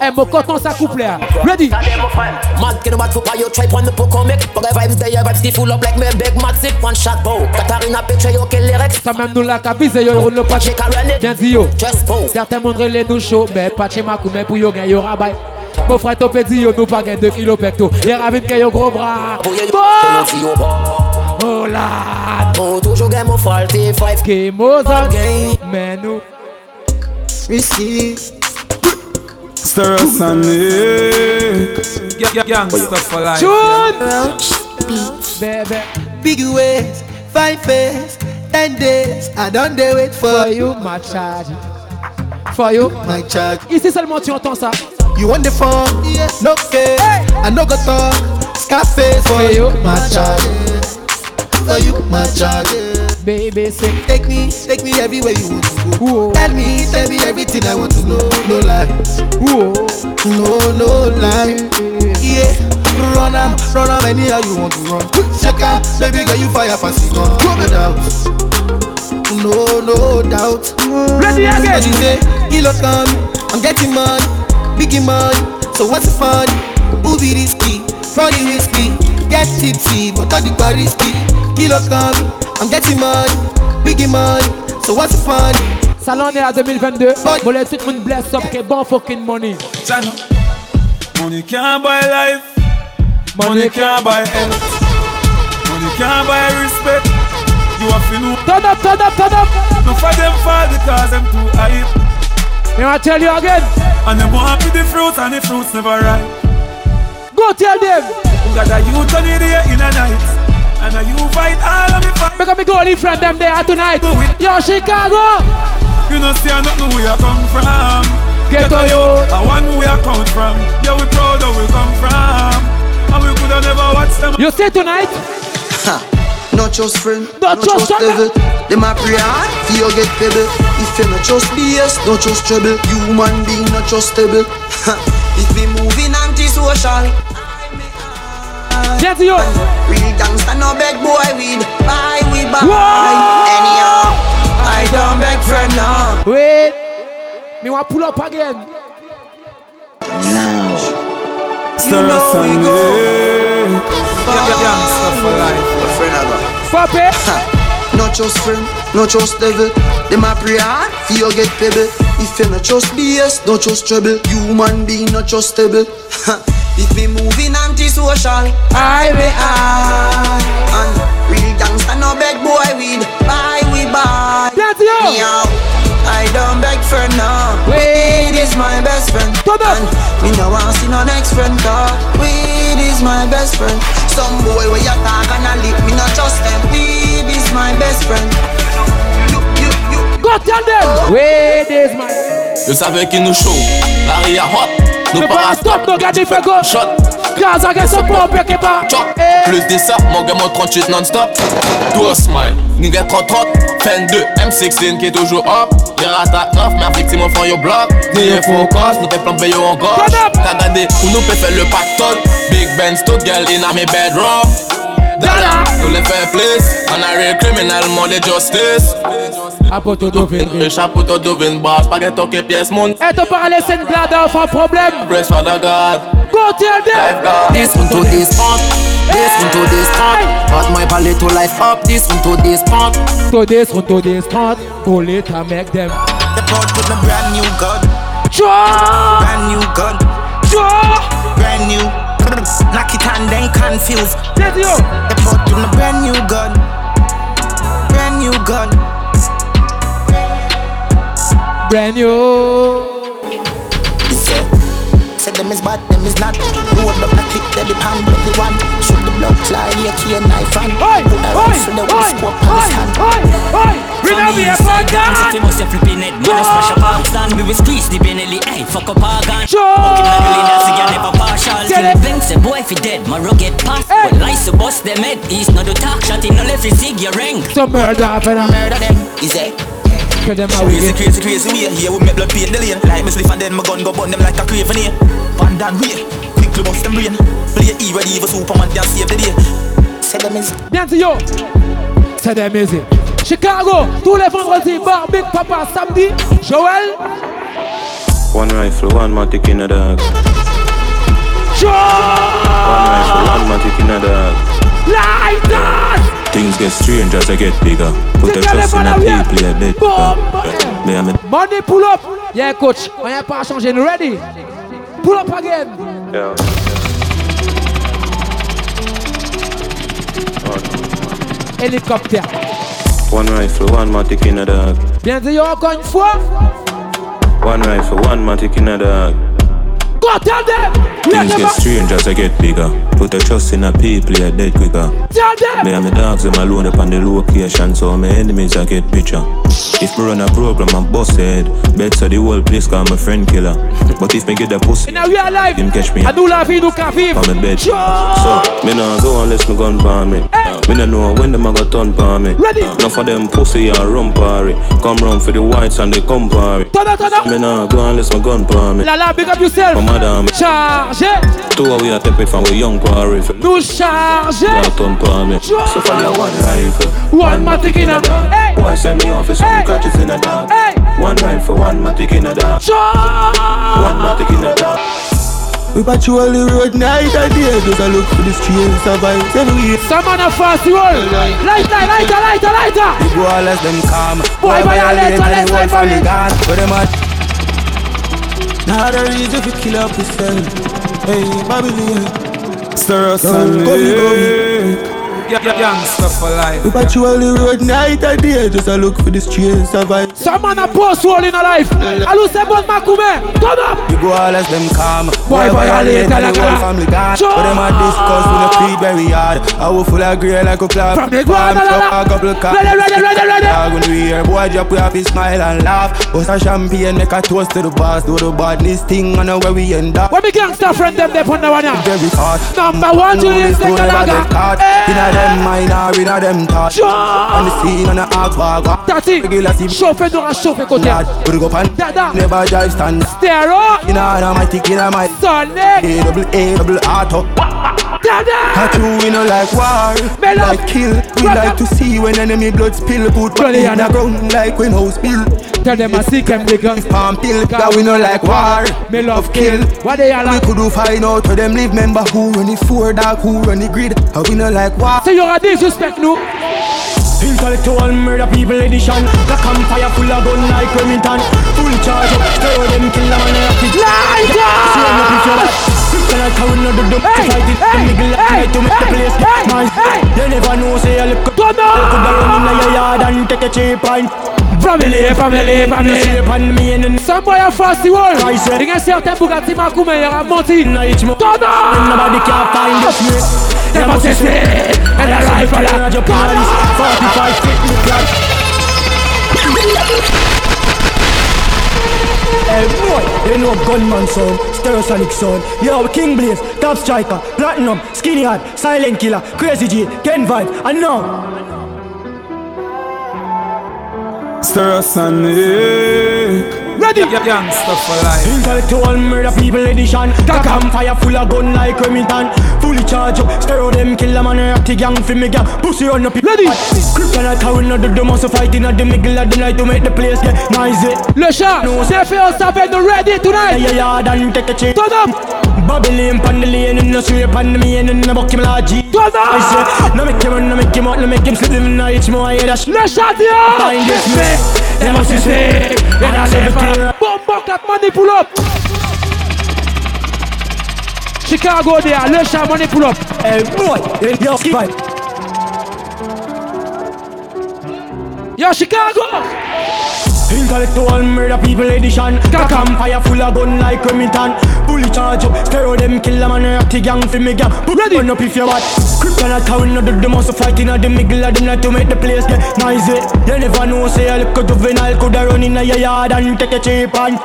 S1: Eh, mon coton, ça couple là. Ready!
S6: Man, can you bat for your tribe on the poco make? But the vibes there, your vibes the full up like me big mad sick one shot bow. Katarina betray yo kill lyrics.
S1: Ça même nous la cabise, yo, roule le patch. Bien dit yo. Certains montrent les nous chauds, mais patché ma coupe, mais pour yo, gagne yo rabat. Mon frère topé dit yo, nous pas gagne 2 kilos pecto. Les ravines, gagne yo gros bras.
S6: Bon,
S1: Bon!
S6: Yo pas.
S1: Oh là!
S6: Oh, toujours game of 45.
S1: Game Mozart, mais nous.
S6: Risky.
S9: Stereo Sonic. Ga- ga- Gangsta for life. yeah.
S39: Baby. Big ways, five days, ten days. I don't dey wait for you, my charge.
S1: For you,
S39: my charge.
S1: Ici seulement tu entends ça.
S39: You want the phone? Yes. No case. I no go talk. Scarface for you, my charge. For you, my charge.
S1: baby sick.
S6: Take me, take me everywhere you want to go. Tell me, tell me everything I want to know. No lie, no no lie. Yeah, run am, run am anyhow you want to run. Check out, baby girl you fire fast gun. No doubt, no no doubt.
S40: Ready again.
S6: And you say, kilo come, I'm getting money, biggie money. So what's the fun? Who be risky? Funny risky. Get tipsy, but all the bar risky. Kilo come, I'm getting money, biggie money. So what's the fun?
S1: Salon est à 2022. Bon, les tout le monde bless up, que bon fucking money.
S9: Chano. Money can't buy life. Money can't buy health. Money can't buy respect. You have to know.
S1: Turn up, turn up, turn up.
S9: Look for them fall because them too hype.
S1: Me I tell you again.
S9: And them want be the fruits and the fruits never ripe.
S1: Go tell them.
S9: Got a youth on the day in a night. And a you fight all of me fight.
S1: Because me go live from them there tonight. Yo, Chicago.
S9: You know see I not know where I come from.
S1: Get on you.
S9: I want where I come from. Yeah, we proud of where we come from. And we could have never watched them.
S1: You say tonight?
S2: Ha, not just friend,
S1: not,
S2: just devil. Them a pray hard, you get pebble. If you not just BS, not just trouble. Human being not just stable. Ha, if we moving anti-social.
S1: Get yo.
S2: Real gangsta no beg boy weed. Buy we buy. Anyhow, I don't beg friend now.
S1: Wait. Me want pull up again.
S9: Star
S1: Pop it.
S2: Not just friend, not just devil. Them a pray hard, for you get pebble. If you not just BS, not just trouble. Human being not just stable. Ha, if me moving anti-social, I be hard. And real gangsta no beg boy weed. Buy we buy.
S1: That's
S2: I don't beg friend now. Weed is my best friend. And me no want see no next friend car. Weed is my best friend. Some boy where you talk and a lick me not trust them. Weed is my best friend.
S1: Go
S6: Oh.
S1: tell them. Wait this man.
S41: Yo savè ki nou show, lari ya hot Nou pa a stop,
S1: nou gade fè go
S41: Shot,
S1: Gaza gen se
S41: non,
S1: pou peke pa.
S41: plus de sa, mwen gen mwen 38 non-stop Tou smile, ni gen 33 Fen 2, M16 ki toujou up Gen ratak 9, mè afekti mwen fon yo blok Ni yon fokos, nou te planbe yo an gosh Ka gade, pou nou pe fè le pakton Big Ben stout, gel in a mi bedroom Dada, nou le fè plis An a real criminal, mwen le justice
S1: Apoto do vin
S41: E chapoto do vin bas, pa gen toke pies moun
S1: Et te parle sen glada ou fa problem.
S41: Praise for the God
S1: Go tell them.
S41: This
S42: one to this pump, this one to this pump. Got my pallet to life up, this one to this pump.
S1: To this, run to this, count. Pull it and make them.
S42: The boat with my brand new gun.
S1: Draw.
S42: Brand new gun. Brand new. Knock it and then confuse. The boat with my brand new gun. Brand new gun.
S1: Brand new.
S7: Say them is bad, them is not. Roll up the click, they depend on the one. Shoot the blood fly, you key and knife and. Hey,
S4: hey, hey,
S7: hey, hey,
S4: We know we are bad guys. If you must have flipping it, man, it's smash a bomb stand. We will squeeze the Benelli, hey, fuck up our gun. Monkey man, really dancing, you never partial.
S1: Get
S4: Till
S1: it.
S4: Vince, a boy, if he dead, my rocket pass. But lies to boss them head, he's not the talk. Shot in all every zig, you ring.
S1: So murder happen and murder
S4: them.
S42: Is it?
S1: Kill them a
S42: Crazy, crazy, crazy way. Here we make blood paint the lane. Like me spliff and then my gun go burn them like a craven here. Bandan way, quickly bust them brain. Play evil, evil Superman can save the day.
S7: Say them is
S1: Bien dit yo. C'est des musiques. Chicago, tous les vendredis, bar Big Papa, samedi, Joël.
S43: One rifle, one matic in a dog. One
S1: Joël!
S43: rifle, one matic in a dog.
S1: Lighters!
S43: Things get strange as I get bigger. Put
S1: Take
S43: a
S1: your
S43: trust in a
S1: level up,
S43: people, yeah, bit.
S1: Boom!
S43: They am a
S1: Money pull up. Yeah, coach, on n'a pas changé, nous ready? Pull up again.
S43: yeah.
S1: Hélicoptère.
S43: One rifle, one matic in a dog.
S1: Bien dit yo encore une fois.
S43: One rifle, one matic in a dog.
S1: Go tell them. Let
S43: Things
S1: them
S43: get
S1: up.
S43: strange as I get bigger. Put a trust in a people, you're dead quicker.
S1: Tell them.
S43: Me and my dogs, them alone up on the location, so my enemies I get picture. If me run a program, I'm busted. Bets are the whole place, cause I'm a friend killer. But if me get a pussy,
S1: In a real life,
S43: him catch me
S1: a nou la vi nou ka viv.
S43: on my bed. So, me nah go unless me gun for me. Me nah know when them a go turn for me. Ready. Now for them pussy and rum party. Come round for the whites and they come party. Me nah go unless me gun for me.
S1: La la, big up yourself.
S43: My mother and me.
S1: Charge.
S43: Two we a take it from we young party. Fi-
S1: Nou charge.
S43: Yeah, turn for me. So for your one rifle,
S1: One matic in a Hey.
S43: boy send me off with some crutches in a dark. One rifle, one matic in a dark. One matic in a dark.
S9: We patrol the road night and day Just a look for the streets of vibes anyway
S1: Some man a fast roll Lighter, lighter, lighter, lighter
S9: The ballers them come
S1: Boy, violate,
S9: and
S1: violate,
S9: they want from the
S1: violate.
S9: gun Where them at? Now there is if you kill up yourself Hey, Babylon
S44: Stir us
S9: Come,
S44: and
S9: come,
S44: Gangsta for life.
S9: We patrol the road night and day Just a look for the streets of vibes
S1: Some man a boss roll in a life Alou se bon makoume Turn up
S9: The ballers them come
S1: Boy, violate,
S9: and they
S1: violate.
S9: want from the gun Where them at discuss with the feet very hard I will full of grey like a club
S1: From the ground, la, la, la.
S9: A couple of cops.
S1: Ready, ready, ready, ready.
S9: Dog, when we hear boy drop, we have to smile and laugh. Bust a champagne, make a toast to the boss. Do the badness thing, I know where we end up.
S1: What me gangsta friend them dey pon the one ya
S9: Very hard.
S1: Number one Julian Sekalaga
S9: Inna them mind or inna them thought. On the scene, on the agwaga.
S1: Tati Chauffeur nous a chauffé côté
S9: Put it up and
S1: Dada
S9: never drive stand.
S1: Stare up
S9: Inna inna my tick, inna my
S1: Sonic.
S9: A double A double heart up. Dada. Tattoo we no like war, like kill. We like to see when enemy blood spill. Put body on the ground like when house bill.
S1: Tell them I see them the guns.
S9: Palm pill, that we no like war.
S1: Me love
S9: kill.
S1: What they are
S9: like? We could do find out to them live member who run the four dark, who run the grid. How we no like war.
S1: Say you are disrespect nous.
S6: Intellectual murder people edition Black campfire full of gun like Remington Full charge up, throw them kill them and I have to See them up if you're back Kryptonite how we no do dumb to fight it Them nigga like try to make the place get mine You never know say a lip cut They could have run in your yard and take a cheap pint
S1: Family, family, family.
S6: Shape and me and then
S1: Some boy a fast wall.
S6: Price, eh?
S1: Il y a certains Bugatti Macoumé, il y a Monty.
S6: When
S1: Tonnerre.
S6: nobody can find us mate
S1: They must
S6: be
S1: stay and uh, alive, alive.
S6: Your parties, 45 thick me clock Hey boy, you know gunman son, stereosonic son Yo, King Blaze, Top Striker, Platinum, Skinny Hard, Silent Killer, Crazy G, Ken Vibe, and now
S44: Stir us and
S1: Ready?
S44: Gangsta for life.
S6: Intellectual murder people edition Got campfire full of gun like Remington Fully charged up, stereo them kill them and rock the gang fi me gang Pussy on up Ready? Kryptonite how we not do the muscle fighting at the middle of the night to make the place get noisy
S1: Le chat, c'est fait, on s'appelle, nous ready tonight
S6: Yeah, yeah, then take a chance Turn up Babylon pan the lane in the straight pan the main in the buck him large Turn up I say, no make him run, no make him out, no make him slip him now it's more I hear that
S1: Le chat dit oh
S6: Find this man, they must be sick And I say the
S1: Bombo 4 money pull up Chicago there, le chat money pull up
S6: Hey Eh, boy, yo ski vibe
S1: Yo Chicago
S6: Intellectual murder people edition Got campfire full of gun like Remington Bully charge up, stereo them kill them and rock the gang fi me gang Put Ready. gun up if you want Kryptonite how we no do the muscle fighting at the middle of the night to make the place get noisy You never know say a little juvenile coulda run in a yard and take a cheap and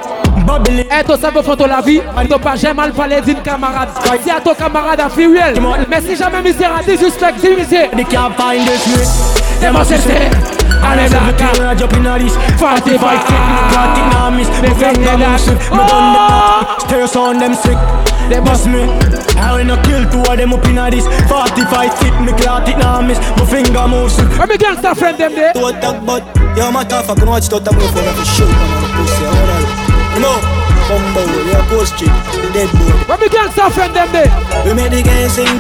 S6: Babylon
S1: Et au savez font la vie, on ne doit pas jamais le parler d'une camarade. C'est à ton camarade à Furiel. Mais si jamais monsieur a des suspects, dis monsieur.
S6: They can't find this me
S1: They must stay.
S6: And
S1: I'm
S6: I'm
S1: not
S6: not gonna jump in all this e Forty five feet, me got it now miss Me friend got me sick, me gun them out Stairs on them sick, they bust me I will not kill two of them up in all this Forty five feet, me got it now miss Me finger move sick
S1: Let me gangsta friend them there
S6: Two attack but Yo my tough, I can watch that I'm for that shit I'm on pussy, I'm on You know Bumbo, you're a ghost chick Dead boy
S1: When we gangsta friend them there.
S6: We make the gang sing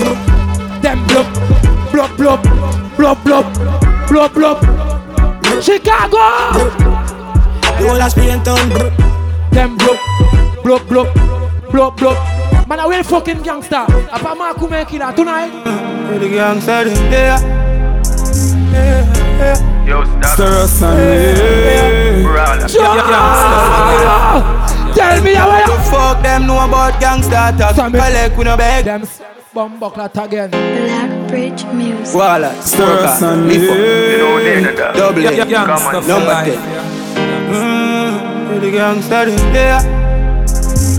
S1: Them blop, blop, blop, blop, blop, blop, blop. Chicago.
S6: You will ask me and tell me
S1: Them blop, blop, blop, blop, blop. Man, I will fucking gangsta. Apparemment, à Koumé qui là tonight.
S9: The gang said, yeah, yeah, yeah.
S44: Yo, stop. Stir us and
S9: Tell me how I
S6: fuck them know about gangsta talk. Collect we no beg.
S1: Bomb buckler again.
S45: Bridge Music.
S6: Voila,
S9: Stir
S6: Smoker,
S9: Sunday.
S6: Lift up, Double
S9: Yeah,
S6: A,
S9: yeah, yeah,
S6: Come on,
S9: gangsta
S6: number
S9: life.
S6: ten. Mm, the gangster is there.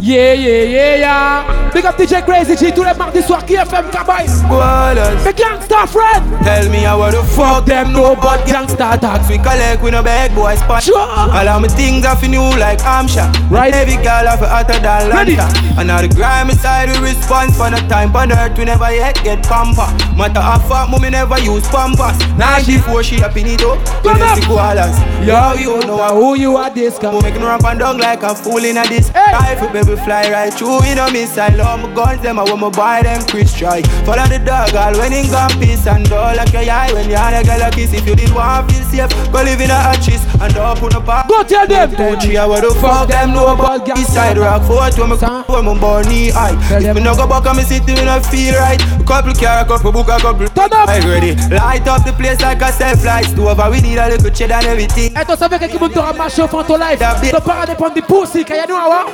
S1: Yeah, yeah, yeah, yeah. Big up DJ Crazy G tous les mardis soirs qui FM Kaboy.
S6: Ballers.
S1: The gangsta friend.
S6: Tell me how the fuck them know about gangsta attacks. We collect with no bag boy spot. All of my things off in you like Amsha. Right. Every girl off a hotter than Lancia. And all the grimy side we response for the time on earth we never yet get pamper. Matter of fact, mommy never use pampers. Now she four she up in it oh. up. Come up. Yo, you know who you are this guy. Making ramp and down like a fool in a this. Rifle baby fly right through in a missile. All my guns them I want me buy them Chris try. Follow the dog all when in gone peace and all like your eye when you had a girl a kiss. If you did want feel safe, go live in a hatches and don't put up a. Go tell them. Two three I what the fuck them know about this side rock fort when me when me born knee high. If me no go back on me city me no feel right. Couple car, couple book, a couple. Turn up. I ready. Light up the place like a self light stove. and We need a little cheddar and everything.
S1: Et on savait que qui montera marcher au Fanto Live. Le pas dépendre du pussy, qu'il y a nous hein. à voir.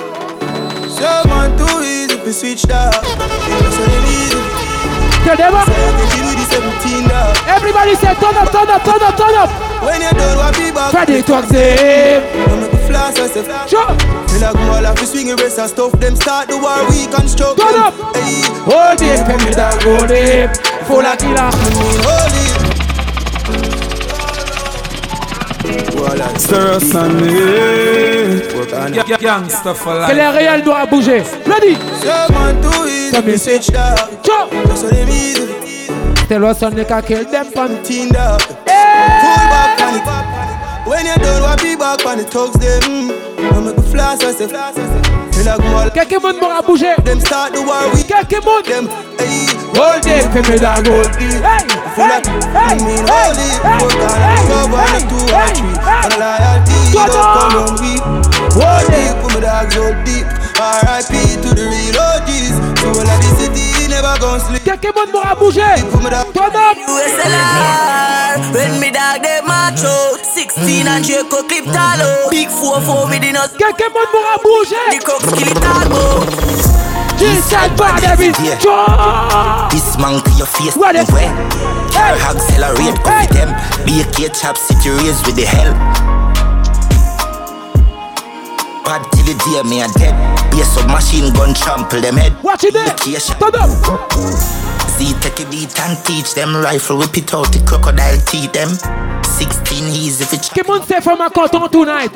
S6: So one too easy if we switch that. It's so easy.
S1: Tell them up.
S6: Everybody say turn up, turn up, turn up, turn up. When you don't want people,
S1: Friday to
S6: Don't make a flash, I say flash. Sure. Feel like more like we swing and race and stuff. Them start the war, we can stroke. Turn up. Hey. Hold it, pay me that road it. Full of killer. Hold it.
S9: Stir Sunday. Yeah, yeah, Gangsta for
S1: Que les
S9: life.
S1: réels doivent bouger. Ready. Come here. Tell us on the car, kill them pan.
S6: When you don't want people, on the talks them. mm. Don't make a flash, I say flash. I say. Feel like more.
S1: Quelqu'un monde m'aura bougé.
S6: Them start the war, we
S1: Quelqu'un monde.
S6: Them. Hey. Hold it, pay me that road. Hey. Feel like. I mean, hold it. Work on it. Go one, two, or three. And loyalty, don't come on we. Hold it, put me that road deep. R.I.P. to the real OGs. So all of the city never gon' sleep.
S1: Quelqu'un monde m'aura bougé. Turn
S6: up.
S34: When me dog they macho 16 and Jaco clip talo Big 4-4 me di no
S1: Quelqu'un moun moura bouge
S34: Di cock skill it albo
S1: G7 bad every
S7: This man to your face, what is where? Accelerate, go with them. Be a kid, chap, sit your ears with the hell. Bad till the day me a dead. Be a submachine gun, trample them head.
S1: Watch it there.
S7: Stand
S1: up.
S7: See, take a beat and teach them. Rifle whip it out, the crocodile teeth them. 16 easy if it
S1: Qui moun se fait ma canton tonight.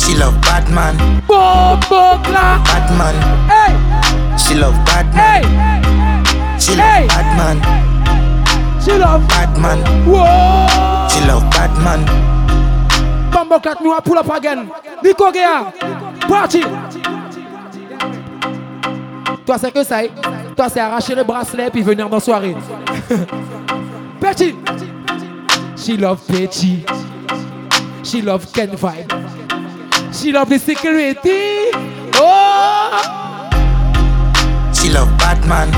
S7: She love bad man.
S1: Bob, Bob, la.
S7: Bad man.
S1: Hey.
S7: She love bad
S1: man.
S7: She love bad man.
S1: She love
S7: bad man.
S1: Whoa.
S7: She love bad man.
S1: Bambo clap nous à pull up again. Nico Gea. Party. Toi c'est que ça. eh. Toi c'est arracher le bracelet puis venir dans soirée. Petit. She love Petit. She love Ken vibe. She love the security. Oh.
S7: She love bad man.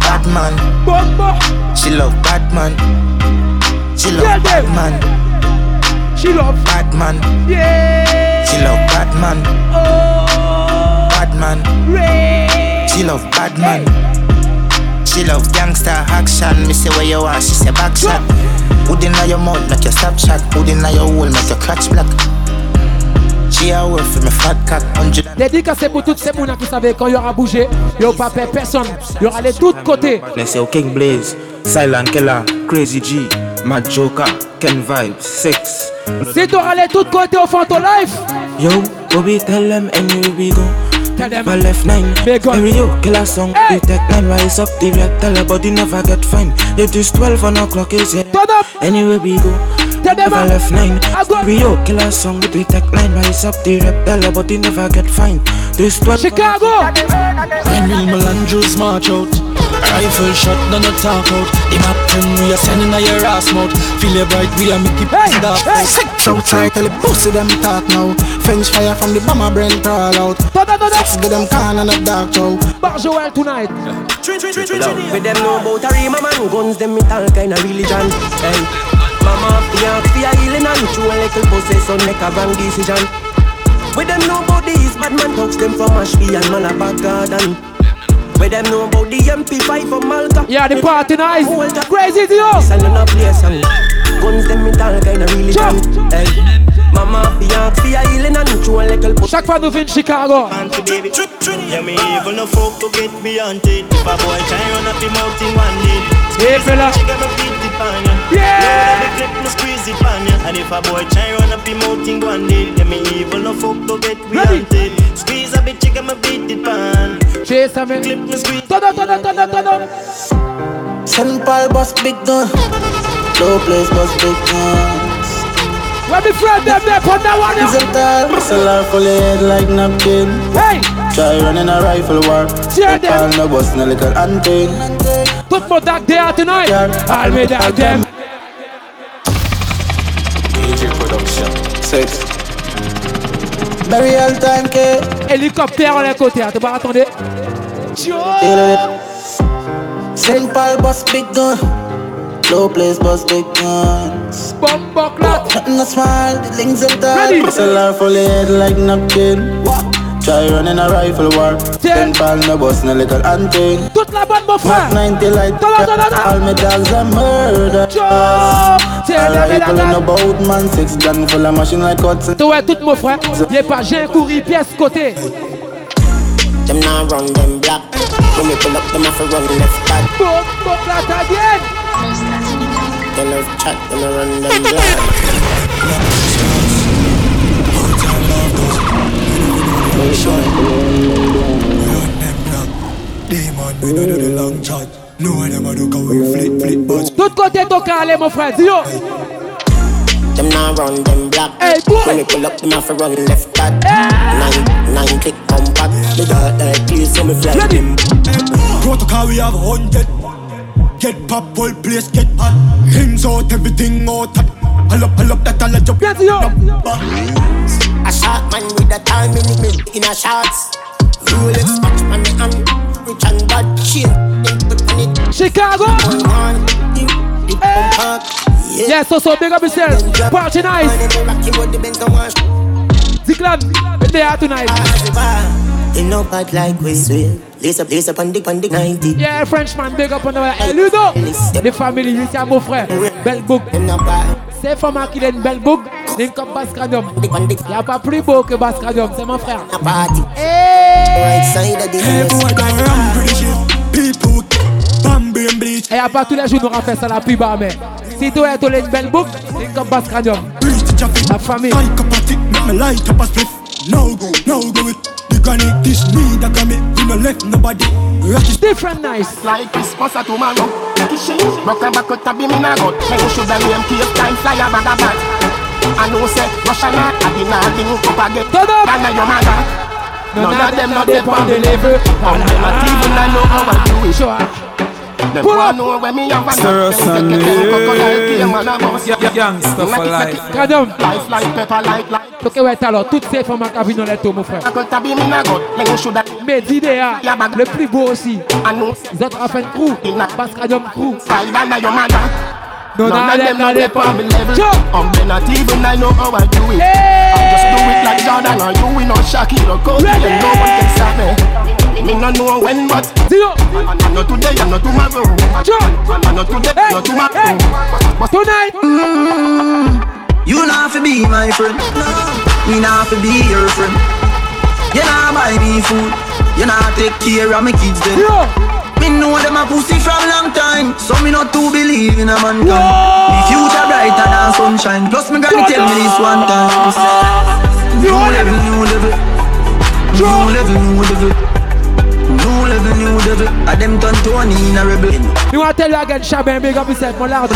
S7: Bad man. She love bad man. She love bad man.
S1: She love
S7: bad man.
S1: Yeah.
S7: She love bad man.
S1: Oh.
S7: Bad man. She love bad man. She love gangster action. Me say where you are, she say back shot. Wood inna your mouth, make your stop shot. Wood inna your hole, make your clutch black. She a work for me fat cock, hundred and
S1: Dédicacé pour toutes ces mounas qui savaient quand il y aura bougé, il n'y aura pas fait personne, il y aura les tous côtés.
S46: Let's say King Blaze, Silent Killer, Crazy G, Mad Joker, Ken Vibes, Sex.
S1: Si tu auras les tous côtés au Fanto Life,
S46: Yo, Bobby, tell them anywhere we go.
S1: Tell them.
S46: I left nine. Every yo, killer song. You take nine, rise up the red. Tell her body never get fine. It is 12 on o'clock, is here.
S1: Turn up.
S46: Anywhere we go.
S1: Tell them
S46: I
S1: up.
S46: left nine. Every yo, killer song. You take nine, rise up the red. Tell her body never get fine. This 12
S1: Chicago.
S46: When we Melandros march out. Rifle shot, none of talk out. The map thing we are sending a your ass mouth. Feel it bright, we are making hey, that.
S30: Hey. Six outside, tell the pussy them talk now. French fire from the bomber brain crawl out. Six get them can and a dark show.
S1: Bar Joel tonight.
S30: With them no boat a rima man guns them with all kind of religion.
S46: Hey,
S30: mama fear fear healing and true a little possession make a wrong decision.
S6: With them know about the East bad man talks them from Ashby and Malabar Garden. With them know about the MP5 from Malta.
S1: Yeah, the party nice.
S6: Crazy deal. This and another place and guns them in all kind of really jump. Hey. Mama be a fear healing and you a little put.
S1: Chaque fois nous venons Chicago.
S3: Yeah, me evil no folk to get me hunted. If a boy can run up him out in one day.
S1: Hey, fella.
S3: Yeah. Load up the clip, me squeeze it on ya. And if a boy try run up him out in one day, yeah, me evil no folk to get me hunted. Squeeze a bit, chick, me beat it pan.
S1: Chase a man. Turn up, turn up, turn up, turn up.
S6: St. Paul bus big gun. Low place bus big gun.
S1: When me friend them there put that one
S6: Is it all? Missile are full of head like napkin.
S1: Hey!
S6: Try running a rifle war.
S1: Cheer
S6: They Call no bus, no little hunting.
S1: Put for that there tonight. All me that them.
S6: DJ production. Sex. Burial time, K.
S1: Hélicoptère à les côtés, t'es pas attendez.
S6: St. Paul bus big gun. Low place bus big guns.
S1: Bomb buckler.
S6: Nothing a smile, the links of dark.
S1: Ready.
S6: Missile are full of head like napkin. Try running a rifle war. St. Paul no bus, no little hunting.
S1: Toute la bonne, mon frère.
S6: Mac 90 like that. All me dogs are murderers
S1: Tell
S6: All
S1: them
S6: rifle and
S1: that.
S6: a boat man Six gun full of machine like Hudson
S1: Toi, tout mon frère. Y'a pas, j'ai un courri pièce côté.
S22: Them now run them black. When we pull up, them have to run left back.
S1: Bomb buckler again.
S22: They love chat, them a run them black.
S32: Demon, we don't do the long chat. No one ever do go we flip, flip, but
S1: Tout côté, ton calé, mon frère. Dis-yo.
S22: Them now run them black. When we pull up, them have to run left back. Nine, nine click come back. They got like please, so me fly them.
S32: Protocol we have hundred. Get pop, whole place get hot. Rims out, everything out. All up, all up, that all a job. Get
S22: A short man with a time in me in a shorts. Rolex watch on me hand. Rich and bad shit. Them put on it.
S1: Chicago. Yes, so so big up yourself. Party nice. Ziklam, they are tonight.
S22: They no bad like we swear. Lace up, lace up on the on the ninety.
S1: Yeah, Frenchman, big up on the way. Hey, Ludo, les familles, ici à mon frère, belle boucle. C'est Fama qui a une belle boucle, une comme Bascadium. Il n'y a pas plus beau que Bascadium, c'est mon frère. Et à pas tous les jours, nous aura fait ça la pub, hein, mais si toi tu as une belle boucle, une comme Bascadium. La famille.
S32: Make me light up a spliff. Now go, now go it. The granny, this me, that got me. We no left nobody. Rock is
S1: different, nice.
S32: Like this, boss at home
S8: Broke and back out of him in a gut Make you should have named Cape Time fly a bag a bag I know say Russia not a been a thing up again Ghana your mother None of them not depend the level All them a thief and I know how I do it Them
S1: Pull
S8: wanna know where me have a
S9: Serious and
S1: Gangsta
S8: for life.
S1: Kadam.
S8: Life like pepper like like
S1: Donc ouais alors toutes ces femmes qui viennent dans les tours mon frère. Mais d'idéa, le plus beau aussi. Vous êtes à fin de crew, parce qu'il y a un crew. Non, non,
S8: None of them
S1: non,
S8: not
S1: non,
S8: depend on me level
S1: Jump.
S8: I'm Um, not even I know how I do it I just do it like Jordan or you we not Shaquille Cause
S1: Ready.
S8: no one can stop me Me no know when but I'm not today, I'm not tomorrow I'm not today, I'm not tomorrow
S1: Tonight
S6: Mm-hmm. You not fi be my friend Me not fi be your friend You not buy me food You not take care of my kids then Me know them a pussy from long time So me not to believe in a man The future brighter than sunshine Plus me granny tell me this one time New level, new level New level, new level New level, new level I them turn Tony in a rebel
S1: You want to tell you again, Chabin, big up yourself, mon lard.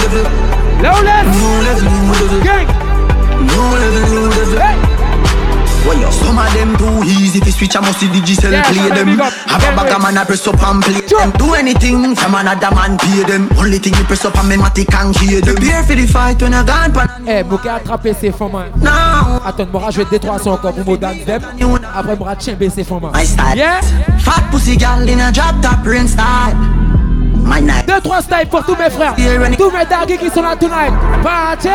S1: Là où l'est Gang
S6: New level, new level Well, yo, some of them too easy to switch. I must see the Giselle
S8: Yeah,
S6: play
S8: man,
S6: them.
S8: big up.
S6: Have a bag of man, I press up and play them. Do anything from another man, pay them. Only thing you press up and me matic and hear them. Prepare for the fight when I gone pan.
S1: Eh, Bouquet a attrapé ses femmes. hein. Attends, moi, je vais te 300 encore pour mon dame Zep. Après, moi, je vais ses femmes. hein.
S6: I start. Fat pussy gal in a drop top rain start. My night.
S1: Deux, trois styles pour tous mes frères. Tous mes dargues qui sont là tonight. Party!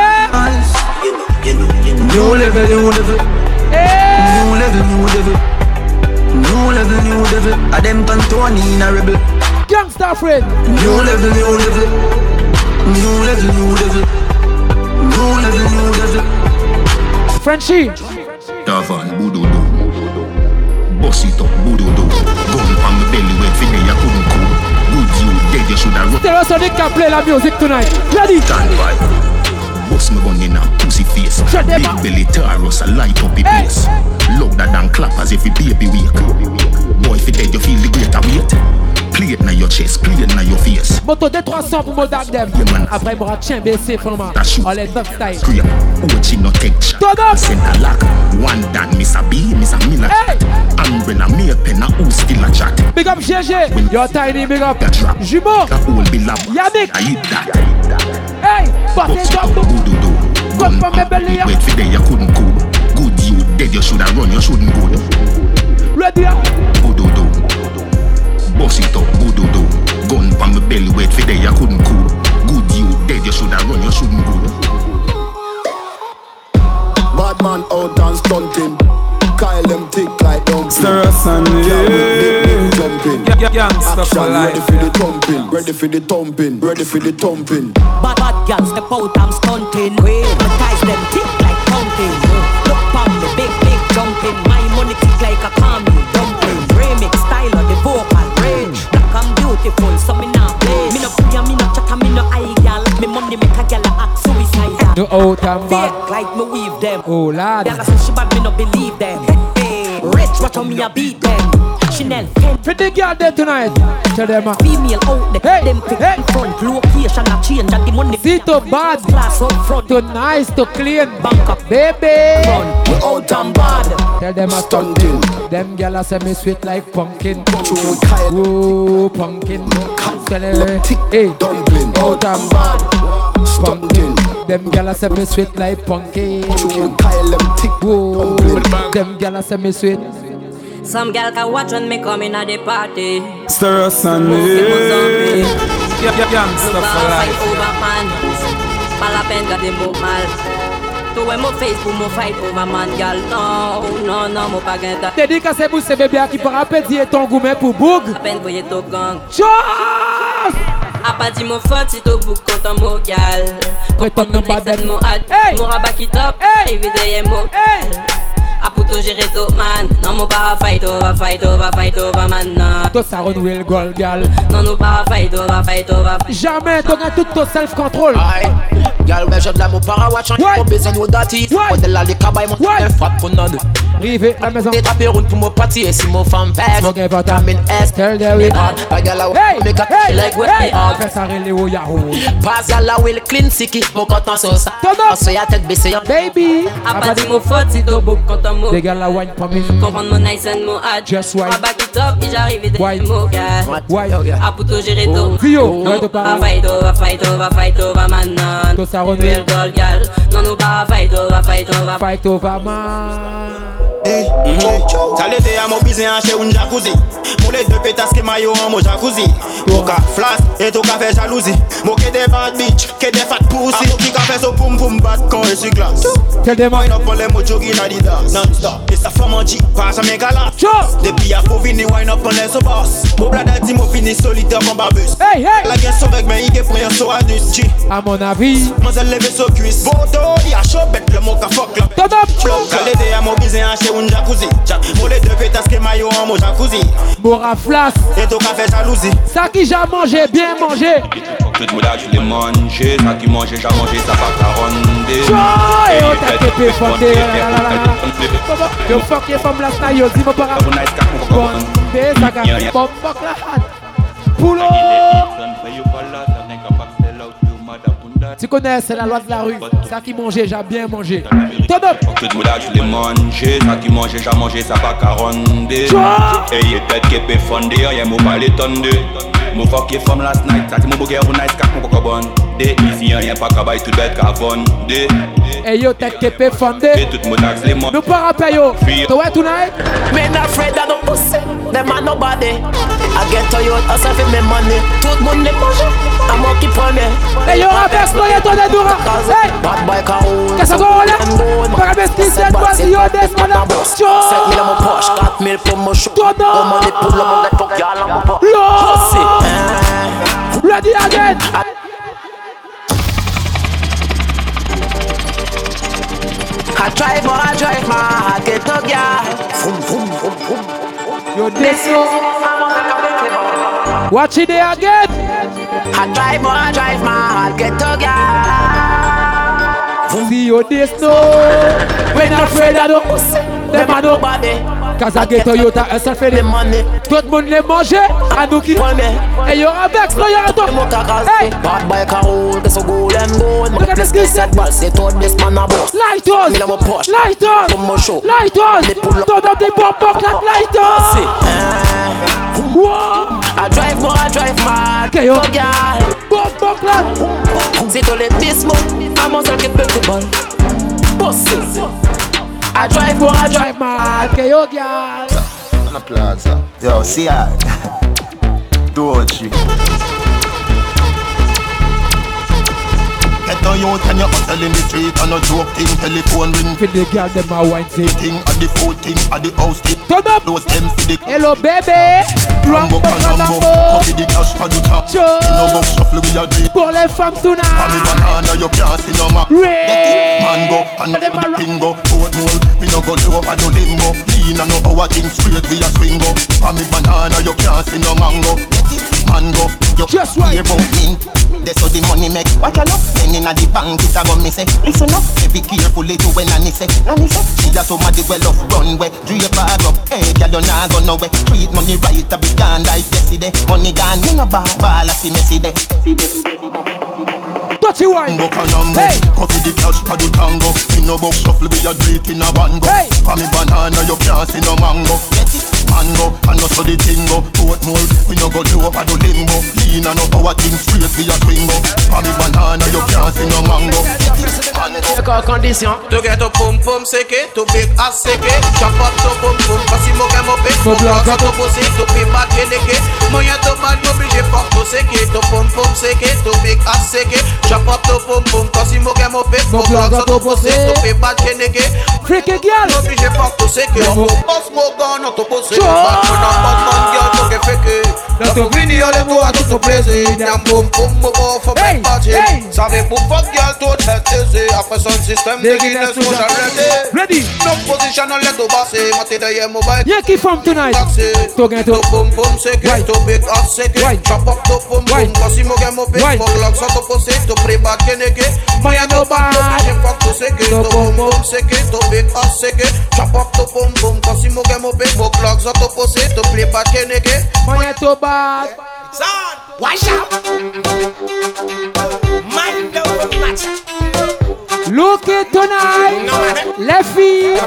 S6: New level, new level.
S1: Hey!
S47: New level, new devil. New level, new devil. A dem pantone in a rebel.
S1: Gangsta friend.
S47: New level, new devil. New level, new devil. New level, new devil.
S1: Frenchie.
S8: Tavan boudoudou Boss it up boudoudou Gun on my belly wet fi me ya couldn't cool Good you dead you shoulda run
S1: Tell us how they can play la music tonight. Ready?
S8: Stand by Boss me gun in a pussy face
S1: Shut them
S8: Big
S1: up.
S8: belly taros a light up the place Louder than clap as if it baby wake Boy fi dead you feel the greater weight Play it na your chest, play it na your face
S1: Moto de 300 pour Modak Dem. Après, bras tien baissé, Foma. On les up style.
S8: Scream, Ochi oh, no take chat Send a lock, one dad miss a B, miss a miller Umbrella me a pen a who still a chat
S1: Big up GG. Yo tiny, big up. Jumeau. Yannick. Hey, passez drop to. Gun from my belly.
S8: Wait for day you couldn't cool Good you dead you shoulda run you shouldn't go
S1: Ready up
S8: Boodoodoo Boss it up boodoodoo Gun from my belly wait for day you couldn't cool Good you dead you shoulda run you shouldn't go
S48: Bad man out and stunting. Kyle them tick like dumpling.
S9: Serious and
S48: Girl with big big jumping.
S9: Gangsta for
S48: Action, ready
S9: life.
S48: for the thumping. Ready for the thumping. Ready for the thumping.
S4: Bad bad girls step out, I'm stunting. Queen, the ties them tick like counting. Look pon me, big big jumping. My money tick like a commie dumpling. Remix style of the vocal range. Black and beautiful, so me nah play. Me no free and me no chat and me no eye girl. Me money make a girl a act suicidal.
S1: No out and back.
S4: Fake like me weave them.
S1: Oh lad.
S4: Girl I say she bad, me no believe them. Hey, hey. Rich, watch how me a beat them. Chanel 10
S1: Pretty girl there tonight. Tell them. uh,
S4: Female out there, hey, them pick hey. front location a change and the money. See
S1: to bad,
S4: class up front,
S1: to nice, to clean, bank up, baby.
S4: we out and bad.
S1: Tell them I'm stunting. Them gyal a say me sweet like pumpkin. Ooh, pumpkin. Tell them, hey, dumpling. Out and bad, pumpkin. Them gyal a say me sweet like pumpkin. Ooh, them gyal a say me sweet.
S34: Some gal can watch when me come in at the party.
S9: Serious and Gangsta for
S34: Fight
S9: life.
S34: over man. Palapen ka de mo mal. To when mo face pou mo fight over man gal. Non, non, non, mo pa gen ta.
S1: Dédicacé pour ces bébés qui par appel dit ton gourmet pour Boog.
S34: Apen voye to gang.
S1: Chas!
S34: A pa di mo foti to bouk kontan mo gal.
S1: Prétend non pas
S34: Set mo ad. Mo raba ki top. Everyday mo gal. A pou to jere to man. Non, mo pa fight over, fight over, fight over man. Non.
S1: Toi ça renouer le goal, gal.
S34: Non, nou pa fight over, fight over, fight
S1: Jamais t'auras tout ton self-control.
S49: Gal wè jèd la mou para wè chan Mou bezè nou dati Mou de la li kabay mou Mwen fwap kon nan
S1: Rive la mezon
S49: Te tapè roun pou mou pati E si mou fam pes Mou
S1: gen vata
S49: Min es
S1: Tell de we
S49: Bay gal la wè Mè kak chè like wè mi hard
S1: Fais ça relé au Yahoo.
S49: Pas gal la wè l clean siki Mou kontan so sa Anso ya tek bese yon
S1: Baby
S34: A pa di mou foti to bouk kontan mo
S1: Les gars la wine pas mis.
S34: Comprendre mon nice and mon hard
S1: Just wine.
S34: Raba ki top et j'arrive et des mots gars
S1: Wine.
S34: A pou tou jere to
S1: Oh. Rio, ouais, de
S34: A
S1: Paris.
S34: fight over, fight over, fight over man nan
S1: Toi ça
S34: Real
S1: renouer.
S34: gold gal Non nou pa fight over, fight over
S1: Fight over man.
S6: T'as l'été Mhm. à mon business en chez une jacuzzi. Pour les deux pétasses qui maillot en mon jacuzzi. Mon cas flas et ton café jalousie. Mon quai des bad bitch, quai des fat pussy. Mon qui café so poum poum bat quand je suis glace.
S1: Quel démon.
S6: Wine up on les mojo in Adidas. Non stop. Et sa femme en jeep, pas jamais galas. Depuis à faut vini wine up on les sobos. Mon blada dit mon fini solitaire mon barbus.
S1: Hey hey.
S6: La guerre sauve avec mes igues pour un sur anus. Chi.
S1: À mon avis.
S6: Mademoiselle levez sur cuisse. Boto, il a chaud bête le mot qu'a fuck la.
S1: Tada.
S6: Bloc à l'été à mon business en chez une jacuzzi. Jack, pour les deux pétasses qui maillot en mon jacuzzi.
S1: Bora flas.
S6: Et ton café jalousie.
S1: Ça qui j'ai mangé, bien mangé.
S23: Je te là, je l'ai mangé, ça qui mangeait, j'ai mangé, ça va t'arrondir.
S1: Joy, oh, t'as tapé, fondé, la, la, la, la. Yo fuck your femme last night, yo dis mon para. Bon, fais ça, gars. Bon, fuck la hat. Pull up. Tu connais, c'est la loi de la rue. Ça qui mangeait, j'ai bien mangé. Turn up.
S23: Je te là, je l'ai mangé, ça qui mangeait, j'ai mangé, ça va t'arrondir.
S1: Joy.
S23: Et y'a tête qui est fondée, y'a mon palais tondé. Mon fuck your femme last night, ça qui m'a bougué, on a escapé, mon cocobon. Des ici, y'a pas qu'à bail, tout bête qu'à vendre.
S1: Et yo t'es képé fondé.
S23: Tout mon axe, les
S1: Nous pas rappel yo. Toi tonight.
S49: Me not afraid of no pussy, them a nobody. I get to you, I save me money. Tout moun ne mange, a monkey for me.
S1: Et yo renverse toi et ton adoura. Hey.
S49: Bad boy can hold.
S1: Qu'est-ce qu'on relève? Pas de mesquise, c'est toi, si yo des mon amour. Joy.
S4: Oh man, they pull up on that fuck y'all, I'm up. Pussy.
S1: Ready again.
S4: I drive, oh, I drive my heart, get up, yeah. Vroom, vroom, vroom, vroom.
S1: Yo, this Watch it there again.
S4: I drive, oh, I drive my heart, get up, yeah.
S1: See you this no. When I afraid I don't pussy, them I don't body. Kaza get Toyota, un seul fait les Tout le monde les mange, à nous qui Et y'aura un vex, non y'aura toi Hey
S4: Bad boy Carol, t'es so golem gold
S1: Regarde ce que c'est
S4: Ball, c'est toi, this man a boss
S1: Light on
S4: Mille à mon poche
S1: Light on
S4: Comme mon show
S1: Light on Ton homme des bonbons, clap light on Wow
S4: "Eh." I drive more, I drive mad
S1: Kayo
S4: Bonbon
S1: clap
S4: Si tu les dis mo À mon sac, il peut te bon Bossy I drive more, I drive
S1: mad Kayo gal
S50: On applause ça. Yo, see ya. Doji.
S8: Get on you and you hustle in the street and a joke thing telephone ring.
S1: For the girl them a wine thing.
S8: Thing at the food thing at the house thing.
S1: Turn up.
S8: Those them for the
S1: Hello baby. Rambo
S8: Rambo. Copy the cash for the top.
S1: Joe.
S8: In a box shuffle we a drink.
S1: Pour les femmes
S8: Mommy
S1: tonight.
S8: banana you can't see no ma.
S1: Red.
S8: Get it, Mango and
S1: Them a rock.
S8: pingo. Road roll. Me no go low I no limbo. Lean and no power thing straight we a swingo. Mommy banana you can't see no mango. Get it, Mango. You
S1: Just right.
S8: hear about me. That's how the money make. Watch out, then inna the bank it a go me say. Listen up, eh, be careful it when nanny say. Nanny say, she a somebody well off runway. Drape her up, hey girl you nah go nowhere. Treat money right, a be gone like yesterday. Money gone, you no ball, ball a see me see there.
S1: Touchy wine.
S8: Mambo canambo,
S1: Hey.
S8: copy the cash for the tango. In no box shuffle be a drink in a bango.
S1: Hey.
S8: For me banana you can't see no mango. Get it? Mango, and no so the tingo. Portmore, we no go do up a do limbo. Lean and no power thing straight be a swingo. For me banana you can't see no mango.
S4: Encore condition.
S6: Tou gen tou poum poum seke, tou big ass seke Chapap tou poum poum, pasi mou gen mou pek
S1: Mou
S6: Mou
S1: blan
S6: plasa tou posi, tou pi mat geneke Mou yon tou bad mou blije pop tou seke Tou poum poum seke, tou big ass seke Chapap tou poum poum, pasi mou gen mou pek
S1: Mou
S6: Mou
S1: plasa
S6: plasa
S1: tou
S6: tou posi,
S1: posi.
S6: tou pi mat geneke
S1: Freaky girl.
S6: Mou blije pop tou seke
S1: Mou-
S6: Mou pos mou gan, nou tou posi
S1: Chou.
S6: Bad mou nan bad man, gyan tou gen feke Nan tou vini yon le mou a tou tou pleze Nan poum poum mou mou fò
S1: Hey,
S6: mwen pati
S1: hey.
S6: Save pou fok gyan tou tèt eze Apre son sistem
S1: Des
S6: Des Guinness
S1: Guinness sous
S6: sous
S1: la-
S6: arrêté.
S1: Ready.
S6: No eh, position, on let to boss it. Mate derrière mobile.
S1: Y'a qui forme tonight.
S6: Taxi.
S1: Togen to.
S6: Boom boom shake
S1: Why?
S6: it. To big up shake
S1: Why?
S6: it. Chop up to boom
S1: Why?
S6: boom. Cause him again mo big.
S1: Why?
S6: Fuck lock so to pose it. To play back in again.
S1: Maya
S6: Maya
S1: no
S6: no back. To
S1: bad.
S6: push it, fuck to shake it.
S1: No
S6: To
S1: boom
S6: boom boom shake it. To big up shake it. Chop up to boom boom. Cause him again mo big. Fuck lock so to pose it. To play back in again.
S1: Mwen to bad.
S6: Watch out.
S51: Mind over matter.
S1: Look it tonight. Les filles.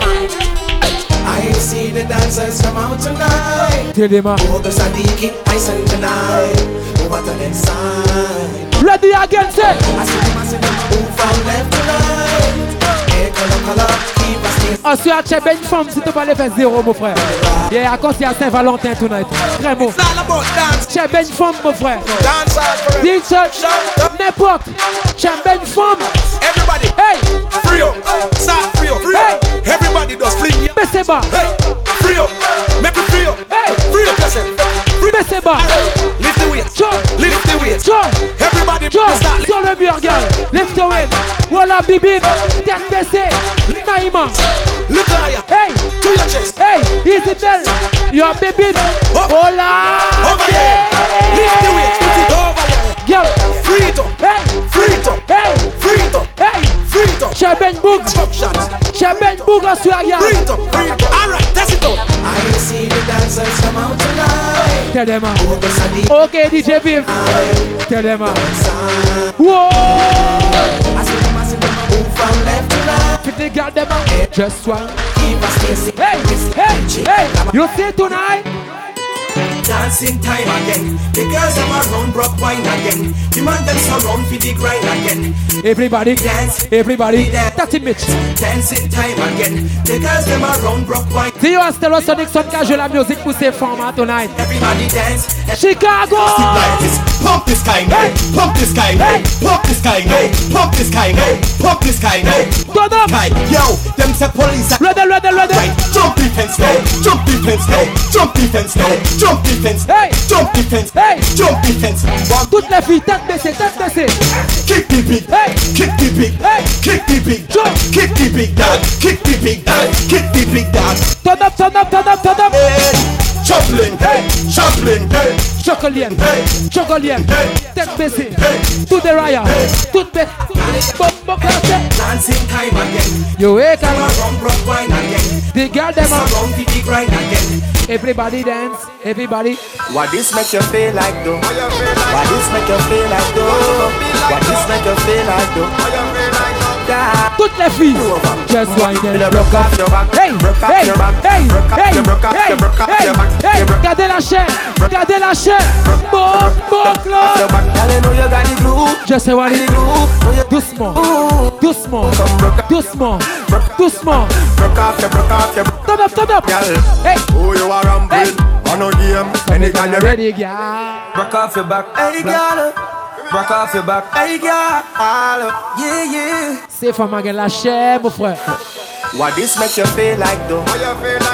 S51: I see the dancers come out tonight.
S1: Tell them ah.
S51: Oh, the Sadiki, I send tonight. Oh, what an inside.
S1: Ready again say.
S51: I see them, I see them, move from left to right. Hey, color, color, keep us near.
S1: On se hache ben femme si tu pas les faire zéro mon frère. Yeah, à cause il y a Saint-Valentin tonight. Très bon. Chez ben femme mon frère.
S51: Dance out for it.
S1: Dix n'importe. Chez ben femme.
S51: Everybody,
S1: Hey,
S51: free up. Start free up. Free up. Everybody does fling. yeah.
S1: baissez bas.
S51: Hey, free up. Make me free up.
S1: Hey,
S51: Free up yourself.
S1: baissez bas.
S51: Lift the weight.
S1: Jump,
S51: Lift the weight.
S1: jump.
S51: Everybody
S1: Joe,
S51: start
S1: sur le mur, gars. Left away. Voilà, bibib. Tête baissée. Naïma.
S51: Look higher.
S1: Hey,
S51: To your chest. Oh.
S1: hey, Isabel. Your bibib. Hola.
S51: Over there. Lift the weight. Put it over there.
S1: Girl.
S51: Free it up.
S1: Hey,
S51: Free it up.
S1: hey,
S51: Free it up.
S1: hey.
S51: Free it up.
S1: Chez Ben Boog.
S51: Drop shots.
S1: Chez Ben Boog, on se la gare.
S51: Free it up. Free it up. All right, that's it up. I see the dancers come out tonight.
S1: Tell them, ah.
S51: Oh, the Sadiki.
S1: Ok, DJ Viv. Tell them, ah. Wow. Pretty girl, them, ah. Just one. Hey, hey, hey. You see tonight?
S51: Dancing time again. The girls them around rock wine again. The man them surround for the grind again.
S1: Everybody,
S51: Dance.
S1: everybody, that's it, Mitch.
S51: Dancing time again. The girls them around rock wine.
S1: See you at Stereo Sonic Sonica, la musique pour ces formats tonight.
S51: Everybody dance.
S1: Chicago!
S8: Like this, pump this kind, hey. pump this kind, hey. pump this kind, hey. pump this kind, hey. pump this kind, hey.
S1: Turn up!
S8: Like, yo, them say police are
S1: Ready, ready, ready!
S8: right. Jump the fence, hey. jump the
S11: defense, hey, jump defense, hey, jump defense, hey, jump defense, hey, jump defense. Bon,
S1: toutes les filles tête baissée, tête baissée.
S11: Kick the big, hey, kick the big, hey, kick the big, jump, kick the big dog, kick the big dog, kick the big dog.
S1: Turn up, turn up, turn up, turn up.
S11: Hey, Chaplin, hey, Chaplin, hey,
S1: Chocolienne, hey, Chocolienne, hey, tête baissée, hey, tout déraille, hey, tout baissée, bon, bon,
S11: Dancing time again.
S1: Yo, eh, hey, come
S11: Some are on Broadway again.
S1: The girl them
S11: Some
S1: are-
S11: are on the big grind again.
S1: Everybody dance, everybody.
S6: What this make you feel like though? What this make you feel like though? What this make you feel like though?
S1: Toutes les filles, just wind and rock up. Hey, hey, hey, hey, hey, hey, hey, gardez la chaîne, gardez la chaîne. Bon, bon, club. Just say what it do. Doucement, doucement, doucement, doucement. Turn up, turn up. Hey,
S32: Who you are rambling? On no game. Anytime you're ready,
S1: girl.
S6: Rock off your back, hey girl. Rock off your back, hey girl. Yeah yeah.
S1: c'est femme qui la chaîne, mon frère.
S6: What this make you feel like though?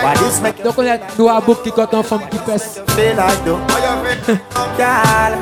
S6: What this make
S1: Donc on est nous à bouc qui coton, femme qui pèse.
S6: you feel like though? Girl.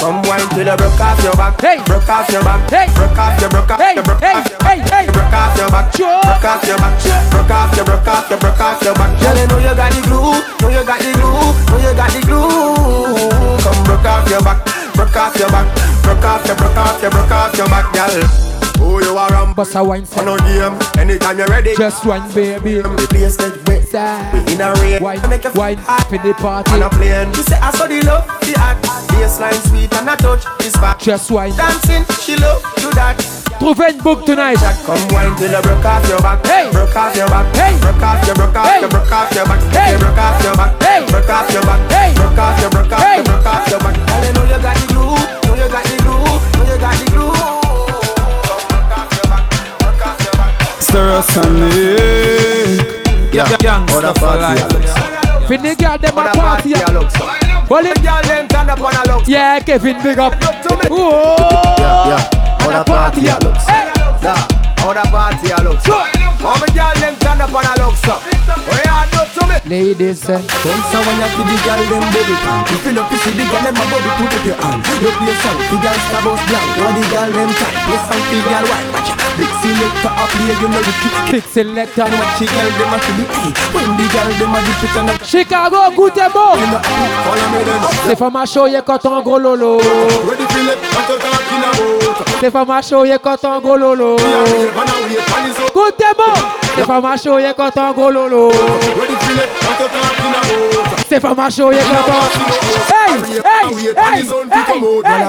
S6: Come wine till you broke off your back, hey. broke off your back, hey. broke off your broke off your broke off your hey. Hey. broke off your back, broke off your back, broke off your broke off your broke off your back. Girl, you know you got the glue, know you got the glue, know you got the glue. Come broke off your back, broke off your back, broke off your broke off your broke off your back, girl.
S32: Who you are rambling?
S1: Bossa wine set.
S32: On no game. Anytime you're ready.
S1: Just wine, baby.
S6: The place get wet. We in a rain.
S1: Wine, wine, for the party.
S6: On a plane. You say I saw the love, the art. Baseline sweet and I touch this back.
S1: Just wine.
S6: Dancing, she love you that.
S1: Trouvez une boucle tonight.
S6: Come wine till you broke off your back. Hey. Broke off your back. Hey. Broke off your broke off your broke off your back. Hey. Broke off your back. Hey. Broke off your back. Hey. Broke off your broke off your broke off your back. Girl, you know you got the glue. Know you got the glue. Know you got the glue.
S9: Sarah Sonic.
S6: Yeah,
S9: Gangsta for life.
S1: Fini girl, them a party. Well, it
S6: girl, them turn up on a look.
S1: Yeah, Kevin, big up. Oh,
S6: On a party a looks. Nah, on a party a looks. All my girl them stand up and a looks up. We are not to me.
S1: Ladies, eh.
S6: Don't sound when you see the girl them baby. You feel up, you see the girl them a body put up your hand. You play song, the girl stab us blind. All the girl them tight, play song, the girl white. Watch ya, big selector up here, you know the kick.
S1: Kick selector,
S6: watch the girl them a see the hey. When the girl them a dip it on the
S1: Chicago, goûtez bon. C'est femme à chaud, y'a coton, gros lolo. C'est femme à chaud, y'a coton, gros lolo. Goûtez bon. C'est femme à chaud, y'a coton, gros lolo. C'est femme à chaud, y'a coton. Hey, hey, hey, hey, hey.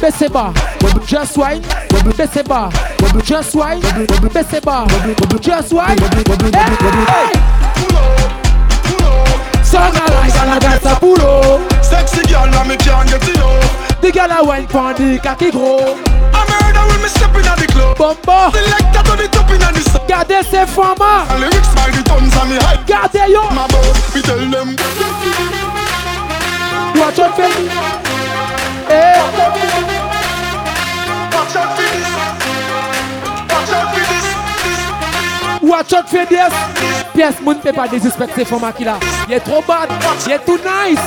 S1: Baissez bas, just wine, baissez bas, just wine, baissez bas, just wine. Hey! Sana like a gata pulo.
S52: Sexy girl, let me can't get to know.
S1: The girl a wine pon the kaki gros.
S52: I'm murder when me stepping on the club.
S1: Bombo.
S52: Selector to the top in on the sub.
S1: Gardez ces femmes.
S52: And lyrics by the tons on me hype.
S1: Gardez yo.
S52: My boss, we tell them.
S1: Watch out for me. Hey!
S52: Watch out for this. Watch out for this.
S1: Watch out for this. Pièce moun fait pas disrespecter for Makila. Il est trop bad. Il est too nice.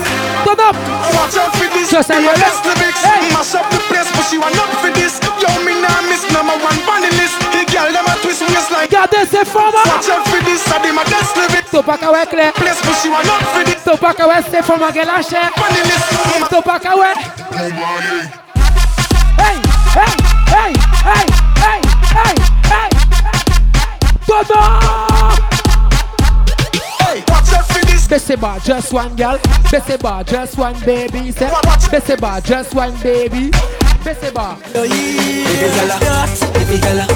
S1: Turn up.
S52: Watch out for this.
S1: So say
S52: Be
S1: your
S52: my
S1: love.
S52: best lyrics.
S1: Hey.
S52: Mash up the place, but she want up for this. Yo, me nah miss number one on the list. He girl them a twist waistline.
S1: Gardez ces femmes.
S52: Watch out for this. I did my best lyrics.
S1: T'as pas qu'à ouais clair.
S52: Place, but she want up for this.
S1: T'as pas qu'à ouais ces femmes qui lâchent.
S52: On the list. My
S1: T'as pas qu'à ouais. Hey, hey, hey, hey, hey, hey, hey. Turn up.
S52: Watch out for this.
S1: Baissez bas, just one girl. Baissez bas, just one baby. Say, Baissez bas, just one baby. Baissez bas. Every gala,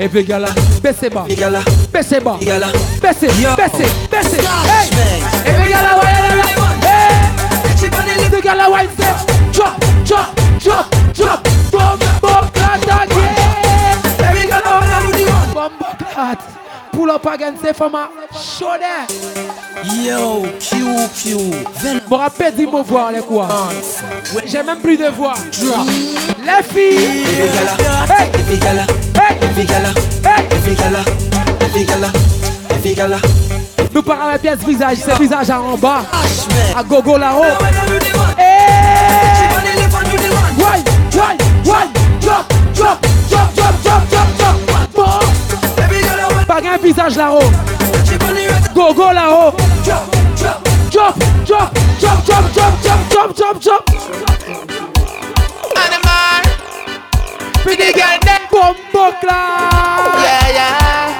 S1: every gala. Baissez bas, baissez bas. Baissez, baissez, baissez. Hey, every gala, why you like Hey, every gala, why you say? Drop, drop, drop, drop. Bomb, bomb, clad, yeah. Every gala, why you like Bomb, clad. Pull up pagan se fama chode Yo, kiw kiw Mwen rapè di mou vwa lè kwa Jè mèm pli de vwa Lè fi Hey, hey, Nou par an la pièce visage, c'est visage en bas A gogo là-haut Why, why, why Drop, drop, drop, drop, drop, drop, drop Bon Par un visage là-haut Gogo là-haut Drop, drop, drop, drop, drop, drop, drop, drop, drop
S6: Animal
S1: Pretty girl, then Bum, bum, clap
S6: Yeah, yeah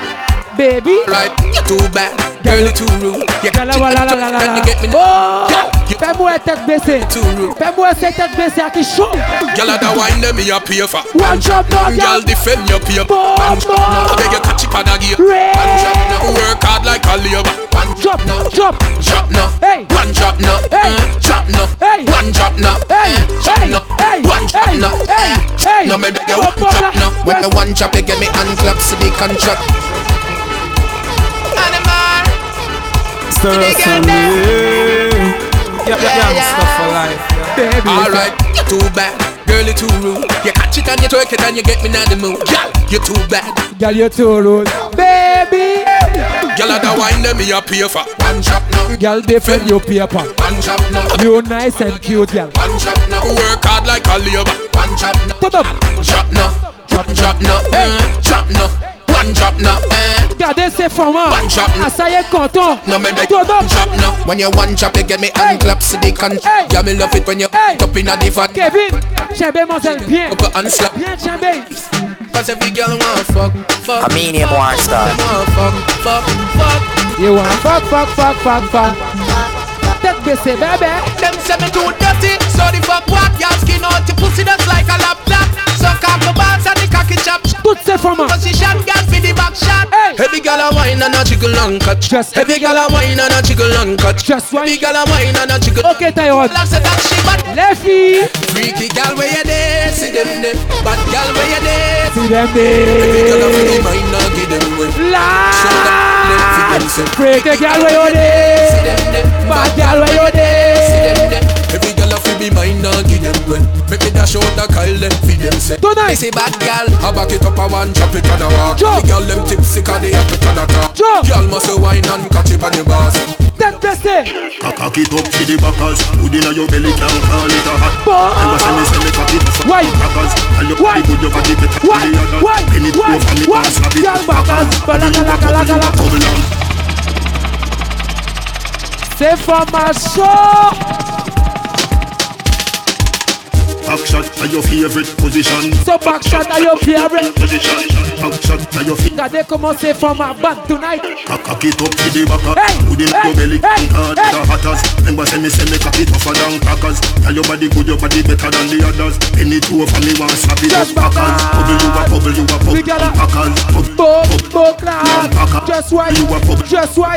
S1: Baby
S6: Right, you're too bad Girl, you're too rude You got
S1: La la la la la la la. Oh! Fais-moi la tête baissée. Fais-moi cette tête baissée à qui chaud.
S6: Girl, I don't wind me up here for
S1: One shot, no
S6: Girl, defend your paper One shot, now I beg you catch it on a gear One shot, now work hard like a labor One
S1: drop, now Drop,
S6: drop, now
S1: Hey
S6: One drop, now Hey Drop, now
S1: Hey
S6: One drop, now Hey Drop, now Hey One drop, now Hey Hey Now me beg you one drop, now When me one drop, you get me hand clap to the contract Animal
S53: Stir some Yeah, yeah,
S6: Yeah,
S53: yeah,
S6: yeah.
S53: stuff for life.
S6: Baby. Alright, you're too bad. Girl, you're too rude. You catch it and you twerk it and you get me in the mood. Girl, you're too bad.
S1: Girl, you're too rude. Baby.
S6: Girl, I don't wind me up here for one shot now.
S1: Girl, defend your paper.
S6: One shot now.
S1: You nice and cute, girl.
S6: One shot now. Work hard like a labor. One shot now.
S1: Put up.
S6: Drop now. Drop, drop now. Eh, drop now. One drop now. Eh.
S1: Regardez ces formats. Ah, ça y est, content.
S6: No, me make one drop now. When you one drop, you get me hand claps to the con. Yeah, me love it when you up in the fat.
S1: Kevin, chambé, mademoiselle, bien.
S6: Up and slap.
S1: Bien, chambé.
S6: Cause every girl want fuck, fuck.
S54: I mean him one star.
S6: Them want fuck, fuck, fuck.
S1: You want fuck, fuck, fuck, fuck, fuck. Tête baissée, bébé.
S6: Them say me too dirty, so the fuck what? Your skin out your pussy just like a laptop. Suck off my balls and the cocky chop.
S1: Toutes ces formes.
S6: Position girl for the back shot. Every girl a wine and a jiggle and cut. Just every girl a wine and a jiggle and cut.
S1: Just
S6: every girl a wine and a jiggle.
S1: Ok, Tyrod.
S6: Last of that shit, but
S1: Les filles.
S6: freaky girl where you there? See them there, bad girl where you there?
S1: See them
S6: Every girl a
S1: there.
S6: wine and a give them way. Show them them for themself.
S1: Freaky girl where you
S6: See
S1: there.
S6: them there,
S1: Bad girl where you
S6: See
S1: there.
S6: them there. Every girl a fi be mine now give them well Make me dash out a Kyle them fi them say Tonight say bad girl I back it up a one chop it on a walk The girl them tipsy cause they have it on a talk Girl must a wine and catch it on the bars
S1: Tête baissée.
S8: Cock it up to the backers Good inna your belly can call it a hot I was me say me cock it up Why? Backers And your body good your body better Why? Why? Bend it over and me pass a bit Backers Balaka laka laka laka
S1: C'est formation.
S8: Back shot are your favorite position
S1: So back shot are your favorite
S8: position Back shot are your favorite
S1: Regardez comment c'est format bad tonight.
S8: Cock it up to the backers Good inna your belly can call it a hotters Remember say me say me cock it up a down cockers Tell your body good your body better than the others Bend it over me want slap it up backers Bubble you a bubble you a bubble backers Bubble
S1: Bob, bob, clap. Just why, just why.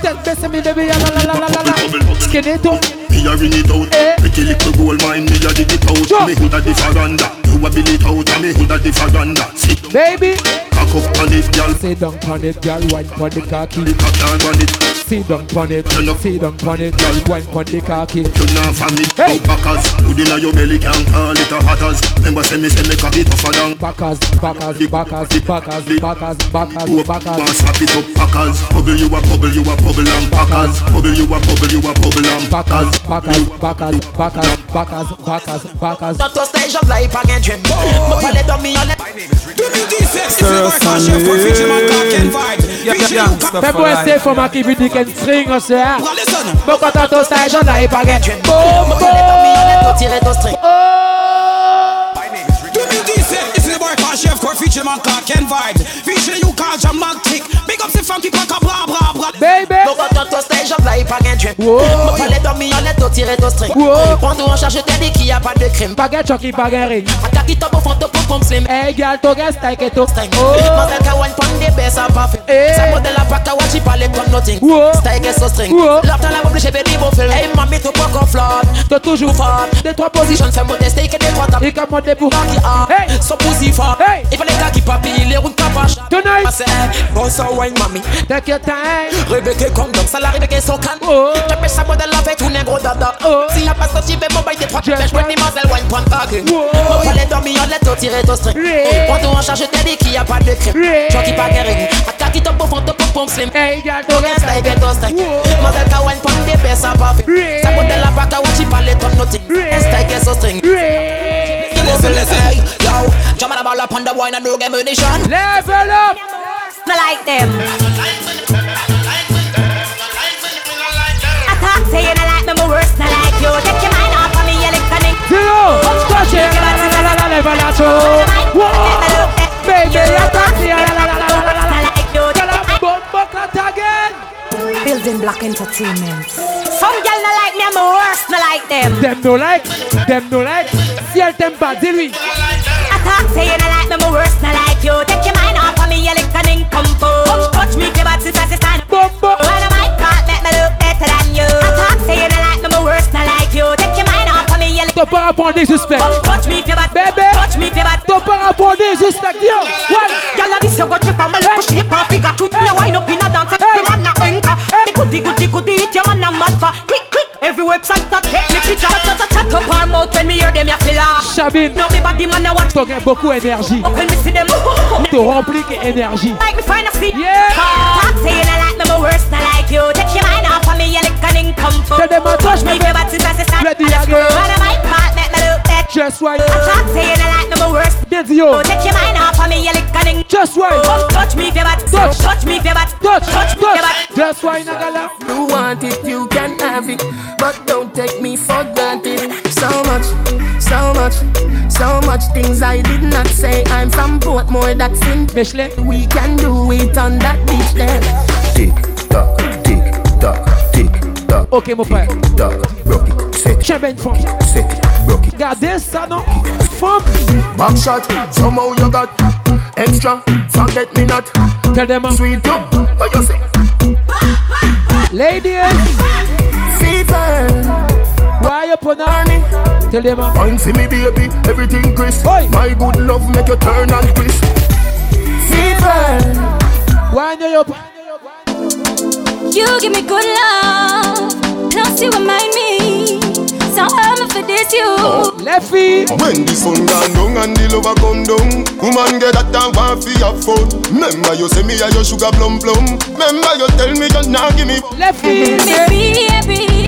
S1: Tête baissée, mes bébés, la la la la la la. Skeleton.
S8: Me a ring it out, pretty little gold mine. Me a dig it out, me hood a the veranda. You a build it out, and me hood a the veranda. Sit
S1: Baby.
S8: cock up on it, girl.
S1: Sit down on it, girl. Wine on the cocky. Sit down on it. Sit down on it, girl. Wine on the cocky.
S8: You nah from it, hey. backers. Good inna your belly, can't call it a hatters. Remember say me say me cock it tougher than
S1: backers, backers, backers, backers, backers, backers,
S8: Want
S1: backers.
S8: slap it up, backers. Bubble you a bubble, you a bubble and backers. Bubble you a bubble, you a bubble and
S1: Backers, backers, backers, backers, backers, backers, backers.
S54: Not to stage of life again, dream. My palette on me,
S1: Fais pour essayer pour ma qui veut dire qu'un string, on sait. Bon, quand t'as ton stage, on a pas gagné. Bon, bon. Oh.
S54: Baby Nous rentrons ton stage of life again dream Me parler d'un million lettres, on tirer ton string
S1: Wow.
S54: Prends-nous en charge, t'es dit qu'il y a pas de crime
S1: Pas gagné, choc, pas gagné ring.
S54: Attaque qui tombe au fond, top pom slim
S1: Hey girl, ton gars, t'as qu'à ton string.
S54: Mademoiselle Kawan prend des baisses à parfum Sa modèle à pas Kawan, j'y parlais comme nothing Style qu'est son string L'art dans la boucle, j'ai béni mon film Hey mami, t'es pas qu'on flotte
S1: T'es toujours
S54: fort Des trois positions, fais mon test, et que des trois tapes
S1: Il a monté pour
S54: qui a Son poussif fort Il fallait qu'à qui papille, les roues de capache Tonight Ah, Bon sang, ouais,
S1: time, mommy. Take your time. Rebecca condom, salari beke sokan.
S54: Oh.
S1: Je pêche sa modèle avec une gros dada. Si la passe j'y vais
S54: ben,
S1: mon bail des trois pêches, moi ni mazel wine point bag. Mon palais dormir, on l'aide au tirer au string. Prends tout en charge, t'es dit qu'il y a pas de crime. J'en qui pas guérir. A kaki top au fond, top au pompe slim. Hey, gars, ton reste, t'es bien au string. Mazel ka wine point des baisse à pas fait. Sa modèle la baka, watch y parler ton nothing. Stay guess au string. Level up, yo. Jamal about la panda wine and no game munition.
S7: Level up.
S4: I like them. I talk to you, and I like me, my words, I like you. Take your mind off of me, electronic.
S7: Zero, squash it, la la la la la level up, so. Whoa, baby, I talk to you, la la la la la la la. Girl, I'm bum buck at again.
S4: Building block entertainment. Some girl not like me, I'm a worse, not like them.
S7: Them no like, them no like. Si elle t'aime pas, dis-lui.
S4: I talk to you, and I like me, my words, not like you. Take your mind off of me, electronic combo. Touch, touch me, give up, since I just stand. Bum, bum. Well, I might not let me look better than you. I talk to you, and I like me, my words, not like you. Take your mind off of me, electronic
S7: Ton parapente des suspects.
S4: Touch me, give up.
S7: Bébé,
S4: Touch me, give up.
S7: ton parapente des suspects. Yo, one.
S4: Girl, this your good trip, I'm a little shape, I figure two, three, wind up in a dance, the man a enter. The goody, goody, goody, it your man a mad for. Quick, quick, every website that take me picture. Chat, chat, chat up her mouth when me hear them, ya feel laugh.
S7: Chabine,
S4: Now me body man a watch,
S7: t'en gagnes beaucoup d'énergie.
S4: when me see them,
S7: Te remplis d'énergie.
S4: like me find a seat. Yeah. Talk to you, not like me, but worse, not like you. Take your mind off of me, you lick and income for.
S7: Tell them I touch me.
S4: Make your body dance, it's not
S7: Ready,
S4: a
S7: ya
S4: screw.
S7: girl.
S4: One of my part, make me look bad.
S7: Just why.
S4: I talk to you, not like me, but worse.
S7: Dead yo.
S4: Oh, take your mind off of me, you lick and income.
S7: Just why.
S4: Oh, touch me, give it.
S7: Touch.
S4: Touch me, give it.
S7: Touch,
S4: Touch me, give it.
S7: touch. Just why, Nagala.
S6: You want it, you can have it, but don't take me for granted. So much, so much, so much things I did not say. I'm from Portmore, that's in
S7: Michelin.
S6: We can do it on that beach there.
S7: Ok, mon frère. Chabine, femme.
S6: Regardez ça, non? Fuck! Back shot, somehow you got extra, forget me not.
S7: Tell them uh, I'm
S6: sweet, you, what you say?
S7: Ladies. Why you put on it? Tell them I'm
S6: Find see me baby, everything crisp My good love make you turn and crisp
S7: Fever. Why no you?
S11: You give me good love, not to remind me. So I'm for this you.
S1: Oh.
S7: Lefty.
S8: When the sun gone down and the lover come down, woman get that and want fi have fun. Remember you say me a your sugar plum plum. Remember you tell me you nah give me.
S7: Lefty.
S11: Maybe every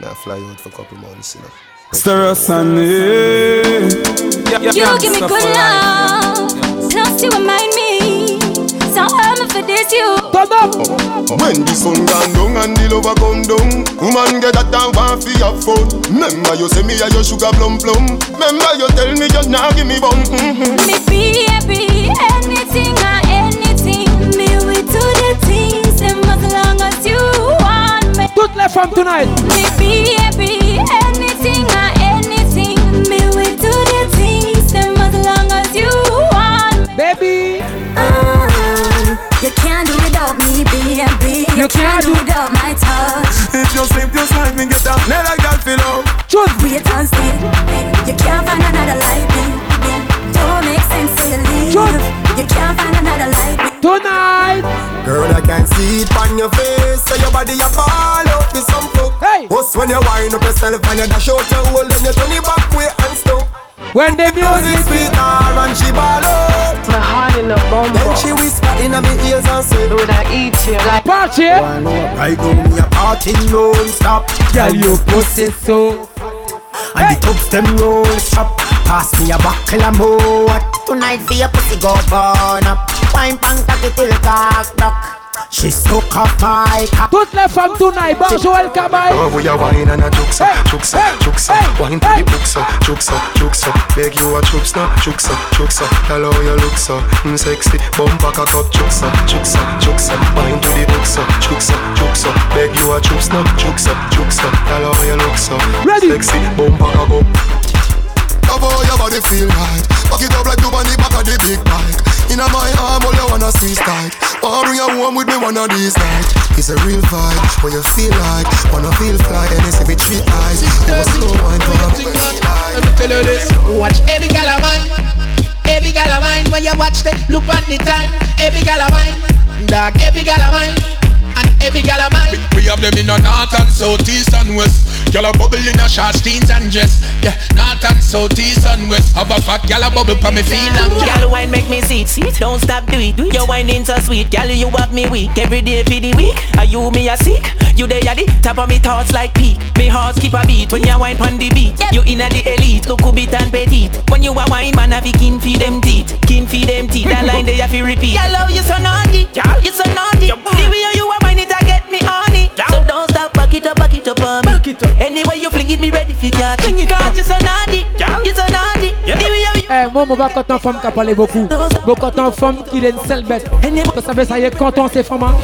S8: Nah fly out for couple months, you know.
S9: Stir us and
S11: you give me good love, not to remind me. So I'm for this you.
S8: When the sun gone down and the lover come down, woman get that and want fi have fun. Remember you say me a your sugar plum plum. Remember you tell me you nah give me bun. Mm-hmm.
S11: Me be happy, anything or anything. Me we do the things, and as long as you want me.
S7: Toutes les femmes tonight.
S11: Me be happy, anything or anything. Me we do the things, and as long as you want me.
S7: Baby.
S11: you can't do without me, baby.
S9: You can't do-
S11: without my touch.
S9: If you sleep, you slide me get down. Let a girl feel out.
S11: Wait and see. You can't find another like me. Don't make sense to leave. You can't find another like me.
S7: Tonight.
S8: Girl, I can see it on your face. Say your body a fall out with some fuck.
S7: Hey.
S8: What's when you wind up yourself and you dash out your hole and you turn it back way and stuff.
S7: When the
S8: music sweet her and she ball out.
S55: My heart in a bum
S8: Then she whisper in my ears and say,
S55: Would I eat you like
S7: Party.
S8: Right now me a party non-stop. Girl, you pussy so. And the tops them roll shop. Pass me a buckle and more.
S56: Tonight for your pussy go burn up Wine pan cocky till cock block She stuck off my cock
S7: Toutes les femmes tonight. Bonjour El Kabay.
S8: Oh, we a wine and a juksa, juksa, juksa Wine to the booksa, juksa, juksa Beg you a juksa, juksa, juksa Tell how you look so, mm, sexy Bumper cock up, juksa, juksa, juksa Wine to the booksa, juksa, juksa Beg you a juksa, juksa, juksa Tell how you look so, sexy Bumper cock up Love how your body feel right Back it up like you on the back of the big bike Inna my arm all you wanna see is tight Wanna bring you home with me one of these nights It's a real vibe What you feel like Wanna feel fly And it's with three eyes Over slow wine Come on
S55: Let me tell you this. Watch every gal a man.
S1: every girl a mine When you watch them, look at the time Every girl a mine Dog, every girl a mine And every girl a mine
S8: We have them in a north and south, east and west. Gyal a bubble in a shorts, jeans and dress. Yeah, north and south, east and west. Have a fat gyal a bubble pa me feel and
S57: Girl, wine make me see it. Don't stop do it. Your wine in so sweet. Girl, you have me weak. Every day for the week. Are you me a sick? You there at the top of me thoughts like peak. Me heart keep a beat when you wine on the beat. You inna the elite. Look who bit and petite. When you a wine man, have kin feed them teeth. Kin feed them teeth. That line they have to repeat.
S1: Girl, oh, you so naughty Girl, you so naughty The way you a wine it a get me on it So don't stop, back it up, back it up on me Anyway you fling it, me ready for catch it Girl, you so naughty Girl, you so naughty The way you
S58: Eh, moi, mon gars, quand on femme qui a parlé beaucoup, bon, quand on femme qui est une seule bête, vous savez, ça y est, quand on s'est femme, hein.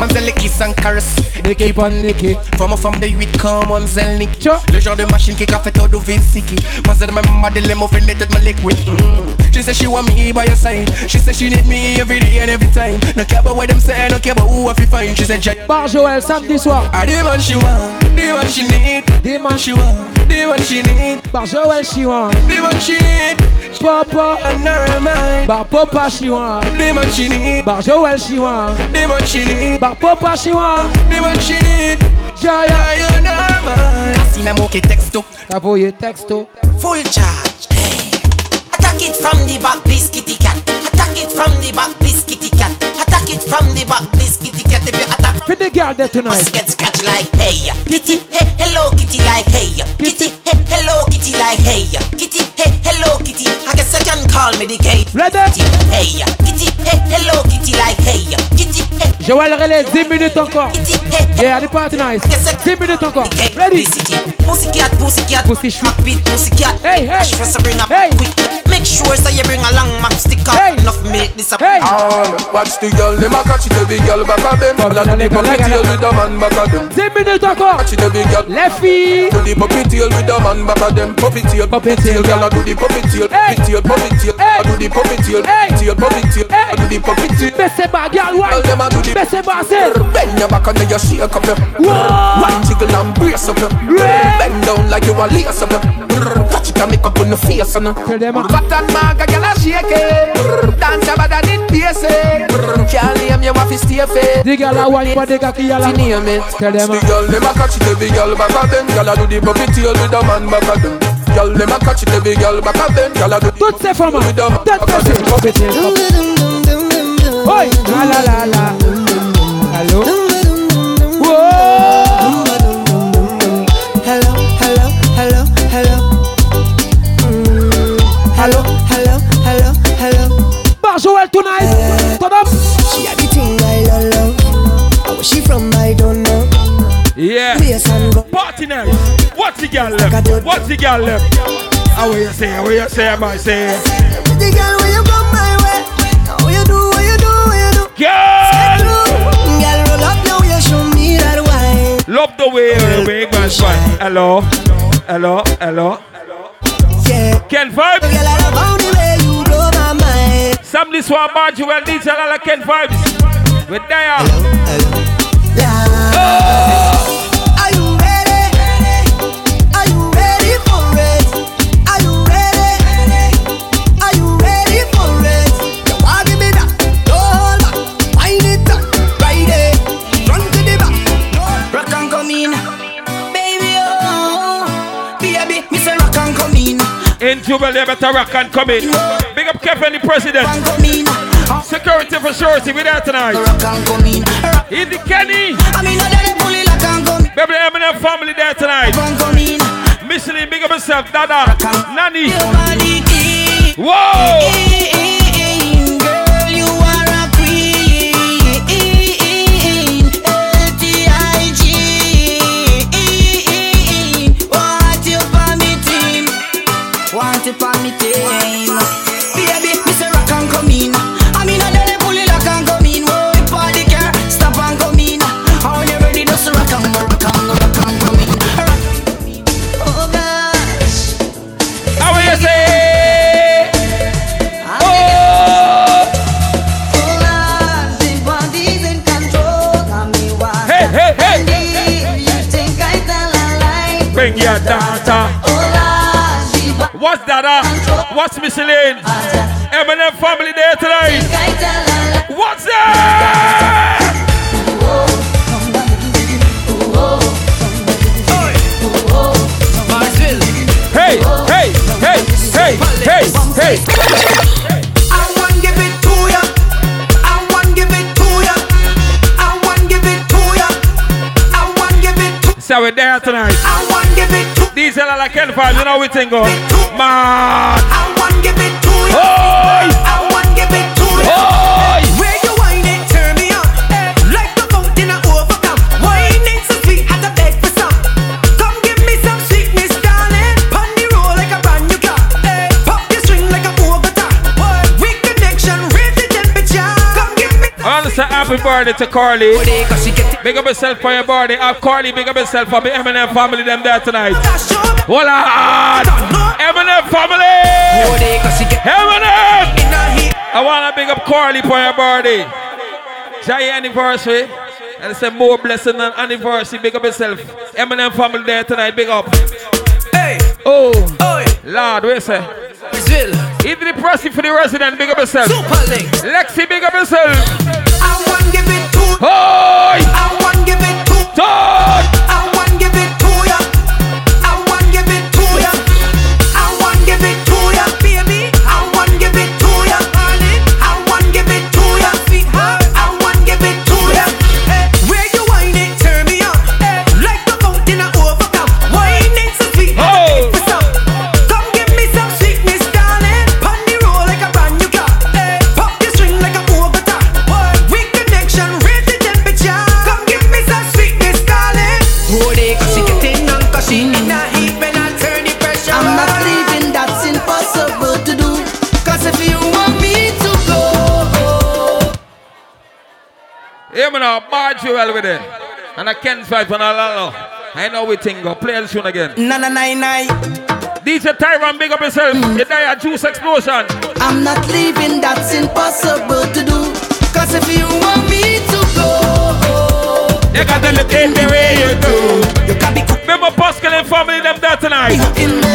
S1: Mamzelle kiss and caress They keep on licking From a femme de 8 comme Mamzelle Nick Le genre de machine qui a fait tout du visiki Mamzelle my mama de lemo finited my liquid mm. She say she want me by her side She say she need me every day and every time No care about what them say, no care about who I feel fine She say Jay
S58: Bar Joël, samedi soir.
S1: I the one she want, the one she need The man she want, the one she need
S58: Bar Joël, Chiwan.
S1: The one she need
S58: Papa
S1: and her mind
S58: Bar Papa, Chiwan.
S1: The man she need
S58: Bar Joël, Chiwan.
S1: The man she need
S58: Bar Papa, Chiwan.
S1: The man she need
S58: Jaya
S1: Jaya na man Casina mo ki texto
S58: Cavoyer, texto.
S1: Full charge
S4: Attack it from the back, please, kitty cat. Attack it from the back, please, kitty cat. Attack it from the back, please, kitty cat. If you attack,
S58: Pretty girl there tonight.
S4: get scratched like hey, kitty, hey, hello, kitty, like hey, kitty, hey, hello, kitty, like hey, kitty, hey, hello, kitty. I guess I can call medicate. Ready? Hey, kitty, hey, hello, kitty, like hey, kitty, eh, hey,
S58: Joël Relais, 10 minutes encore.
S4: eh,
S58: Yeah, the party nice. 10 minutes encore. Ready?
S4: pussy cat, pussy cat, pussy shrimp, beat pussy cat. Hey, hey, Ash first bring up hey. quick. Make sure so you bring a long map stick up. Enough make this up. Hey.
S6: Watch the girl, dem a catch it every girl back at them. Babla do the puppy tail with a man back at them.
S58: 10 minutes encore.
S6: Catch it every girl.
S58: Les filles.
S6: Do the puppy tail with a man back at them. Puppy tail, puppy tail, girl a do the puppy tail, puppy tail, puppy tail. I do the puppy tail, tail, puppy tail. I do the puppy tail.
S58: Baissez bas, girl,
S6: Girl, dem a do
S58: ouais.
S6: the
S58: Baissez bas, c'est.
S6: Bend your back and then you shake up your One jiggle and brace up your Bend down like you a lace up your Brr, Touch it and make up on the face on
S1: Button maga gyal a shake it Dance about that in pace it Can't name you off his tape it
S58: Dig a la wine, pas des gars qui a la
S1: name it
S58: Tell them,
S6: The girl dem a catch it every girl back at them Girl a do the puppy tail with a man back at them Girl dem a catch it every girl back at them Girl a do the
S58: toutes ces femmes, toutes ces
S6: puppy tail
S58: Oi, la la la la. Allô?
S2: Hello, hello, hello, hello. Hello, hello, hello, hello.
S58: Bar Joël tonight. Turn up.
S2: She had the thing I love. How was she from? I don't know.
S9: Yeah. Party now. What's the girl left? What's the girl left? How will you say? How will you say? How I say?
S2: The girl where you come my way. How you do? What you do? What you do?
S9: Girl,
S2: Girl, roll up your way. Show me that wine.
S9: love the way the big man's fine. Hello, hello, hello.
S2: Yeah.
S9: Ken Vibes.
S2: Girl, I love how the way you blow my mind.
S9: Samedi soir, Marge, well, DJ, la la Ken Vibes. We're there.
S11: Oh.
S2: Are you ready? Are you ready for it? Are you ready? Are you ready for it? You want give me that? Go hold back, wind it up, ride it, run to the back.
S4: Rock and come in, baby oh, baby, me say rock and come in.
S9: In Jubilee, better rock and come in. Big up Kevin, the president. Security for surety, we there tonight. In the Kenny. Baby, I'm in a family there tonight. Michelin, big up yourself, Dada, Nanny. Whoa!
S4: Girl, you are a queen. L-T-I-G. Want you for me team. Want you for me team. Baby, me say rock and come in. I mean, I done pull it lock and come in. Whoa, the party car, stop and come in. All you ready, just rock and rock and rock and come in. Rock. Oh gosh.
S9: How will you say? Oh! Hey, hey, hey! Bring your data.
S1: What's Dada? What's Miss Lane? Eminem family there tonight. What's that? Hey, hey, hey, hey, hey, hey.
S6: I want give it to ya. I want give it to ya. I want give it to ya. I want give it to.
S1: So we're there tonight. These are like hell vibes, you know we think of. Ah, Man. Hey!
S6: I want give it to ya. Where you wine it, turn me up. Like the fountain I overcome. Wine it so sweet, had to beg for some. Come give me some sweetness, darling. Pon the roll like a brand new car. Pop your string like a Bogota. We connection, raise the temperature. Come give me.
S1: I want to say happy birthday to Carly. Big up yourself for your birthday. Up Carly, big up yourself for the Eminem family them there tonight. Hola! Eminem family! Eminem! I want to big up Carly for your birthday. Jai anniversary. And say more blessing than anniversary. Big up yourself. Eminem family there tonight. Big up. Hey! Oh! Lord, where you say? Even the pressy for the resident, big up yourself. Lexi, big up yourself.
S6: I want give it to.
S1: Hey!
S6: I want give it to. I want give it to ya. I want give it to ya. I want give it to ya, baby. I want give it to ya, darling. I want give it to ya, sweetheart. I want give it to ya. Where you wine it, turn me up. Like the fountain I overcome. Wine it so sweet, I for some. Come give me some sweetness, darling. Pon the roll like a brand new car. Pop your string like a Bogota. We connection, raise the temperature. Come give me some sweetness, darling.
S59: Hold it, cause she getting on, cause she in a heat
S6: when I turn the pressure.
S59: I'm not leaving, that's impossible to do. Cause if you want me to go,
S1: Yeah, man, I'll barge you well with it. And I can't fight when I lalo. I know we think go play soon again.
S59: na na na na. Mm.
S1: DJ Tyron, big up yourself. You die a juice explosion.
S59: I'm not leaving, that's impossible to do. Cause if you want me to go,
S1: You got to look in the way you do. You got be cool. Remember Pascal and family them there tonight.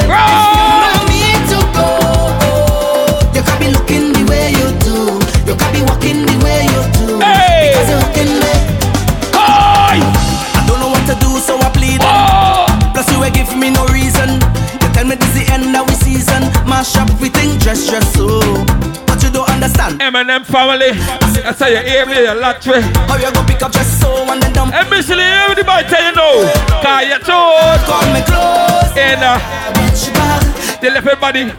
S1: Bro!
S59: you can be looking the way you do. You can be walking the way you do. Because you're looking me.
S6: I don't know what to do, so I plead.
S1: Oh!
S6: Plus, you will give me no reason. You tell me this the end of the season. Mash up, we think dress, dress, so. But you don't understand.
S1: Eminem family. That's how you hear me, you lottery.
S6: How you go pick up just so and then dump.
S1: And basically, everybody tell you no. Cause you told. Call me close. And uh, they left everybody.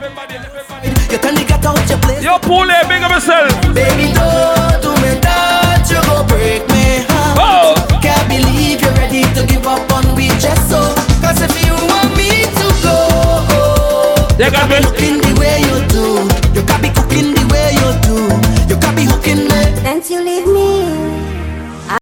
S59: You can get out your place.
S1: Yo, pull it, big up yourself.
S59: Baby, don't do me that. You go break me heart.
S1: Oh.
S59: Can't believe you're ready to give up on we just so. Cause if you want me to go,
S1: They got me.
S59: in the way